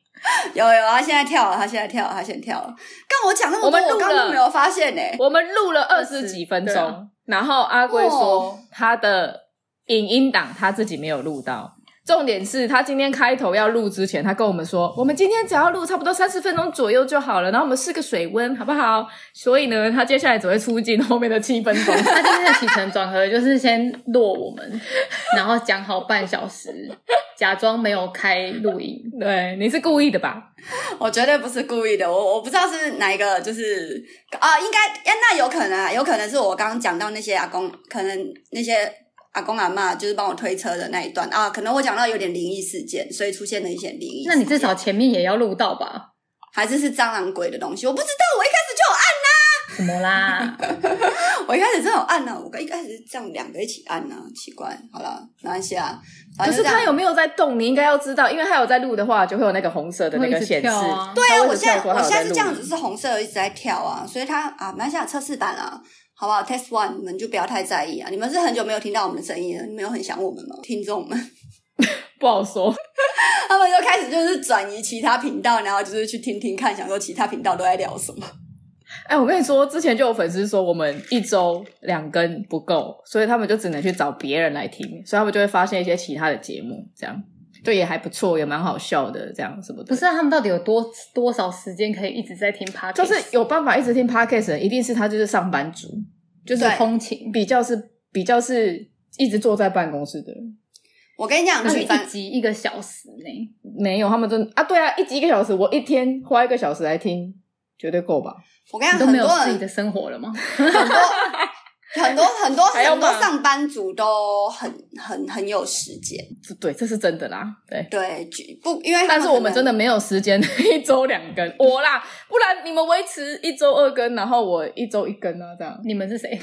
[SPEAKER 2] 有有，他现在跳了，他现在跳了，他现在跳了。刚我讲那么
[SPEAKER 1] 我们
[SPEAKER 2] 多，
[SPEAKER 1] 录
[SPEAKER 2] 我刚刚
[SPEAKER 1] 了
[SPEAKER 2] 都没有发现呢、
[SPEAKER 1] 我们录了二十几分
[SPEAKER 3] 对
[SPEAKER 1] 钟
[SPEAKER 3] 啊，
[SPEAKER 1] 然后阿龟说
[SPEAKER 2] 哦
[SPEAKER 1] 他的影音档他自己没有录到。重点是他今天开头要录之前，他跟我们说，我们今天只要录差不多三十分钟左右就好了，然后我们试个水温，好不好？所以呢，他接下来只会促进后面的七分
[SPEAKER 2] <laughs>
[SPEAKER 1] 钟。
[SPEAKER 3] <laughs> 他今天的起承转合就是先落我们，然后讲好半小时，假装没有开录影。
[SPEAKER 1] 对，你是故意的吧？
[SPEAKER 2] 我绝对不是故意的，我我不知道是哪一个，就是啊、应该哎，那有可能啊，有可能是我刚刚讲到那些阿公，可能那些阿公阿妈就是帮我推车的那一段啊，可能我讲到有点灵异事件，所以出现了一些灵异事件。
[SPEAKER 3] 那你至少前面也要录到吧？
[SPEAKER 2] 还是是蟑螂鬼的东西，我不知道，我一开始就
[SPEAKER 3] 什么啦？
[SPEAKER 2] 有按，我一开始真的有按呐、啊，我一开始是这样两个一起按呐、啊，奇怪，好了，没关系啊，反
[SPEAKER 1] 可是
[SPEAKER 2] 正就这样
[SPEAKER 1] 他有没有在动？你应该要知道，因为他有在录的话，就会有那个红色的那
[SPEAKER 3] 会一
[SPEAKER 1] 个
[SPEAKER 3] 直
[SPEAKER 1] 显示。
[SPEAKER 3] 跳啊
[SPEAKER 2] 对
[SPEAKER 1] 他
[SPEAKER 2] 啊，
[SPEAKER 1] 为
[SPEAKER 2] 我
[SPEAKER 1] 了
[SPEAKER 2] 现在
[SPEAKER 1] 跳过
[SPEAKER 2] 我
[SPEAKER 1] 他有
[SPEAKER 2] 现
[SPEAKER 1] 在
[SPEAKER 2] 在是
[SPEAKER 1] 录
[SPEAKER 2] 这样子，是红色的一直在跳啊，所以它啊，蛮想测试版啊，好不好？Test one，你们就不要太在意啊。你们是很久没有听到我们的声音了，你们有很想我们吗？听众们， <laughs>
[SPEAKER 1] 不好说。
[SPEAKER 2] 他们就开始就是转移其他频道，然后就是去听听看，想说其他频道都在聊什么。
[SPEAKER 1] 哎、我跟你说，之前就有粉丝说我们一周两更不够，所以他们就只能去找别人来听，所以他们就会发现一些其他的节目，这样就也还不错，也蛮好笑的，这样什么的。
[SPEAKER 3] 不是、啊、他们到底有多多少时间可以一直在听 p o d
[SPEAKER 1] 就是有办法一直听 podcast 的人，一定是他就是上班族，
[SPEAKER 3] 就是
[SPEAKER 2] 对
[SPEAKER 3] 通勤，
[SPEAKER 1] 比较是比较是一直坐在办公室的人。
[SPEAKER 2] 我跟你讲，
[SPEAKER 3] 那是
[SPEAKER 2] 举
[SPEAKER 3] 一
[SPEAKER 2] 凡
[SPEAKER 3] 集一个小时呢。
[SPEAKER 1] 没有，他们真的啊，对啊，一集一个小时，我一天花一个小时来听，绝对够吧？
[SPEAKER 2] 我跟你
[SPEAKER 3] 你
[SPEAKER 2] 讲，
[SPEAKER 3] 都
[SPEAKER 2] 很
[SPEAKER 3] 没有
[SPEAKER 2] 多
[SPEAKER 3] 自己
[SPEAKER 2] 人
[SPEAKER 3] 的生活了吗？ <laughs>
[SPEAKER 2] 很
[SPEAKER 1] <laughs>
[SPEAKER 2] 多。很多很多
[SPEAKER 1] 还要
[SPEAKER 2] 很多
[SPEAKER 1] 骂
[SPEAKER 2] 上班族都很很很有时间，
[SPEAKER 1] 这对，这是真的啦，对。
[SPEAKER 2] 对，举不因为
[SPEAKER 1] <laughs>
[SPEAKER 2] 他
[SPEAKER 1] 但是
[SPEAKER 2] 可
[SPEAKER 1] 我们
[SPEAKER 2] 能
[SPEAKER 1] 真的没有时间一周两
[SPEAKER 3] <laughs>
[SPEAKER 1] 更，我啦，不然你们维持一周二更，然后我一周一更啊，这样。
[SPEAKER 3] 你们是谁？ <laughs>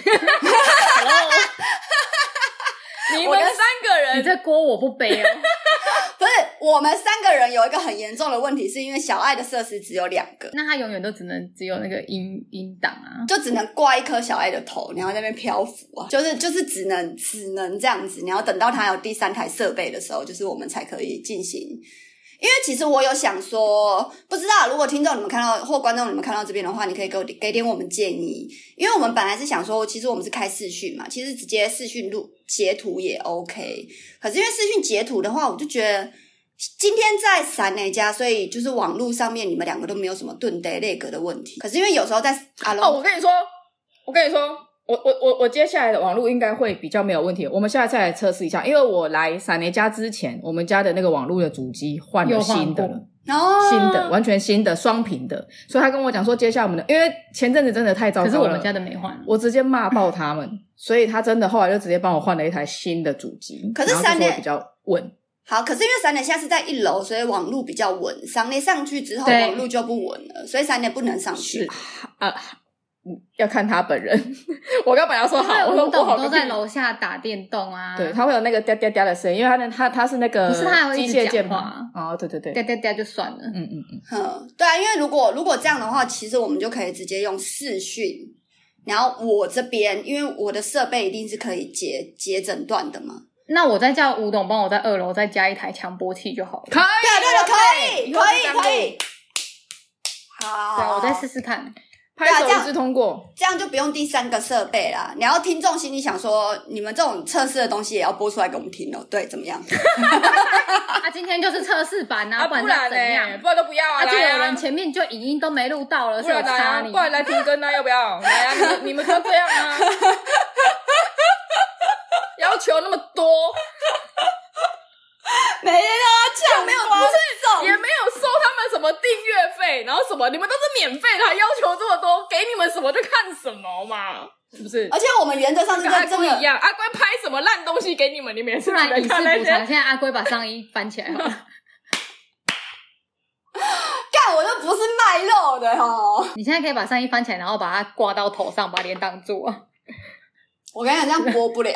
[SPEAKER 1] 你
[SPEAKER 2] 我
[SPEAKER 1] 们
[SPEAKER 2] 跟
[SPEAKER 1] 三个
[SPEAKER 3] 你
[SPEAKER 1] 人，
[SPEAKER 3] 这锅我不背哦。 <laughs>
[SPEAKER 2] 不是我们三个人有一个很严重的问题，是因为小爱的设施只有两个，
[SPEAKER 3] 那他永远都只能只有那个音音档啊。
[SPEAKER 2] 就只能挂一颗小爱的头，然后在那边漂浮啊，就是就是只能只能这样子，然后等到它有第三台设备的时候，就是我们才可以进行。因为其实我有想说，不知道如果听众你们看到或观众你们看到这边的话，你可以给我给点我们建议，因为我们本来是想说，其实我们是开视讯嘛，其实直接视讯录截图也 OK，可是因为视讯截图的话，我就觉得。今天在闪哪家，所以就是网络上面你们两个都没有什么顿呆内格的问题。可是因为有时候在阿龙、
[SPEAKER 1] 哦，我跟你说，我跟你说，我我我我接下来的网络应该会比较没有问题。我们现在再来测试一下，因为我来闪雷家之前，我们家的那个网络的主机换了
[SPEAKER 3] 又换
[SPEAKER 1] 新的
[SPEAKER 3] 过
[SPEAKER 1] 了，
[SPEAKER 2] 然后
[SPEAKER 1] 新
[SPEAKER 3] 哦
[SPEAKER 1] 的完全新的双屏的，所以他跟我讲说，接下来我们的，因为前阵子真的太糟糕
[SPEAKER 3] 可
[SPEAKER 1] 了，
[SPEAKER 3] 是我们家的没换。啊
[SPEAKER 1] 我直接骂爆他们，所以他真的后来就直接帮我换了一台新的主机，
[SPEAKER 2] 可是
[SPEAKER 1] 然后就
[SPEAKER 2] 闪
[SPEAKER 1] 说
[SPEAKER 2] 电
[SPEAKER 1] 比较稳。
[SPEAKER 2] 好，可是因为闪点现在是在一楼，所以网路比较稳。闪点上去之后，
[SPEAKER 3] 对
[SPEAKER 2] 网路就不稳了，所以闪点不能上去。
[SPEAKER 1] 啊，嗯要看他本人。 <laughs> 我刚本来说好，我
[SPEAKER 3] 因为
[SPEAKER 1] 说
[SPEAKER 3] 吴
[SPEAKER 1] 我好
[SPEAKER 3] 啊董都在
[SPEAKER 1] 个屁。
[SPEAKER 3] 楼下打电动啊，
[SPEAKER 1] 对，他会有那个哒哒哒的声音，因为他那他他是那个
[SPEAKER 3] 不是他还会一
[SPEAKER 1] 机
[SPEAKER 3] 直
[SPEAKER 1] 械
[SPEAKER 3] 讲
[SPEAKER 1] 键
[SPEAKER 3] 话
[SPEAKER 1] 盘哦，对对对，
[SPEAKER 3] 哒哒哒就算了。
[SPEAKER 1] 嗯嗯嗯，
[SPEAKER 2] 嗯，对啊，因为如果如果这样的话，其实我们就可以直接用视讯。然后我这边，因为我的设备一定是可以截截诊断的嘛。
[SPEAKER 3] 那我再叫吴董帮我在二楼再加一台强波器就好了。
[SPEAKER 1] 可以
[SPEAKER 2] 对啊，对
[SPEAKER 1] 以
[SPEAKER 2] 的，
[SPEAKER 1] 后
[SPEAKER 2] 可
[SPEAKER 1] 就
[SPEAKER 2] 以，
[SPEAKER 1] 这样
[SPEAKER 2] 可以，可
[SPEAKER 1] 录
[SPEAKER 2] 以。好，
[SPEAKER 3] 对啊，我再试
[SPEAKER 1] <laughs>
[SPEAKER 3] 试看。
[SPEAKER 1] 拍
[SPEAKER 2] 对啊这
[SPEAKER 1] 手
[SPEAKER 2] 样
[SPEAKER 1] 一致通过。
[SPEAKER 2] 这样就不用第三个设备啦。然后听众心里想说，你们这种测试的东西也要播出来给我们听哦。对，怎么样？
[SPEAKER 3] 啊，今天就是测试版啊，
[SPEAKER 1] 啊，
[SPEAKER 3] 不
[SPEAKER 1] 不
[SPEAKER 3] 然要
[SPEAKER 1] 然
[SPEAKER 3] 怎样
[SPEAKER 1] 呢？？不然都不要啊！
[SPEAKER 3] 啊，记
[SPEAKER 1] 来
[SPEAKER 3] 得
[SPEAKER 1] 啊
[SPEAKER 3] 我们前面就影音都没录到了，
[SPEAKER 1] 不
[SPEAKER 3] 是我
[SPEAKER 1] 然来
[SPEAKER 3] 插
[SPEAKER 1] 啊，
[SPEAKER 3] 你
[SPEAKER 1] 不。然来停更啊，要不 <laughs> 要？来啊，你你们就这样 <laughs> 啊，要求那么多。
[SPEAKER 2] 每天都要抢没有不是
[SPEAKER 1] 也没有收他们什么订阅费，然后什么你们都是免费的，还要求这么多，给你们什么就看什么嘛，是不是？
[SPEAKER 2] <laughs> 而且我们原则上是
[SPEAKER 1] 跟
[SPEAKER 2] 在
[SPEAKER 1] 阿
[SPEAKER 2] 这
[SPEAKER 1] 龟
[SPEAKER 2] 个
[SPEAKER 1] 一样，阿龟拍什么烂东西给你们，你们也是
[SPEAKER 3] 不然以
[SPEAKER 1] 只
[SPEAKER 3] 示
[SPEAKER 1] 能看那
[SPEAKER 3] 补
[SPEAKER 1] <laughs> 些。
[SPEAKER 3] 偿，现在阿龟把上衣翻起来好了。
[SPEAKER 2] 干，我就不是卖肉的哦。
[SPEAKER 3] 你现在可以把上衣翻起来，然后把它挂到头上，把脸挡住啊。
[SPEAKER 2] 我跟你讲，这样播不了，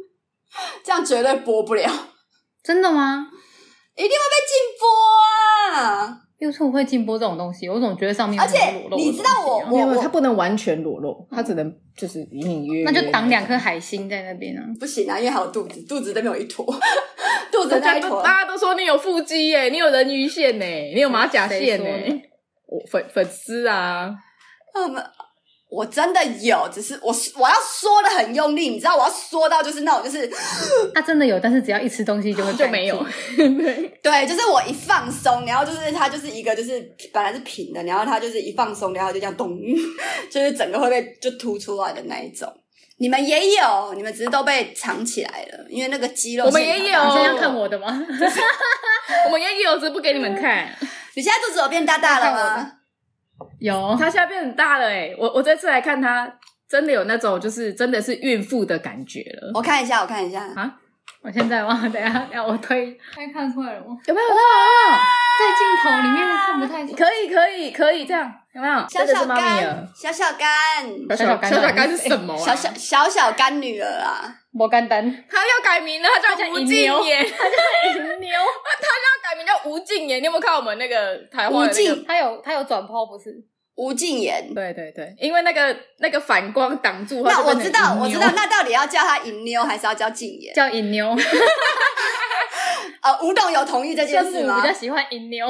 [SPEAKER 2] <laughs> 这样绝对播不了，一
[SPEAKER 3] 真的吗
[SPEAKER 2] 定会被禁播啊！
[SPEAKER 3] ？YouTube 会禁播这种东西，我总觉得上面有
[SPEAKER 2] 而且
[SPEAKER 3] 很多裸露的
[SPEAKER 2] 你知道我
[SPEAKER 3] 东西啊
[SPEAKER 1] 没有，没有
[SPEAKER 2] 我
[SPEAKER 1] 他不能完全裸露，他只能就是隐隐约约。
[SPEAKER 3] 那就挡两颗海星在那边啊。
[SPEAKER 2] 不行啊，因为还有肚子，肚子这边有一坨， <laughs> 肚子
[SPEAKER 1] 大
[SPEAKER 2] 那
[SPEAKER 1] 家
[SPEAKER 2] 一
[SPEAKER 1] 都
[SPEAKER 2] 坨。
[SPEAKER 1] 大家都说你有腹肌耶、你有人鱼线呢、你有马甲线呢、
[SPEAKER 3] 谁说的
[SPEAKER 1] 我粉粉丝啊，
[SPEAKER 2] 嗯我们我真的有，只是我我要说的很用力，你知道，我要说到就是那种就是
[SPEAKER 3] 它真的有，但是只要一吃东西就会
[SPEAKER 1] <laughs> 就没有
[SPEAKER 3] 干净。
[SPEAKER 2] <laughs> 对，就是我一放松，然后就是它就是一个就是本来是平的，然后它就是一放松，然后就这样咚， <laughs> 就是整个会被就凸出来的那一种。你们也有，你们只是都被藏起来了，因为那个肌肉
[SPEAKER 1] 我们
[SPEAKER 2] 线
[SPEAKER 1] 也
[SPEAKER 2] 条
[SPEAKER 1] 有
[SPEAKER 3] 你现在要看我的吗？ <laughs>
[SPEAKER 1] 我们也有，只是不给你们看。
[SPEAKER 2] 你现在肚子有变大大了
[SPEAKER 3] 看我
[SPEAKER 2] 吗？哦
[SPEAKER 3] 有，
[SPEAKER 1] 他现在变很大了哎、我我这次来看他，真的有那种就是真的是孕妇的感觉了。
[SPEAKER 2] 我看一下，我看一下，
[SPEAKER 3] 我现在吗？等一下，等一下我推，大家看出来了吗？
[SPEAKER 1] 有没有？
[SPEAKER 3] 在镜头里面看不太清。
[SPEAKER 1] 可以可以可以这样，有没有？
[SPEAKER 2] 小
[SPEAKER 1] 真的
[SPEAKER 2] 小
[SPEAKER 1] 是妈咪啊
[SPEAKER 2] 干
[SPEAKER 1] 了。，
[SPEAKER 2] 小小干，
[SPEAKER 1] 小
[SPEAKER 3] 小
[SPEAKER 1] 干
[SPEAKER 3] 干
[SPEAKER 1] 小小干是什么、啊？
[SPEAKER 2] 小小小小干女儿啊！
[SPEAKER 3] 摩干丹，
[SPEAKER 1] 他要改名了，他叫
[SPEAKER 3] 叫
[SPEAKER 1] 吴
[SPEAKER 3] 银
[SPEAKER 1] 敬
[SPEAKER 2] <laughs>
[SPEAKER 3] 牛
[SPEAKER 1] 言，他
[SPEAKER 3] 牛，
[SPEAKER 1] 要改名叫吴敬言。你有没有看我们那个台
[SPEAKER 2] 吴
[SPEAKER 1] 湾的那个？
[SPEAKER 2] 敬
[SPEAKER 3] 他有他有转抛不是？
[SPEAKER 2] 吴敬言，
[SPEAKER 1] 对对对，因为那个那个反光挡住，
[SPEAKER 2] 那
[SPEAKER 1] 他就
[SPEAKER 2] 我
[SPEAKER 1] 变成
[SPEAKER 2] 知道，
[SPEAKER 1] 银
[SPEAKER 2] 我知
[SPEAKER 1] 牛
[SPEAKER 2] 道，那到底要叫她银妞还是要叫敬言？
[SPEAKER 3] 叫银牛，
[SPEAKER 2] 呃，吴董有同意这件
[SPEAKER 3] 羡
[SPEAKER 2] 事
[SPEAKER 3] 慕
[SPEAKER 2] 吗
[SPEAKER 3] 比较？喜欢银牛。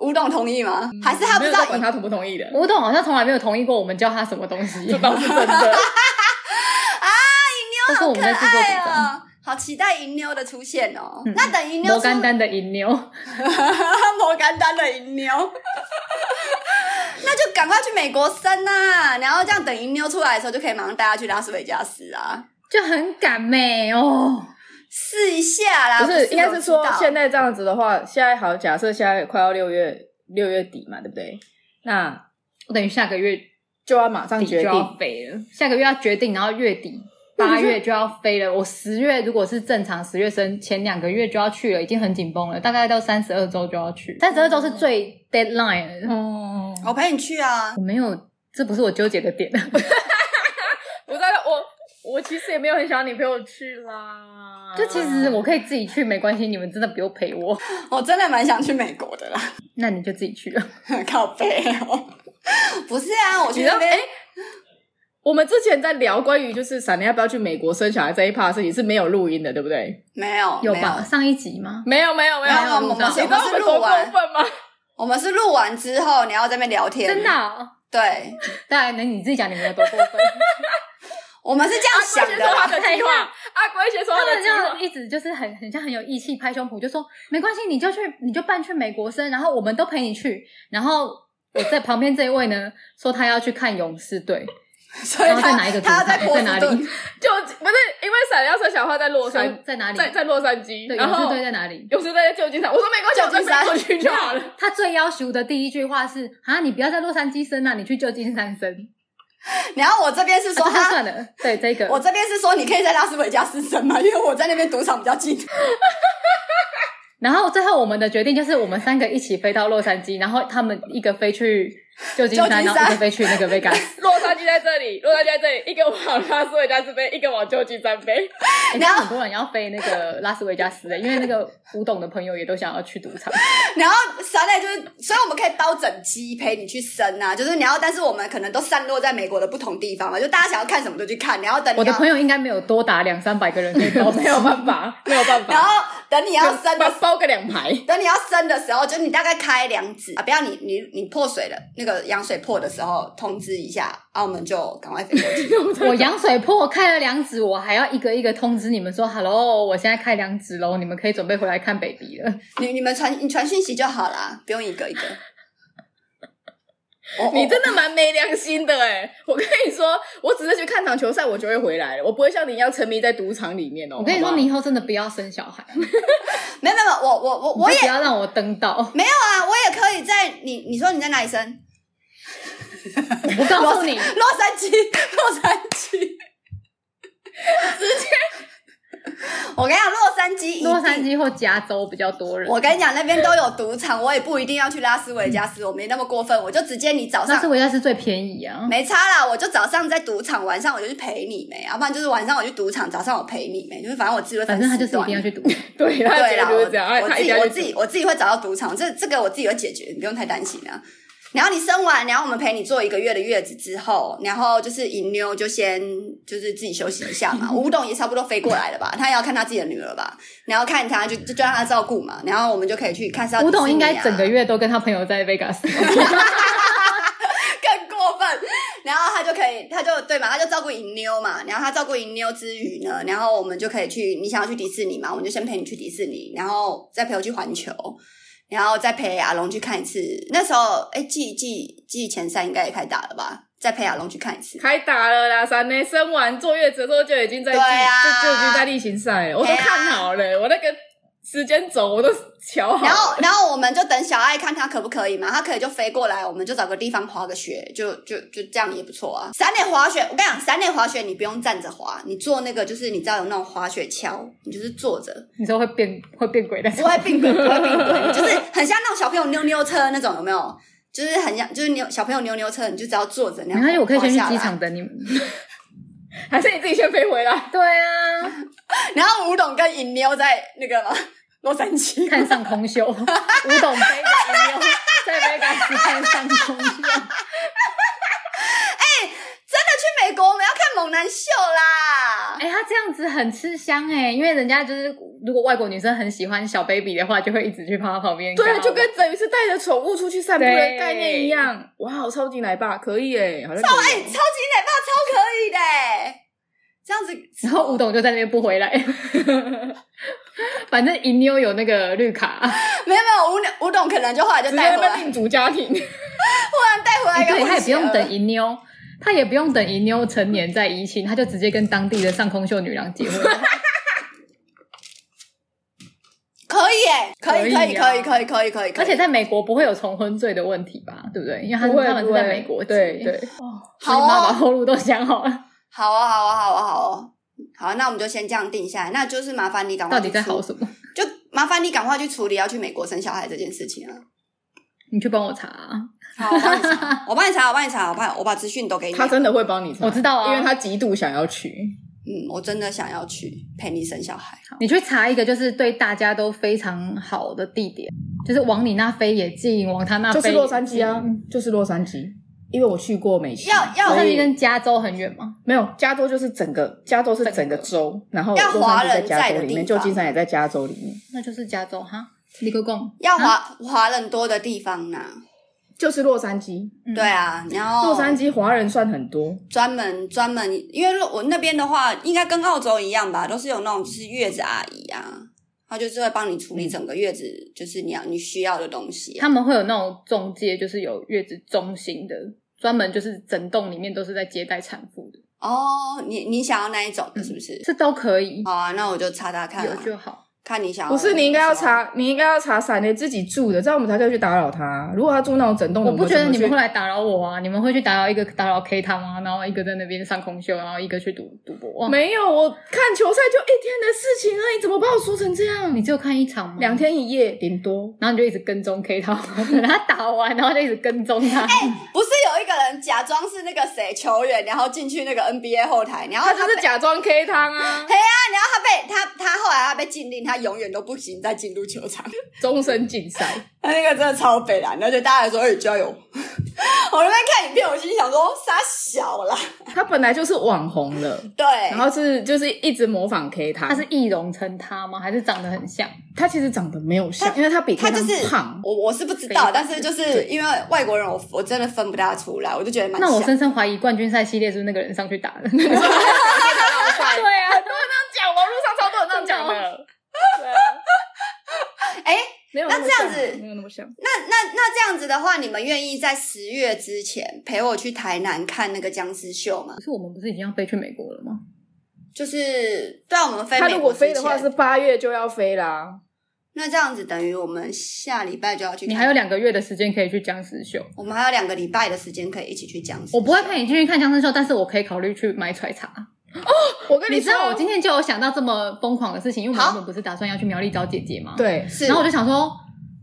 [SPEAKER 2] 吴董同意吗？还是他不
[SPEAKER 1] 嗯没有
[SPEAKER 2] 知
[SPEAKER 1] 在
[SPEAKER 2] 道
[SPEAKER 1] 管
[SPEAKER 2] 银
[SPEAKER 1] 他同不同意的，
[SPEAKER 3] 吴董好像从来没有同意过我们教他什么东西，
[SPEAKER 1] 这倒是真的。
[SPEAKER 3] 但是我们在制作
[SPEAKER 2] 哎
[SPEAKER 3] 主张。
[SPEAKER 2] 呀，好期待银妞的出现哦！那等银妞
[SPEAKER 3] 摩
[SPEAKER 2] 出 <laughs>
[SPEAKER 3] 干丹的银牛，
[SPEAKER 2] 摩干丹的银妞，那就赶快去美国生啊！然后这样等银妞出来的时候，就可以马上带她去拉斯维加斯啊，
[SPEAKER 3] 就很赶美哦。
[SPEAKER 2] 试一下啦。
[SPEAKER 1] 不是，应该是说现在
[SPEAKER 2] 在
[SPEAKER 1] 这样子的话，现在好，假设现在快要六月六月底嘛，对不对？那
[SPEAKER 3] 我等于下个月
[SPEAKER 1] 就要马上
[SPEAKER 3] 底
[SPEAKER 1] 决
[SPEAKER 3] 就要
[SPEAKER 1] 定。
[SPEAKER 3] 飞了，下个月要决定，然后月底八月就要飞了。我十月如果是正常十月生，前两个月就要去了，已经很紧绷了，大概到三十二周就要去，三十二周是最 deadline 了。
[SPEAKER 1] 哦，
[SPEAKER 2] 我陪你去啊，
[SPEAKER 3] 我没有，这不是我纠结的点。
[SPEAKER 1] 我在我我其实也没有很想你陪我去啦。
[SPEAKER 3] 就其实我可以自己去，没关系，你们真的不用陪我，
[SPEAKER 2] 我真的蛮想去美国的啦， <laughs> 哦
[SPEAKER 3] 那你就自己去了。
[SPEAKER 2] 靠背哦。不是啊，我
[SPEAKER 1] 你
[SPEAKER 2] 去
[SPEAKER 1] 知道
[SPEAKER 2] 那
[SPEAKER 1] 哎
[SPEAKER 2] 边，
[SPEAKER 1] 我们之前在聊关于就是闪亮要不要去美国生小孩这一趴的事情是没有录音的，对不对？
[SPEAKER 2] 没有，
[SPEAKER 3] 有
[SPEAKER 2] 没
[SPEAKER 3] 吧？上一集吗？
[SPEAKER 1] 没有，没有，没有
[SPEAKER 2] 没有
[SPEAKER 1] 你
[SPEAKER 2] 我们是
[SPEAKER 1] 知道我们多
[SPEAKER 2] 录完
[SPEAKER 1] 过分吗？
[SPEAKER 2] 我们是录完之后，你要在那边聊天，
[SPEAKER 3] 真的、哦？
[SPEAKER 2] 对，
[SPEAKER 3] 当然，那你自己讲你们有多过分。
[SPEAKER 2] 我们是这样
[SPEAKER 1] 阿
[SPEAKER 2] 想
[SPEAKER 1] 龟先
[SPEAKER 2] 的
[SPEAKER 1] 说他
[SPEAKER 2] 啦。
[SPEAKER 1] 的计划，阿龟先说
[SPEAKER 3] 他
[SPEAKER 1] 他的
[SPEAKER 3] 们
[SPEAKER 1] 计
[SPEAKER 3] 这
[SPEAKER 1] 划
[SPEAKER 3] 样。一直就是很很像很有义气，拍胸脯就说没关系，你就去你就办去美国生，然后我们都陪你去。然后我在旁边这一位呢，说他要去看勇士队，
[SPEAKER 2] <laughs> 所以
[SPEAKER 3] 然后在
[SPEAKER 2] 他
[SPEAKER 3] 哪一个
[SPEAKER 2] 他要
[SPEAKER 3] 主场
[SPEAKER 2] 在波
[SPEAKER 3] 在
[SPEAKER 2] 士
[SPEAKER 3] 哪
[SPEAKER 2] 顿
[SPEAKER 3] 里，
[SPEAKER 1] 就不是因为闪亮生小花在洛
[SPEAKER 3] 说
[SPEAKER 1] 杉，
[SPEAKER 3] 在哪里？
[SPEAKER 1] 在在洛杉矶，
[SPEAKER 3] 对，
[SPEAKER 1] 然
[SPEAKER 3] 勇士
[SPEAKER 1] 后
[SPEAKER 3] 队在哪里？
[SPEAKER 1] 勇士队在旧金山，我说没关系，我
[SPEAKER 2] 旧金
[SPEAKER 1] 再
[SPEAKER 2] 山
[SPEAKER 1] 飞过去就好了。
[SPEAKER 3] 他最要求的第一句话是：啊，你不要在洛杉矶生啊，你去旧金山生。
[SPEAKER 2] 然后我这边是
[SPEAKER 3] 啊
[SPEAKER 2] 说
[SPEAKER 3] 这就
[SPEAKER 2] 他，
[SPEAKER 3] 算了，对这个
[SPEAKER 2] 我这边是说你可以在拉斯维加斯生嘛，因为我在那边赌场比较近。
[SPEAKER 3] 然后最后我们的决定就是，我们三个一起飞到洛杉矶，然后他们一个飞去旧金
[SPEAKER 2] 旧
[SPEAKER 3] 山，
[SPEAKER 2] 金山
[SPEAKER 3] 然后一个飞去那个
[SPEAKER 1] <laughs>
[SPEAKER 3] Vegas。
[SPEAKER 1] 洛杉矶在这里，洛杉矶在这里，一个往拉斯维加斯飞，一个往旧金山飞。
[SPEAKER 3] 欸但很多人要飞那个拉斯维加斯的，因为那个古董的朋友也都想要去赌场。
[SPEAKER 2] 然后三类就是，所以我们可以包整机陪你去生啊，就是你要，但是我们可能都散落在美国的不同地方嘛，就大家想要看什么就去看，然后等你
[SPEAKER 3] 我的
[SPEAKER 2] 要
[SPEAKER 3] 朋，友应该没有多达两三百个人可以包
[SPEAKER 1] 没有办法，没有办 <laughs>
[SPEAKER 2] 然
[SPEAKER 1] 法，
[SPEAKER 2] 后等你要生
[SPEAKER 1] 包
[SPEAKER 2] 的，
[SPEAKER 1] 包个两排。
[SPEAKER 2] 等你要生的时候，就你大概开两指啊，不要你你你破水了，那个羊水破的时候通知一下，啊，我们就赶快飞过
[SPEAKER 3] <laughs>
[SPEAKER 2] 去。
[SPEAKER 3] <laughs> 我羊水破开了两指，我还要一个一个通知你们说，Hello，我现在开两指喽，你们可以准备回来看 baby 了。
[SPEAKER 2] 你你们传你传讯息就好啦，不用一个
[SPEAKER 3] <laughs>
[SPEAKER 2] 一个。我
[SPEAKER 1] 你
[SPEAKER 2] 我
[SPEAKER 1] 真的蛮没良心的哎、我跟你说，我只是去看场球赛，我就会回来了，我不会像你一样沉迷在赌场里面哦、
[SPEAKER 3] 我跟你
[SPEAKER 1] 好
[SPEAKER 3] 说，
[SPEAKER 1] 不好
[SPEAKER 3] 你以后真的不要生小孩，
[SPEAKER 2] 没有没有，没有我我我我
[SPEAKER 3] 你
[SPEAKER 2] 也
[SPEAKER 3] 就不要让我登到，我
[SPEAKER 2] 啊，我也可以在你你说你在哪里生？
[SPEAKER 3] 不告诉你，
[SPEAKER 2] 洛杉矶，洛杉矶，直接。我跟你讲，洛杉矶一定，
[SPEAKER 3] 洛杉矶或加州比较多人。
[SPEAKER 2] 我跟你讲，那边都有赌场，我也不一定要去拉斯维加斯，我没那么过分，我就直接你早
[SPEAKER 3] 拉斯
[SPEAKER 2] 上
[SPEAKER 3] 维加斯最便宜啊，
[SPEAKER 2] 没差啦，我就早上在赌场，晚上我就去陪你没，要不然就是晚上我去赌场，早上我陪你没，就是反正我自己会分
[SPEAKER 3] 反正他就是
[SPEAKER 2] 时
[SPEAKER 3] 一
[SPEAKER 2] 段
[SPEAKER 3] 定要去赌。
[SPEAKER 1] 对，他
[SPEAKER 2] 对
[SPEAKER 1] 结
[SPEAKER 2] 啦，
[SPEAKER 1] 论就是这样，哎
[SPEAKER 2] 我我
[SPEAKER 1] 他
[SPEAKER 2] 自
[SPEAKER 1] 一
[SPEAKER 2] 己
[SPEAKER 1] 定要
[SPEAKER 2] 我
[SPEAKER 1] 去
[SPEAKER 2] 自己我自己会找到赌场，这这个我自己会解决，你不用太担心啊。然后你生完，然后我们陪你坐一个月的月子之后，然后就是银妞就先就是自己休息一下
[SPEAKER 1] <laughs>
[SPEAKER 2] 嘛。吴董也差不多飞过来了吧，他也要看他自己的女儿吧，然后看他就就就让他照顾嘛。然后我们就可以去看是要
[SPEAKER 3] 吴董应
[SPEAKER 2] 迪士尼
[SPEAKER 3] 该
[SPEAKER 2] 啊
[SPEAKER 3] 整个月都跟他朋友在 Vegas， <laughs>
[SPEAKER 2] <laughs> 更过分。然后他就可以，他就对嘛，他就照顾银妞嘛。然后他照顾银妞之余呢，然后我们就可以去，你想要去迪士尼嘛，我们就先陪你去迪士尼，然后再陪我去环球，然后再陪阿龙去看一次。那时候，哎，季季季前三应该也开打了吧？再陪阿龙去看一
[SPEAKER 1] <laughs>
[SPEAKER 2] 次。
[SPEAKER 1] 开打了啦，三内生完坐月子之后就已经在
[SPEAKER 2] 对啊
[SPEAKER 1] 就就已经在例行赛了，我都
[SPEAKER 2] 对啊
[SPEAKER 1] 看好了，我那个时间轴我都瞧好
[SPEAKER 2] 然
[SPEAKER 1] 了。
[SPEAKER 2] 后，然后我们就等小爱看他可不可以嘛，他可以就飞过来，我们就找个地方滑个雪，就就就这样也不错啊。伞内滑雪，我跟你讲，伞内滑雪你不用站着滑，你坐那个就是你知道有那种滑雪橇，你就是坐着，
[SPEAKER 3] 你说会变会变鬼的。
[SPEAKER 2] 不会并轨，不会并
[SPEAKER 3] <laughs>
[SPEAKER 2] 轨，就是很像那种小朋友溜溜车那种，有没有？就是很像，就是扭小朋友溜溜车，你就只要坐着那样。
[SPEAKER 3] 没关系，我可以先去
[SPEAKER 2] 滑下来
[SPEAKER 3] 机场。等你们。
[SPEAKER 1] 还是你自己先飞回来，
[SPEAKER 3] <laughs> 对啊，
[SPEAKER 2] 然后吴董跟尹妞在那个嘛洛杉
[SPEAKER 3] <laughs>
[SPEAKER 2] 矶，
[SPEAKER 3] 看上
[SPEAKER 1] <laughs>
[SPEAKER 3] 空修，吴董飞着银牛在 Vegas 看上空修。
[SPEAKER 2] 真的去美国我们要看猛男秀啦！
[SPEAKER 3] 哎、他这样子很吃香哎、因为人家就是如果外国女生很喜欢小 baby 的话，就会一直去趴他旁边看。
[SPEAKER 1] 对，啊就跟等于是带着宠物出去散步的
[SPEAKER 3] 对
[SPEAKER 1] 概念一样。哇，超级奶爸可以哎，好像
[SPEAKER 2] 超哎、
[SPEAKER 1] 可以
[SPEAKER 2] 超级
[SPEAKER 1] 哦
[SPEAKER 2] 奶爸超可以的、欸，这样子。
[SPEAKER 3] 然后吴董就在那边不回来。 <laughs> 反正银妞有那个绿卡，
[SPEAKER 2] 没有没有吴董吴董可能就后来就
[SPEAKER 1] 直
[SPEAKER 2] 带
[SPEAKER 1] 接
[SPEAKER 2] 回
[SPEAKER 1] 被
[SPEAKER 2] 来，
[SPEAKER 3] 啊
[SPEAKER 1] 另组家庭。
[SPEAKER 2] 突然带回
[SPEAKER 1] 哎
[SPEAKER 2] 来一个
[SPEAKER 3] 对他也
[SPEAKER 2] 混
[SPEAKER 3] 不
[SPEAKER 2] 血儿、
[SPEAKER 3] 用等银妞，他也不用等银妞成年再移情，他就直接跟当地的上空秀女郎结
[SPEAKER 1] <laughs>
[SPEAKER 3] 婚。
[SPEAKER 2] 可以哎、可以可
[SPEAKER 3] 可
[SPEAKER 2] 以
[SPEAKER 3] 以啊
[SPEAKER 2] 可以可以可以可以，可以
[SPEAKER 3] 而且在美国不会有重婚罪的问题吧？对不对？因为他
[SPEAKER 1] 不
[SPEAKER 3] 是
[SPEAKER 1] 会
[SPEAKER 3] 他们
[SPEAKER 1] 不
[SPEAKER 3] 是
[SPEAKER 1] 会
[SPEAKER 3] 在美国结
[SPEAKER 1] 对啊对，
[SPEAKER 3] 所以
[SPEAKER 2] 好哦
[SPEAKER 3] 你妈把后路都想好了，
[SPEAKER 2] 好啊好啊好啊好啊。好，那我们就先这样定下来。那就是麻烦你赶快
[SPEAKER 3] 到
[SPEAKER 2] 去
[SPEAKER 3] 底在
[SPEAKER 2] 处
[SPEAKER 3] 好什么？ <laughs>
[SPEAKER 2] 就麻烦你赶快去处理要去美国生小孩这件事情啊！
[SPEAKER 3] 你去帮我查、啊，
[SPEAKER 2] 好，我帮你查， <laughs> 我帮你查，我帮你查，我帮我把资讯都给你。
[SPEAKER 1] 他真的会帮你查，
[SPEAKER 3] 我知道啊
[SPEAKER 1] 因为他极度想要去。
[SPEAKER 2] 嗯，我真的想要去陪你生小孩。
[SPEAKER 3] 你去查一个就是对大家都非常好的地点，就是往你那飞也近，往他那
[SPEAKER 1] 就
[SPEAKER 3] 飞嗯
[SPEAKER 1] 是
[SPEAKER 3] 也
[SPEAKER 1] 洛杉矶啊
[SPEAKER 3] 近。，
[SPEAKER 1] 就是洛杉矶。因为我去过美西，
[SPEAKER 2] 要要
[SPEAKER 3] 洛
[SPEAKER 1] 所
[SPEAKER 3] 杉
[SPEAKER 1] 以
[SPEAKER 3] 矶跟加州很远吗？
[SPEAKER 1] 没有加州就是整个加州是整个州，然后
[SPEAKER 2] 要
[SPEAKER 1] 洛
[SPEAKER 2] 华
[SPEAKER 1] 杉矶在
[SPEAKER 2] 人
[SPEAKER 1] 加
[SPEAKER 2] 在
[SPEAKER 1] 州
[SPEAKER 2] 的
[SPEAKER 1] 里
[SPEAKER 2] 地
[SPEAKER 1] 面，旧
[SPEAKER 2] 方
[SPEAKER 1] 金山也在加州里面，
[SPEAKER 3] 那就是加州哈，立个贡
[SPEAKER 2] 要华华人多的地方呢？
[SPEAKER 1] 就是洛杉矶，
[SPEAKER 2] 对啊，然后
[SPEAKER 1] 洛杉矶华人算很多，
[SPEAKER 2] 专门专门，因为我那边的话，应该跟澳洲一样吧，都是有那种就是月子阿姨啊，她就是会帮你处理整个月子，就是你要你需要的东西、啊。
[SPEAKER 3] 他们会有那种中介，就是有月子中心的，专门就是整栋里面都是在接待产妇的，
[SPEAKER 2] 哦，你你想要那一种的是不是？
[SPEAKER 3] 这都可以，
[SPEAKER 2] 好啊，那我就查查看、
[SPEAKER 3] 有
[SPEAKER 2] 啊，
[SPEAKER 3] 就好。
[SPEAKER 2] 看你想要。
[SPEAKER 1] 不是你应该要。查，你应该要查闪雷自己住的，这样我们才可以去打扰他。啊如果他住那种整栋的，
[SPEAKER 3] 我不觉得
[SPEAKER 1] 怎么
[SPEAKER 3] 你们
[SPEAKER 1] 去
[SPEAKER 3] 会来打扰我啊！你们会去打扰一个打扰 K 他吗？然后一个在那边上空秀，然后一个去赌赌博。哇，啊
[SPEAKER 1] 没有，我看球赛就一天的事情而已，怎么把我说成这样？
[SPEAKER 3] 你只有看一场吗？
[SPEAKER 1] 两，天一夜顶多。
[SPEAKER 3] 然后你就一直跟踪 K 他， <laughs> 等他打完，然后就一直跟踪他。
[SPEAKER 2] 不是有一个人假装是那个谁球员，然后进去那个 NBA 后台，然后
[SPEAKER 1] 他就
[SPEAKER 2] 被
[SPEAKER 1] 是假装 K 汤啊，
[SPEAKER 2] 然后他被他他后来他被禁令，他永远都不行再进入球场。
[SPEAKER 1] 终身禁赛。
[SPEAKER 2] 他那个真的超北蓝的，而且大家还说：“哎、加油！” <laughs> 我那边看影片，我心想说：“傻小啦。
[SPEAKER 1] 他本来就是网红了，”
[SPEAKER 2] 对，
[SPEAKER 1] 然后是就是一直模仿 K 汤。
[SPEAKER 3] 他是易容成他吗？还是长得很像？
[SPEAKER 1] 他其实长得没有像，因为他比 K
[SPEAKER 2] 他就
[SPEAKER 1] 汤
[SPEAKER 2] 是
[SPEAKER 1] 胖。
[SPEAKER 2] 我我是不知
[SPEAKER 3] 肥
[SPEAKER 2] 道
[SPEAKER 3] 版，
[SPEAKER 2] 但是就是因为外国人我，我真的分不大出来，我就觉得蛮
[SPEAKER 3] 那我
[SPEAKER 2] 像。哎
[SPEAKER 3] 深深怀疑冠军赛系列是不是那个人上去打的？ <laughs> 对
[SPEAKER 2] <laughs>
[SPEAKER 3] 啊，
[SPEAKER 1] 很多人这样讲，网络上超多人这样讲的。对啊，
[SPEAKER 2] 哎、
[SPEAKER 1] 没有
[SPEAKER 2] 那
[SPEAKER 1] 么
[SPEAKER 2] 这样
[SPEAKER 1] 像
[SPEAKER 2] 子
[SPEAKER 1] 没有那么像。
[SPEAKER 2] 那那那这样子的话，你们愿意在十月之前陪我去台南看那个僵尸秀吗
[SPEAKER 3] 可？是我们不是已经要飞去美国了吗？
[SPEAKER 2] 就是对啊，我们飞
[SPEAKER 1] 他
[SPEAKER 2] 美
[SPEAKER 1] 如果
[SPEAKER 2] 国之
[SPEAKER 1] 飞
[SPEAKER 2] 前
[SPEAKER 1] 的话，是八月就要飞啦。
[SPEAKER 2] 那这样子等于我们下礼拜就要去看，
[SPEAKER 3] 你还有两个月的时间可以去僵尸秀。
[SPEAKER 2] 我们还有两个礼拜的时间可以一起去僵尸。
[SPEAKER 3] 我不会陪你进去看僵尸秀，但是我可以考虑去买揣茶。
[SPEAKER 1] 我跟
[SPEAKER 3] 你知
[SPEAKER 1] 说，
[SPEAKER 3] 道我今天就有想到这么疯狂的事情，因为我
[SPEAKER 2] 好
[SPEAKER 3] 原本不是打算要去苗栗找姐姐吗？。
[SPEAKER 1] 对，
[SPEAKER 2] 是，
[SPEAKER 3] 然后我就想说，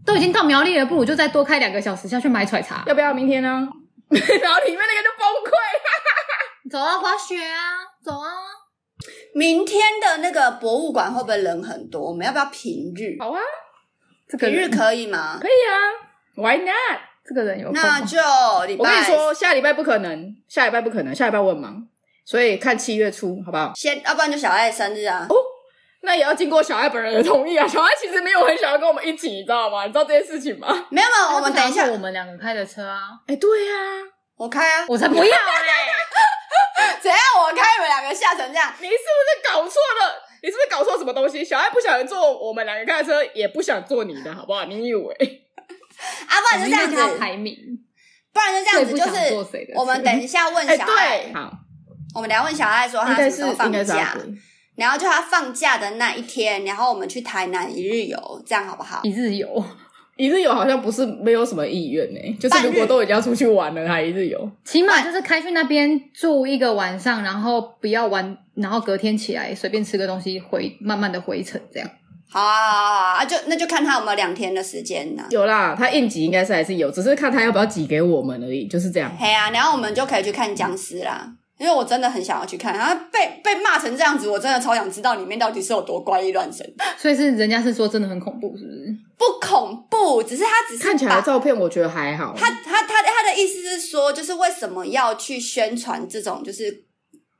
[SPEAKER 3] 都已经到苗栗了，不如就再多开两个小时下去买揣茶，
[SPEAKER 1] 要不要明天呢？ <laughs> 然后里面那个就崩溃了。
[SPEAKER 3] 走啊，滑雪啊，走啊。
[SPEAKER 2] 明天的那个博物馆会不会人很多？我们要不要平
[SPEAKER 3] 哦
[SPEAKER 2] 日？
[SPEAKER 1] 好啊，
[SPEAKER 3] 这个
[SPEAKER 2] 平日
[SPEAKER 3] 人，
[SPEAKER 2] 可以吗？
[SPEAKER 1] 可以啊，Why not？
[SPEAKER 3] 这个人有空吗
[SPEAKER 2] 那就礼
[SPEAKER 1] 我跟你
[SPEAKER 2] 拜
[SPEAKER 1] 说，下礼拜不可能，下礼拜不可能，下礼拜我很忙，所以看七月初好不好？
[SPEAKER 2] 先，要不然就小爱生日
[SPEAKER 3] 哦
[SPEAKER 2] 啊。
[SPEAKER 1] 那也要经过小爱本人的同意啊。小爱其实没有很想要跟我们一起，你知道吗？你知道这件事情吗？
[SPEAKER 2] 没有没有，哦我们等一下
[SPEAKER 3] 那，我们两个开的车啊，
[SPEAKER 1] 哎、对呀、
[SPEAKER 2] 我开啊。
[SPEAKER 3] 我才不要嘞、
[SPEAKER 2] <laughs> 怎样？我开你们两个吓成这样？
[SPEAKER 1] 你是不是搞错了？你是不是搞错什么东西？小爱不想坐我们两个开的车，也不想坐你的，好不好？你以为？
[SPEAKER 2] 啊，不然就这样
[SPEAKER 3] 我们应该看到
[SPEAKER 2] 子，
[SPEAKER 3] 排名，
[SPEAKER 2] 不然就这样子，
[SPEAKER 3] 最不
[SPEAKER 2] 就
[SPEAKER 3] 想做谁
[SPEAKER 2] 是
[SPEAKER 3] 的
[SPEAKER 2] 我们等一下问
[SPEAKER 1] <laughs> 哎、
[SPEAKER 2] 小爱，
[SPEAKER 1] 对，好，
[SPEAKER 2] 我们等一下问小爱说
[SPEAKER 1] 应
[SPEAKER 2] 他什
[SPEAKER 1] 该
[SPEAKER 2] 么
[SPEAKER 1] 是
[SPEAKER 2] 时候
[SPEAKER 1] 应
[SPEAKER 2] 放
[SPEAKER 1] 该是阿
[SPEAKER 2] 假
[SPEAKER 1] 鬼，
[SPEAKER 2] 然后就他放假的那一天，然后我们去台南一日游，这样好不好？
[SPEAKER 3] 一日游，
[SPEAKER 1] 一日游好像不是没有什么意愿呢、就是如
[SPEAKER 2] 半
[SPEAKER 1] 果
[SPEAKER 2] 日
[SPEAKER 1] 都已经要出去玩了，还一日游。
[SPEAKER 3] 起码就是开去那边住一个晚上，然后不要玩，然后隔天起来随便吃个东西回，慢慢的回程这样。
[SPEAKER 2] 好啊，好啊，好啊啊，就那就看他有没有两天的时间呢、
[SPEAKER 1] 有啦，他应急应该是还是有，只是看他要不要挤给我们而已，就是这样。
[SPEAKER 2] 嘿啊，然后我们就可以去看僵尸啦，因为我真的很想要去看。然后被被骂成这样子，我真的超想知道里面到底是有多怪异乱神，
[SPEAKER 3] 所以是人家是说真的很恐怖，是不是？
[SPEAKER 2] 不恐怖，只是他只是
[SPEAKER 1] 看起来
[SPEAKER 2] 把
[SPEAKER 1] 的照片我觉得还好，
[SPEAKER 2] 他他他他的意思是说，就是为什么要去宣传这种就是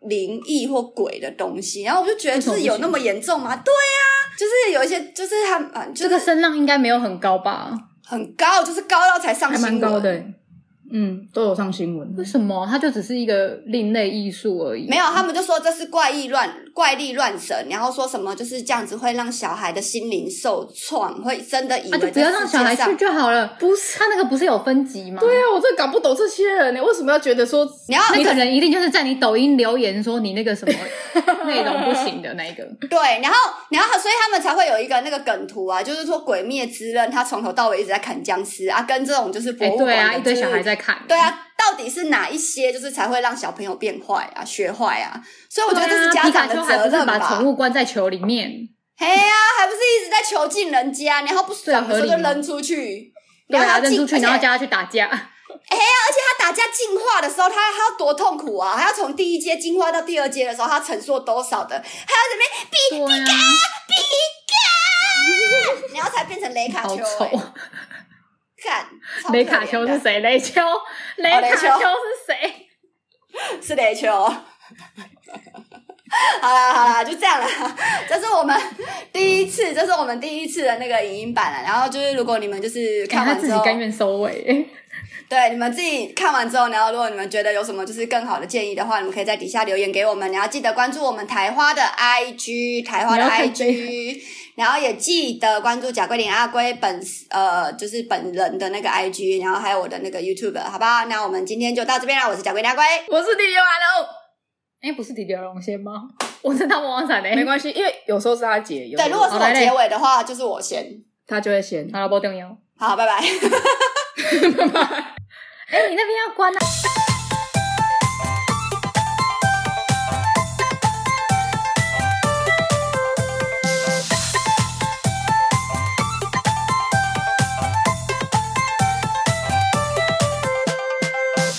[SPEAKER 2] 灵异或鬼的东西？然后我就觉得，就是有那么严重吗？对啊，就是有一些，就是他啊，就
[SPEAKER 3] 这个
[SPEAKER 2] 是
[SPEAKER 3] 声浪应该没有很高吧？
[SPEAKER 2] 很高，就是高到才上
[SPEAKER 1] 还蛮
[SPEAKER 2] 新闻
[SPEAKER 1] 高的、嗯，都有上新闻
[SPEAKER 3] 为。什么？它就只是一个另类艺术而已。
[SPEAKER 2] 没有，他们就说这是怪异乱怪力乱神，然后说什么就是这样子会让小孩的心灵受创，会真的以
[SPEAKER 3] 啊，就
[SPEAKER 2] 为
[SPEAKER 3] 不要让小孩
[SPEAKER 2] 这世界
[SPEAKER 3] 去
[SPEAKER 2] 上。
[SPEAKER 3] 就好了。不是，他那个不是有分级吗？
[SPEAKER 1] 对啊，我真的搞不懂这些人，你为什么要觉得说
[SPEAKER 2] 你要
[SPEAKER 3] 那个人一定就是在你抖音留言说你那个什么内容不行的那一个，
[SPEAKER 2] 对，然后，然后，所以他们才会有一个那个梗图啊，就是说《鬼灭之刃》，他从头到尾一直在砍僵尸啊，跟这种就是博
[SPEAKER 3] 哎、
[SPEAKER 2] 物馆的、
[SPEAKER 3] 对啊，一堆
[SPEAKER 2] 就是
[SPEAKER 3] 小孩在看，欸
[SPEAKER 2] 对，啊，到底是哪一些就是才会让小朋友变坏啊、学坏啊？所以我觉得这是
[SPEAKER 3] 对啊
[SPEAKER 2] 家长的
[SPEAKER 3] 皮卡丘还
[SPEAKER 2] 责
[SPEAKER 3] 不是
[SPEAKER 2] 任
[SPEAKER 3] 把
[SPEAKER 2] 吧。
[SPEAKER 3] 宠物关在球里面，
[SPEAKER 2] 嘿呀、还不是一直在囚禁人家，然后不爽的时
[SPEAKER 3] 对合
[SPEAKER 2] 候
[SPEAKER 3] 理吗
[SPEAKER 2] 就扔出去，
[SPEAKER 3] 对
[SPEAKER 2] 然后
[SPEAKER 3] 啊，
[SPEAKER 2] 他
[SPEAKER 3] 扔
[SPEAKER 2] 进
[SPEAKER 3] 出去，然
[SPEAKER 2] 而
[SPEAKER 3] 后
[SPEAKER 2] 且
[SPEAKER 3] 叫他去打架。
[SPEAKER 2] 他打架进化的时候，他他要多痛苦啊！他要从第一阶进化到第二阶的时候，他承受多少的，还
[SPEAKER 3] 对啊，
[SPEAKER 2] 要怎么，然后才变成雷卡
[SPEAKER 3] 好
[SPEAKER 2] 丘、
[SPEAKER 3] 丑
[SPEAKER 2] 欸。。干，超
[SPEAKER 3] 雷
[SPEAKER 2] 可
[SPEAKER 3] 卡
[SPEAKER 2] 怜
[SPEAKER 3] 丘
[SPEAKER 2] 的
[SPEAKER 3] 是谁？雷丘，雷卡
[SPEAKER 2] 雷丘
[SPEAKER 3] 丘是谁？
[SPEAKER 2] 是雷球。 <laughs> 好啦好啦，就这样啦。这是我们第一次，这是我们第一次的那个影音版了。然后就是，如果你们就是
[SPEAKER 3] 看
[SPEAKER 2] <laughs> 看
[SPEAKER 3] 哎他
[SPEAKER 2] 完
[SPEAKER 3] 自
[SPEAKER 2] 之
[SPEAKER 3] 己
[SPEAKER 2] 后，
[SPEAKER 3] 甘愿收尾，
[SPEAKER 2] 对，你们自己看完之后，然后如果你们觉得有什么就是更好的建议的话，你们可以在底下留言给我们。然后记得关注我们台花的 IG，台花的
[SPEAKER 3] 你要看
[SPEAKER 2] IG，然后也记得关注贾桂林阿龟本呃就是本人的那个 IG，然后还有我的那个 YouTube，好不好？那我们今天就到这边了，我是贾桂林阿龟，
[SPEAKER 1] 我是啊第六阿龙，
[SPEAKER 3] 哎，不是迪迪龙先吗？ <laughs> 我是他们王闪
[SPEAKER 1] 没
[SPEAKER 3] 哎。
[SPEAKER 1] 关系，因为有时候是他姐，有时
[SPEAKER 2] 对，
[SPEAKER 1] 候
[SPEAKER 2] 如果是
[SPEAKER 3] 好
[SPEAKER 2] 我
[SPEAKER 3] 来嘞
[SPEAKER 2] 结尾的话，就是我先。
[SPEAKER 1] 他就会先。
[SPEAKER 3] 好了，不重要。
[SPEAKER 2] 好，拜拜。
[SPEAKER 3] 哎，你那边要关啊。